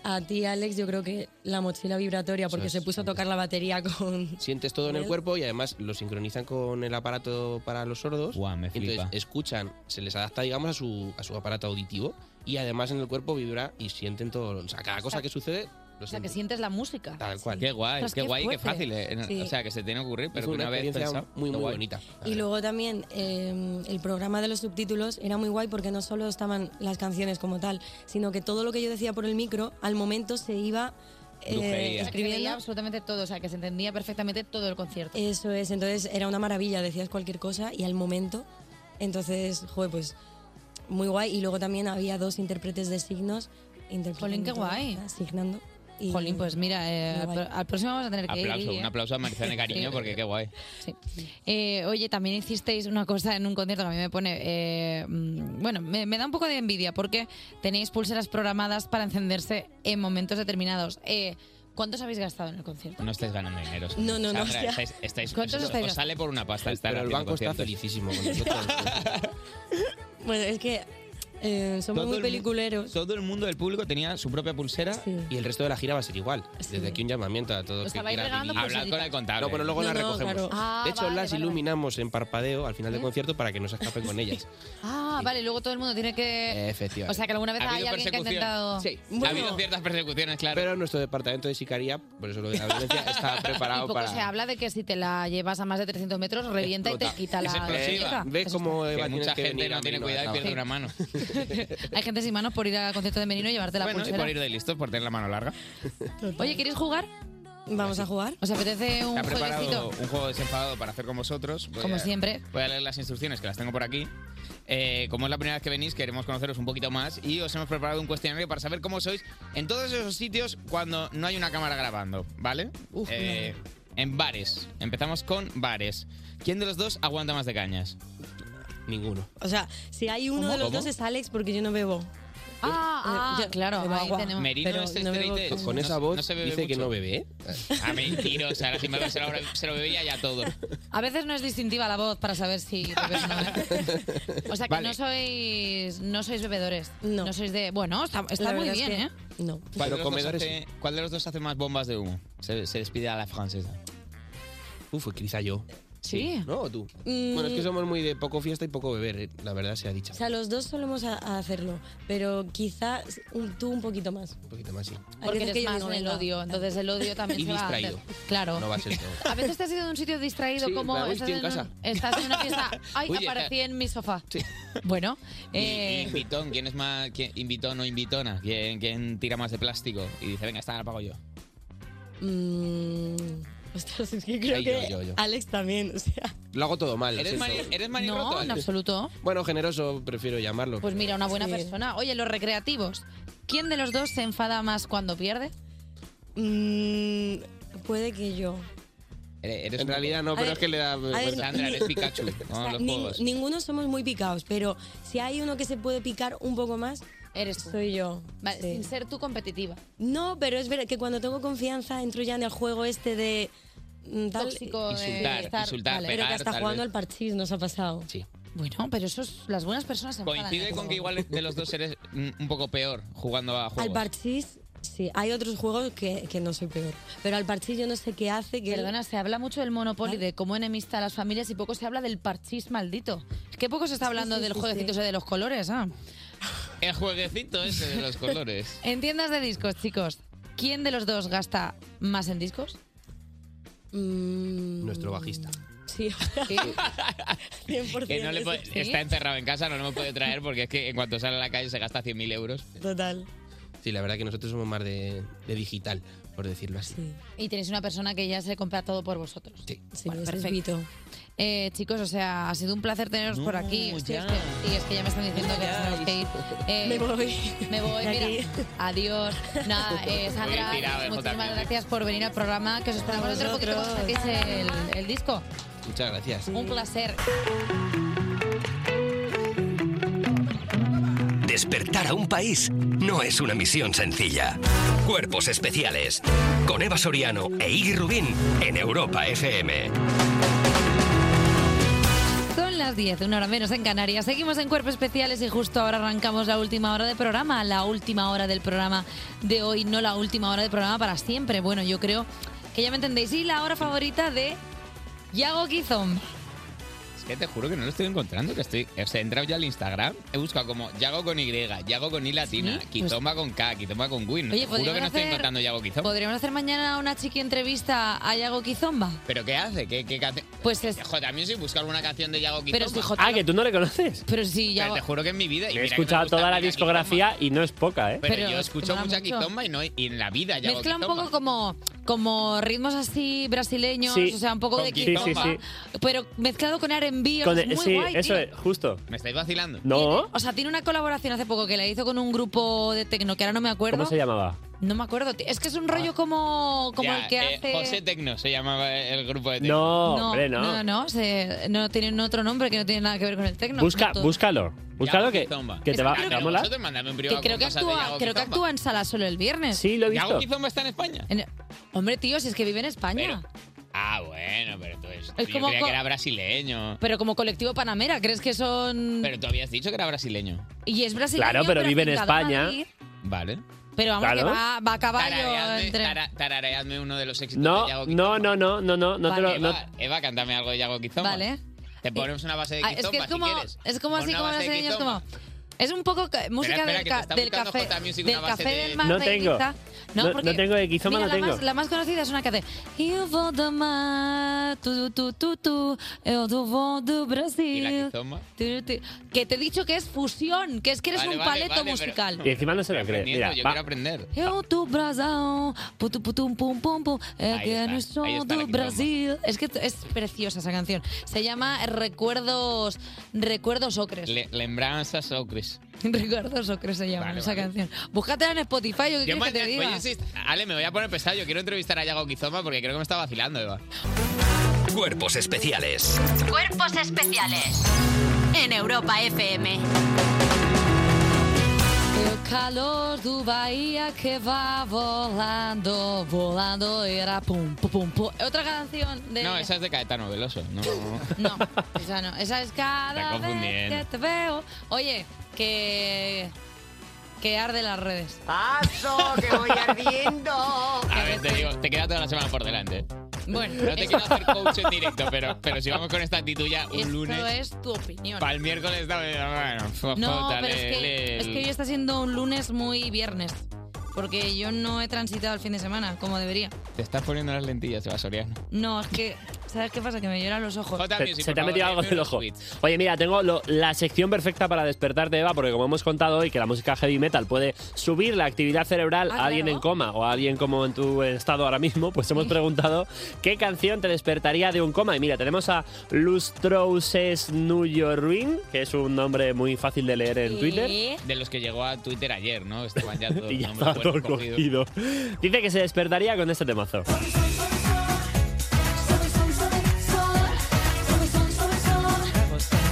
J: a ti, Alex, yo creo que la mochila vibratoria, porque
U: es
J: se puso a tocar la batería con...
U: sientes todo en el
J: Bien.
U: cuerpo y además lo sincronizan con el aparato para los sordos. Entonces
B: flipa.
U: escuchan, se les adapta, digamos, a su, a su aparato auditivo y además en el cuerpo vibra y sienten todo. O sea, cada cosa que sucede lo
A: O sea, que
U: sienten.
A: sientes la música.
U: Tal cual.
B: Qué guay,
A: Ostras,
B: qué
A: qué
B: guay y qué
A: fuerte.
B: fácil. eh,
J: Sí.
B: O sea, que se tiene que ocurrir, pero
U: Fue
B: que
U: una
B: una, vez
U: experiencia
B: pensado,
U: muy,
B: qué
U: muy
B: guay.
U: bonita.
J: Y luego también eh, el programa de los subtítulos era muy guay porque no solo estaban las canciones como tal, sino que todo lo que yo decía por el micro al momento se iba eh,
B: Brujería.
A: Que veía absolutamente todo, o sea, que se entendía perfectamente todo el concierto.
J: Eso es, entonces era una maravilla, decías cualquier cosa y al momento. Entonces, joder, pues muy guay. Y luego también había dos intérpretes de signos.
A: Jolín, qué guay.
J: Asignando. Y
A: Jolín, pues mira, eh,
J: muy
A: al,
J: guay.
A: pro- al próximo vamos a tener que ir.
B: Aplauso,
A: ¿eh?
B: un aplauso a Marizane
A: Sí.
B: Cariño porque qué guay.
A: Eh, oye, también hicisteis una cosa en un concierto que a mí me pone. eh, mm, bueno, me, me da un poco de envidia porque tenéis pulseras programadas para encenderse en momentos determinados. Eh, ¿Cuántos habéis gastado en el concierto?
B: No estáis ganando dinero.
A: No, no, no,
B: Sandra,
A: o sea,
B: estáis, estáis-
A: ¿cuántos
B: os-
A: estáis
B: os sale por una pasta. estar
U: Pero el
B: haciendo
U: banco está
B: conciertos.
U: felicísimo con
B: <laughs>
U: nosotros.
J: Bueno, es que eh, somos muy
U: el mu-
J: peliculeros.
U: Todo el mundo del público tenía su propia pulsera y el resto de la gira va a ser igual. Desde aquí un llamamiento a todos.
A: Os
U: que
A: estabais
U: quieran
A: regalando
U: vivir.
A: pulseritas. Hablad con el contable.
U: No, pero luego
A: No,
U: las
A: no,
U: recogemos.
A: claro. Ah,
U: de hecho,
A: vale,
U: las
A: vale, ¿Eh?
U: iluminamos en parpadeo al final del concierto para que no se escapen con ellas.
A: Ah, vale, luego todo el mundo tiene que.
U: Efectivamente.
A: O sea, que alguna vez hay
U: Ha habido
A: alguien que ha
U: persecución.
A: intentado.
U: Sí,
B: Ha habido ciertas persecuciones, claro.
U: Pero nuestro departamento de sicaría, por eso lo de la violencia,
B: <laughs>
U: está
A: Y
U: preparado
A: poco
U: para.
A: se habla de que si te la llevas a más de 300 metros, revienta y
U: Explota.
A: te quita
B: <laughs>
A: la. muñeca.
U: ¿Ves cómo
B: Que
U: Eva tiene
B: mucha
U: que
B: gente
U: venir
B: no
U: a
B: tiene
U: Merino
B: cuidado y
U: a
B: pierde
U: trabajar?
B: una mano.
A: Hay gente sin manos por ir al concierto de Merino y llevarte la
B: Bueno, y
A: pulsera.
B: por ir de listos, por tener la mano larga.
A: <laughs> Oye, ¿queréis jugar?
J: Vamos a jugar.
A: ¿Os apetece
B: Ha
A: un
B: preparado
A: jueguecito?
B: un juego desenfadado para hacer con vosotros. Voy
A: Como
B: a-
A: siempre.
B: Voy a leer las instrucciones que las tengo por aquí. Eh, como es la primera vez que venís, queremos conoceros un poquito más y os hemos preparado un cuestionario para saber cómo sois en todos esos sitios cuando no hay una cámara grabando, ¿vale? Eh, En bares. Empezamos con bares. ¿Quién de los dos aguanta más de cañas?
U: Ninguno.
J: O sea, si hay uno
B: ¿Cómo?
J: de los
B: ¿Cómo?
J: dos es Alex porque yo no bebo. Eh,
A: Ah, ah, claro, ahí tenemos.
B: Merino
J: pero
B: es este
J: no bebo
B: straight edge.
U: Con esa
B: No-
U: voz
B: no se bebe
U: dice que
B: mucho. Ah,
U: no bebe, ¿eh?
B: A mentirosa, ahora si me lo- se lo, se lo bebería ya todo.
A: A veces no es distintiva la voz para saber si bebes o no. ¿eh? O sea que
B: Vale.
A: no sois no sois bebedores. No. sois de. Bueno, está, está
J: La
A: muy
J: verdad es
A: bien,
J: que-
A: ¿eh?
J: No.
B: ¿Cuál,
U: Pero
B: de los, dos
U: comedores
B: hace, cuál de los dos hace más bombas de humo? Se, se despide a la francesa.
U: Uf, quizá yo.
A: Sí.
U: ¿No? ¿O tú?
J: Mm.
U: Bueno, es que somos muy de poco fiesta y poco beber, eh, la verdad sea dicha.
J: O sea, los dos solemos a- a hacerlo, pero quizá un- tú un poquito más.
U: Un poquito más, sí.
A: Porque
J: veces
A: eres
J: que yo
A: más
J: digo,
A: en el
J: venga.
A: odio. Entonces el odio también
U: Y
A: se va a
U: distraído.
A: hacer. Claro.
U: No va a ser todo.
A: A veces te has ido de un sitio distraído
U: Sí,
A: como
U: en plan, uy,
A: estás,
U: estoy en
A: un-
U: casa.
A: estás en una
U: <laughs>
A: fiesta. Ay,
B: Oye,
A: aparecí en mi sofá. Bueno,
B: Y- y
A: eh,
B: invitón, ¿quién es más quién, invitón o invitona? ¿Quién, quién tira más de plástico? Y dice, venga, esta la pago yo.
J: Mm, ostras, es que creo
U: Ay, yo,
J: que
U: yo, yo.
J: Alex también, o sea.
U: Lo hago todo mal. lo
B: ¿Eres
U: siento.
B: mani- eres manirroto,
A: no, en absoluto.
U: Bueno, generoso prefiero llamarlo.
A: Pues mira, una buena
U: Sí.
A: persona. Oye, los recreativos. ¿Quién de los dos se enfada más cuando pierde?
J: mm, puede que yo.
U: Eh, en realidad no, pero
J: Alex-
U: es que le da...
J: Alex-
U: <laughs>
B: Sandra, eres Pikachu.
J: O sea,
B: No, los
J: nin-
B: juegos.
J: ninguno somos muy picados, pero si hay uno que se puede picar un poco más,
A: eres tú.
J: Soy yo.
A: Vale,
J: sí.
A: sin ser tú competitiva.
J: No, pero es verdad que cuando tengo confianza entro ya en el juego este de. mm, tal-
A: Tóxico, de
B: Insultar, estar- insultar,
J: Pero que
B: pegar,
J: hasta
B: tal
J: jugando
B: vez.
J: al parchís nos ha pasado.
U: Sí.
A: Bueno, pero eso es, las buenas personas se enfadan.
B: Coincide con que igual de los dos eres mm, un poco peor jugando a
J: Al
B: juegos.
J: parchís, sí. Hay otros juegos que, que no soy peor. Pero al parchís yo no sé qué hace. Que
A: Perdona, se habla mucho del Monopoly,
J: Ah.
A: de cómo enemista a las familias y poco se habla del parchís maldito. Es que poco se está hablando
J: sí,
A: del
J: sí,
A: jueguecito ese de los colores, ¿ah?
B: El jueguecito ese de los colores.
A: En tiendas de discos, chicos, ¿quién de los dos gasta más en discos?
U: Nuestro bajista.
J: Mm, Sí. <laughs>
A: <laughs>
J: 100%.
B: Que no le puede- Está encerrado en casa, no lo hemos podido traer porque es que en cuanto sale a la calle se gasta 100.000 euros.
J: Total.
U: Sí, la verdad que nosotros somos más de, de digital, por decirlo así.
A: Y tenéis una persona que ya se compra todo por vosotros.
U: Sí,
A: Bueno,
J: ese es
A: perfecto.
J: Vito.
A: Eh, chicos, o sea, ha sido un placer teneros por aquí. Sí, es que, y es que ya me están diciendo que nos tenemos que ir. Eh,
J: Me voy.
A: Me voy,
J: De
A: mira.
J: aquí.
A: Adiós. Nada, eh, Sandra,
J: Muy bien tirado,
A: muchísimas
U: también.
A: gracias por venir al programa. Que os esperamos dentro de poquito cuando saquéis el, el disco.
U: Muchas gracias.
A: Un placer.
D: Despertar a un país no es una misión sencilla. Cuerpos especiales. Con Eva Soriano e Iggy Rubín en Europa FM.
A: Son las 10, una hora menos en Canarias. Seguimos en Cuerpos Especiales y justo ahora arrancamos la última hora de programa. La última hora del programa de hoy, no la última hora del programa para siempre. Bueno, yo creo que ya me entendéis. Y la hora favorita de Yago Kizom.
B: Es que te juro que no lo estoy encontrando, que estoy... O sea, he entrado ya al Instagram, he buscado como Yago con Y, Yago con I latina, Kizomba con K, Kizomba con Win.
A: Pues Oye,
B: Te juro que
A: podríamos
B: no estoy
A: hacer-
B: encontrando Yago Kizomba.
A: ¿Podríamos hacer mañana una chiqui entrevista a Yago Kizomba?
B: ¿Pero qué hace? ¿Qué, qué hace?
A: Pues es.
B: J Music, busca alguna canción de Yago Quintoma.
W: Ah, que tú no le conoces.
A: Pero sí,
B: Pero te juro que en mi vida.
W: He
B: y mira que me
W: escuchado
B: gusta
W: toda la
B: Yago
W: discografía y no es poca, ¿eh?
B: Quintoma, Pero, yo escucho mucha Quintoma y, no, y en la vida Yago
A: Mezcla un
B: Quintoma.
A: poco como, como ritmos así brasileños,
B: Sí,
A: o sea, un poco
B: con
A: de
B: qui- sí,
A: quizomba,
B: sí,
A: pero mezclado con R&B, o sea,
W: Con-
A: es muy
W: sí,
A: guay,
W: eso
A: tío.
W: es, justo.
B: ¿Me estáis vacilando?
W: No.
A: O sea, tiene una colaboración hace poco que la hizo con un grupo de tecno que ahora no me acuerdo.
W: ¿Cómo se llamaba?
A: No me acuerdo. tío. Es que es un rollo como, como
B: Ah. Ya,
A: el que
B: eh,
A: hace...
B: José Tecno se llamaba el grupo de Tecno.
W: No, hombre, no.
A: no, no, se- no tienen otro nombre que no tiene nada que ver con el tecno.
W: Busca,
A: No todo-
W: búscalo. Búscalo que, que te va,
A: creo
W: te va a
A: que-
W: molar.
B: Vosotros mandadme un
A: Que
B: privado
A: creo
B: con
A: que,
B: cosas de
A: actúa,
B: Yago
A: creo que
B: Quintoma.
A: actúa en sala solo el viernes.
W: Sí, lo he
B: Yago visto. Quintoma está en España?
A: Hombre, tío, si es que viven en España.
B: Ah, bueno, pero tú es.
A: Es
B: yo
A: como
B: creía
A: co-
B: que era brasileño.
A: Pero como colectivo Panamera, ¿crees que son...?
B: Pero tú habías dicho que era brasileño.
A: Y es Mm. brasileño,
W: Claro, pero vive en
A: afincado
W: España.
A: Madrid.
B: Vale.
A: Pero vamos,
W: Claro.
A: que va, va a caballo
B: Tarareadme,
A: entre...
B: tara- tarareadme uno de los éxitos
W: No,
B: de Yago Quintoma.
W: no, no, no, no, no, no te lo. no-
B: Eva, Eva, cántame algo de Yago Quintoma.
A: Vale.
B: Te ponemos una base de
A: Ah,
B: Quintoma,
A: es que es como,
B: si quieres.
A: es como
B: Pon
A: así
B: una
A: como
B: base
A: los
B: de
A: niños,
B: Quintoma.
A: como... Es un poco ca- música
B: espera,
A: del,
B: que te
A: ca-
B: está
A: del
B: buscando
A: café,
B: J Music
A: del
B: una base
A: café
B: de-
A: del mar
W: No
A: de
W: tengo.
A: Ibiza.
W: No- no
A: porque-
W: tengo de Guizoma,
A: mira,
W: no
A: La
W: tengo.
A: más, la más conocida es una que hace... Eu vou do mar, tu, tu, tu, tu, eu do vou do Brasil.
W: Guizoma?
A: Tu, tu. Que te he dicho que es fusión, que es que eres
B: Vale,
A: un
B: vale,
A: paleto
B: vale, pero- Eh,
A: musical.
W: Y encima no se lo cree. Mira,
B: yo
W: va-
B: quiero aprender.
A: Eu do Brasil, putu putum pum pum pum, é
B: Ahí
A: que
B: está,
A: no
B: ahí
A: sou
B: está la
A: do
B: quintoma.
A: Brasil. Es que es preciosa esa canción. Se llama Recuerdos Recuerdos Ocres.
B: Le- Lembranzas o Chris.
A: <laughs> Recuerdos Ocres se llama
B: Vale,
A: esa canción. Búscatela en Spotify, yo qué
B: Yo
A: quieres que te
B: mañana-
A: diga.
B: oye, insist- Ale, me voy a poner pesado. Yo quiero entrevistar a Yago Quizoma porque creo que me está vacilando, Eva.
D: Cuerpos especiales.
E: Cuerpos especiales en Europa FM.
A: O calor do Bahía que va volando, volando era pum pum pum pum. Otra canción de
B: No, esa es de Caetano Veloso.
A: <laughs>
B: No, no.
A: Esa no, esa es cada
B: Está
A: vez
B: confundiendo.
A: que te veo. Oye, que que arde las redes. Paso,
B: que voy ardiendo. A ver, te digo, te queda toda la semana por delante.
A: <laughs> Bueno,
B: No te
A: <laughs>
B: quiero hacer coach en directo, pero, pero si vamos con esta actitud ya un
A: Esto
B: lunes.
A: es tu opinión.
B: Para el miércoles, dame- bueno, fo-
A: No,
B: jota,
A: pero es
B: le- le-
A: que, es que hoy está siendo un lunes muy viernes. Porque yo no he transitado el fin de semana como debería.
B: Te estás poniendo las lentillas, Eva Soriano.
A: No, es que, ¿sabes qué pasa? Que me lloran los ojos.
W: Se, se te ha metido algo en el ojo. Oye, mira, tengo lo- la sección perfecta para despertarte, Eva, porque como hemos contado hoy que la música heavy metal puede subir la actividad cerebral a alguien en coma o a alguien como en tu estado ahora mismo, pues hemos preguntado qué canción te despertaría de un coma. Y mira, tenemos a Lustrouses Nuyoruin, que es un nombre muy fácil de leer en Twitter.
B: De los que llegó a Twitter ayer, ¿no?
W: <laughs>
B: Estaban ya todos
W: Y ya
B: nombres
W: está todo
B: buenos cogidos.
W: cogido. Dice que se despertaría con este temazo.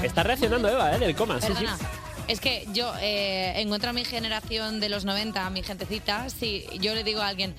W: Está reaccionando Eva, ¿eh? Del coma, sí, sí.
A: Perdona. Es que yo eh, encuentro a mi generación de los 90, a mi gentecita, si yo le digo a alguien,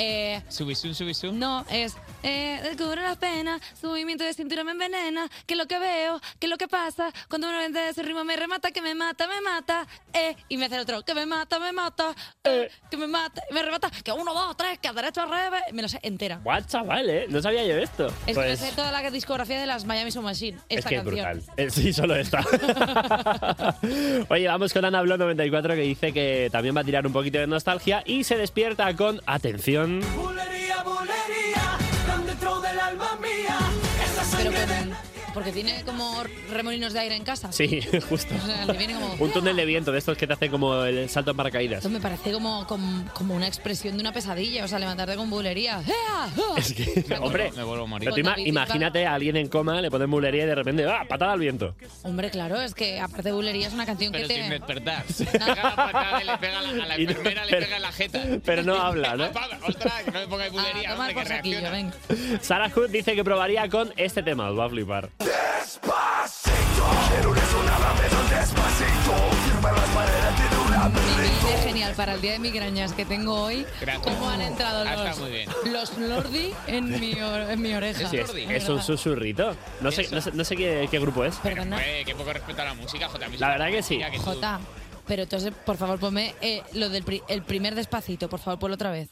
A: eh,
B: Subisum, subisum.
A: no, es, eh, descubro las penas, su movimiento de cintura me envenena, que es lo que veo, que es lo que pasa, cuando uno vende ese ritmo me remata, que me mata, me mata, eh, y me hace el otro, que me mata, me mata, eh, que me mata, me remata, que uno, dos, tres, que a derecho, al revés, me lo sé entera.
W: Guau, chaval, ¿eh? No sabía yo esto.
A: Es que me
W: Pues-
A: sé toda la discografía de las Miami Sound Machine,
W: Es
A: esta
W: que es
A: canción.
W: brutal. Eh, Sí, solo está. <laughs> Oye, vamos con Ana Blo 94 que dice que también va a tirar un poquito de nostalgia y se despierta con atención.
C: Bulería, bulería, tan dentro del alma mía. Esa
A: Pero
C: sangre de
A: con- porque tiene como remolinos de aire en casa.
W: Sí, <laughs> justo.
A: O sea, le viene como...
W: Un túnel de viento de estos que te hace como el salto en paracaídas.
A: Esto me parece como, com- como, una expresión de una pesadilla, o sea, levantarte con bulería. ¡Ea! ¡Ah!
W: Es que, hombre,
B: me vuelvo a morir.
W: pero tú ima-
A: Cuando visita-
W: imagínate a alguien en coma, le pones mulería y de repente, ¡ah! Patada al viento.
A: Hombre, claro, es que aparte bulería es una canción
B: Pero
A: que
B: sin
A: te...
B: despertar. Le pega la patada y le pega a la, a la
W: Y no-
B: enfermera, le
W: pero-
B: pega en la jeta.
W: Pero no habla,
B: <laughs>
W: ¿no?
B: Ostras, que no me pongáis
J: Ah,
B: bulería, hombre, que reacciona.
W: Sarah Hood dice que probaría con este tema, os va a flipar.
A: Me viene genial para el día de migrañas que tengo hoy. ¿Cómo han entrado
W: Ah, está
A: los,
W: muy bien.
A: los Lordi en mi, or- en mi oreja?
W: Sí, es, es un susurrito. No sé, no sé, no sé qué, qué grupo es.
B: Hombre, qué poco respeto a la música, J.
W: La verdad que sí.
A: Jota, pero entonces, por favor, ponme eh, lo del pri- el primer despacito, por favor, ponlo otra vez.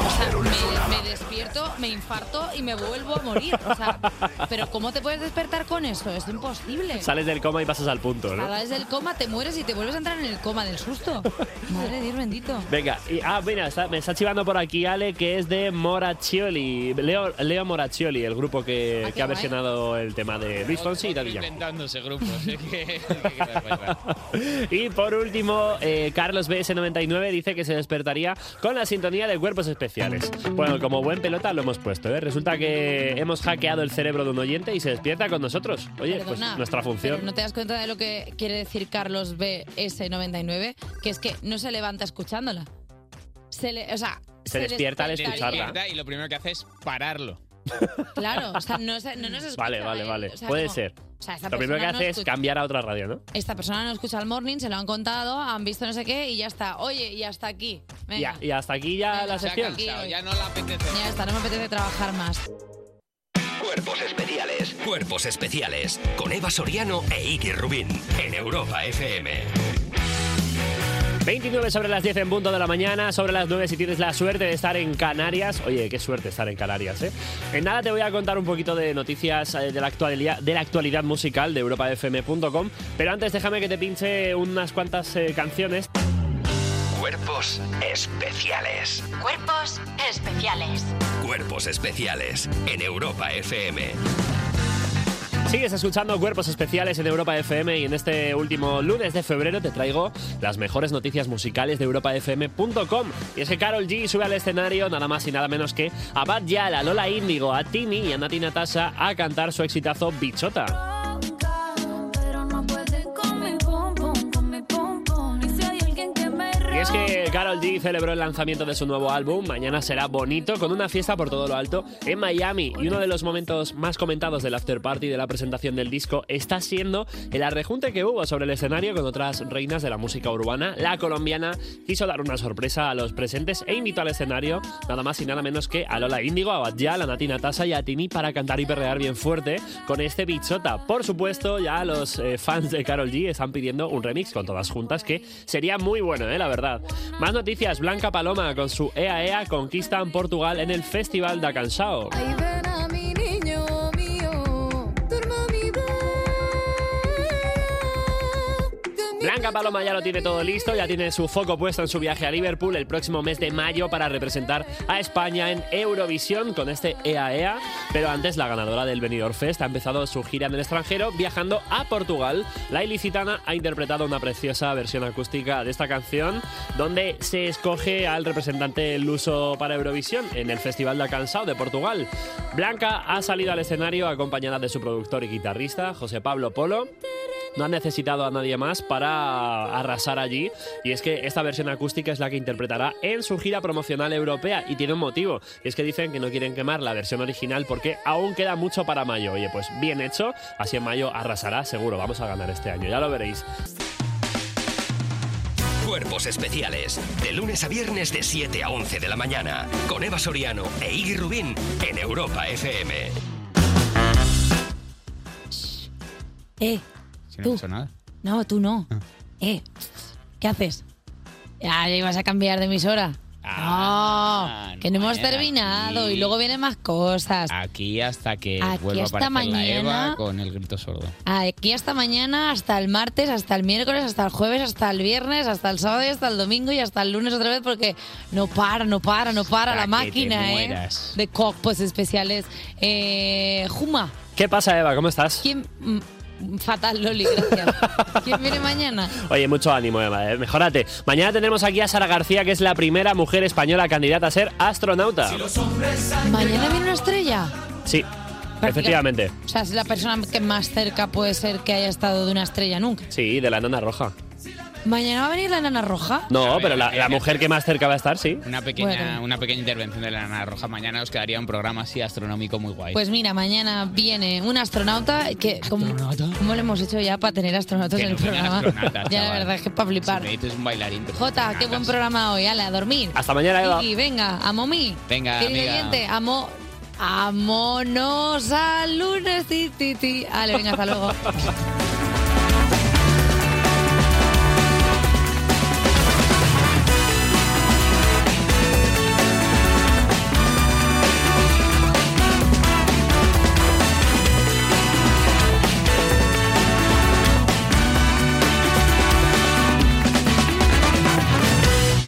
A: sea, me, me despierto, me infarto y me vuelvo a morir. O sea, pero ¿cómo te puedes despertar con eso? Es imposible.
W: Sales del coma y pasas al punto, ¿no?
A: Sales del coma, te mueres y te vuelves a entrar en el coma del susto. Madre de Dios bendito.
W: Venga, y, ah, mira, está- me está chivando por aquí Ale, que es de Moraccioli, Leo, Leo Moraccioli, el grupo
A: Ah,
W: que, que ha
B: guay.
W: versionado el tema de Luis Fonsi y Daddy Yankee.
B: Inventándose grupos. ¿eh? Que-
W: Y por último, eh, Carlos BS99 dice que se despertaría con la sintonía de cuerpos especiales. Bueno, como buen pelota lo hemos puesto, ¿eh? Resulta que hemos hackeado el cerebro de un oyente y se despierta con nosotros. Oye,
A: Perdona,
W: pues nuestra función.
A: pero ¿No te das cuenta de lo que quiere decir Carlos BS99? Que es que no se levanta escuchándola. Se le, o sea,
W: Se despierta al
A: despertaría.
W: escucharla.
B: Y lo primero que hace es pararlo.
A: Claro, o sea, no, se- no nos escucha.
W: Vale, vale,
A: ¿eh?
W: vale.
A: O sea,
W: Puede
A: como-
W: ser.
A: o sea, esta
W: Lo primero que
A: persona no
W: hace es
A: escucha-
W: cambiar a otra radio, ¿no?
A: Esta persona no escucha el morning, se lo han contado, han visto no sé qué y ya está. Oye, y hasta aquí.
W: Y,
A: Venga.
W: a- y hasta aquí ya la
A: se ha
W: sección.
A: cansado, ya
B: no la apetece.
A: Ya está, no me apetece trabajar más.
D: Cuerpos especiales. Cuerpos especiales. Con Eva Soriano e Iggy Rubín. En Europa FM.
W: 29 sobre las 10 en punto de la mañana, sobre las 9 si tienes la suerte de estar en Canarias. Oye, qué suerte estar en Canarias, ¿eh? En nada te voy a contar un poquito de noticias eh, de la actualidad, de la actualidad musical de europafm.com, pero antes déjame que te pinche unas cuantas eh, canciones.
D: Cuerpos especiales.
E: Cuerpos especiales.
D: Cuerpos especiales. En Europa FM.
W: Sigues escuchando Cuerpos Especiales en Europa FM y en este último lunes de febrero te traigo las mejores noticias musicales de europafm.com. Y es que Carol G sube al escenario nada más y nada menos que a Bad Yala, Lola Índigo, a Tini y a Nati Natasha a cantar su exitazo Bichota.
C: Pero no puede con mi pom pom, con mi pom pom. Y si hay alguien que me
W: Y es que Carol G celebró el lanzamiento de su nuevo álbum, Mañana será bonito, con una fiesta por todo lo alto en Miami. Y uno de los momentos más comentados del after party de la presentación del disco está siendo el arrejunte que hubo sobre el escenario con otras reinas de la música urbana. La colombiana quiso dar una sorpresa a los presentes e invitó al escenario nada más y nada menos que a Lola Índigo, a Badial, a Nati Natasha y a Tini para cantar y perrear bien fuerte con este bichota. Por supuesto, ya los eh, fans de Carol G están pidiendo un remix con todas juntas que sería muy bueno, eh, la verdad. Más noticias, Blanca Paloma con su EAEA conquista en Portugal en el Festival da Cansao.
C: Ay, ven a mi niño mío, duerma mi
W: Blanca Paloma ya lo tiene todo listo, ya tiene su foco puesto en su viaje a Liverpool el próximo mes de mayo para representar a España en Eurovisión con este EAEA. Pero antes, la ganadora del Benidorm Fest ha empezado su gira en el extranjero viajando a Portugal. La ilicitana ha interpretado una preciosa versión acústica de esta canción, donde se escoge al representante luso para Eurovisión en el Festival da Cansao de Portugal. Blanca ha salido al escenario acompañada de su productor y guitarrista, José Pablo Polo. No han necesitado a nadie más para arrasar allí. Y es que esta versión acústica es la que interpretará en su gira promocional europea. Y tiene un motivo. Y es que dicen que no quieren quemar la versión original porque aún queda mucho para mayo. Oye, pues bien hecho. Así en mayo arrasará seguro. Vamos a ganar este año. Ya lo veréis.
D: Cuerpos especiales. De lunes a viernes de 7 a 11 de la mañana. Con Eva Soriano e Iggy Rubín. En Europa FM.
A: Eh,
B: Si no
A: Tú.
B: he hecho nada. Ah.
A: no, tú no. Eh, ¿qué haces? Ya, ya ibas a cambiar de emisora.
B: Ah,
A: No, que no hemos
B: mañana
A: terminado
B: aquí.
A: y luego vienen más cosas.
B: Aquí hasta que
A: Aquí
B: vuelva
A: hasta
B: a aparecer la
A: mañana.
B: Eva con el grito sordo.
A: Aquí hasta mañana, hasta el martes, hasta el miércoles, hasta el jueves, hasta el viernes, hasta el sábado y hasta el domingo y hasta el lunes otra vez porque no para, no para, no para
B: Hasta
A: la
B: que
A: máquina,
B: te
A: ¿eh?
B: mueras.
A: De cocpos especiales. Eh, Juma,
W: ¿Qué pasa, Eva? ¿Cómo estás?
A: ¿quién... mm, Fatal, Loli, gracias. ¿Quién viene mañana?
W: Oye, mucho ánimo, Eva. ¿eh? Mejórate. Mañana tendremos aquí a Sara García, que es la primera mujer española candidata a ser astronauta.
A: ¿Mañana viene una estrella?
W: Sí, efectivamente.
A: O sea, es la persona que más cerca puede ser que haya estado de una estrella nunca.
W: Sí, de la nana roja.
A: ¿Mañana va a venir la nana roja?
W: No, pero la, la mujer que más cerca va a estar, sí.
B: Una pequeña,
A: Bueno.
B: una pequeña intervención de la Nana Roja. Mañana os quedaría un programa así astronómico muy guay.
A: Pues mira, mañana viene un astronauta que... ¿cómo, cómo lo hemos hecho ya para tener astronautas
B: Que
A: en el
B: no vengan
A: programa?
B: astronautas,
A: ya la
B: chaval.
A: verdad es que es para flipar.
B: Si me dices un bailarín. te-
A: Jota, qué buen programa hoy. Ale, a dormir.
W: Hasta mañana, Eva.
A: Y venga, a momi.
B: Venga,
A: Querido
B: amiga.
A: oyente, amo...
B: <laughs>
A: Amonos al lunes, ti, ti, ti. Ale, venga, hasta luego.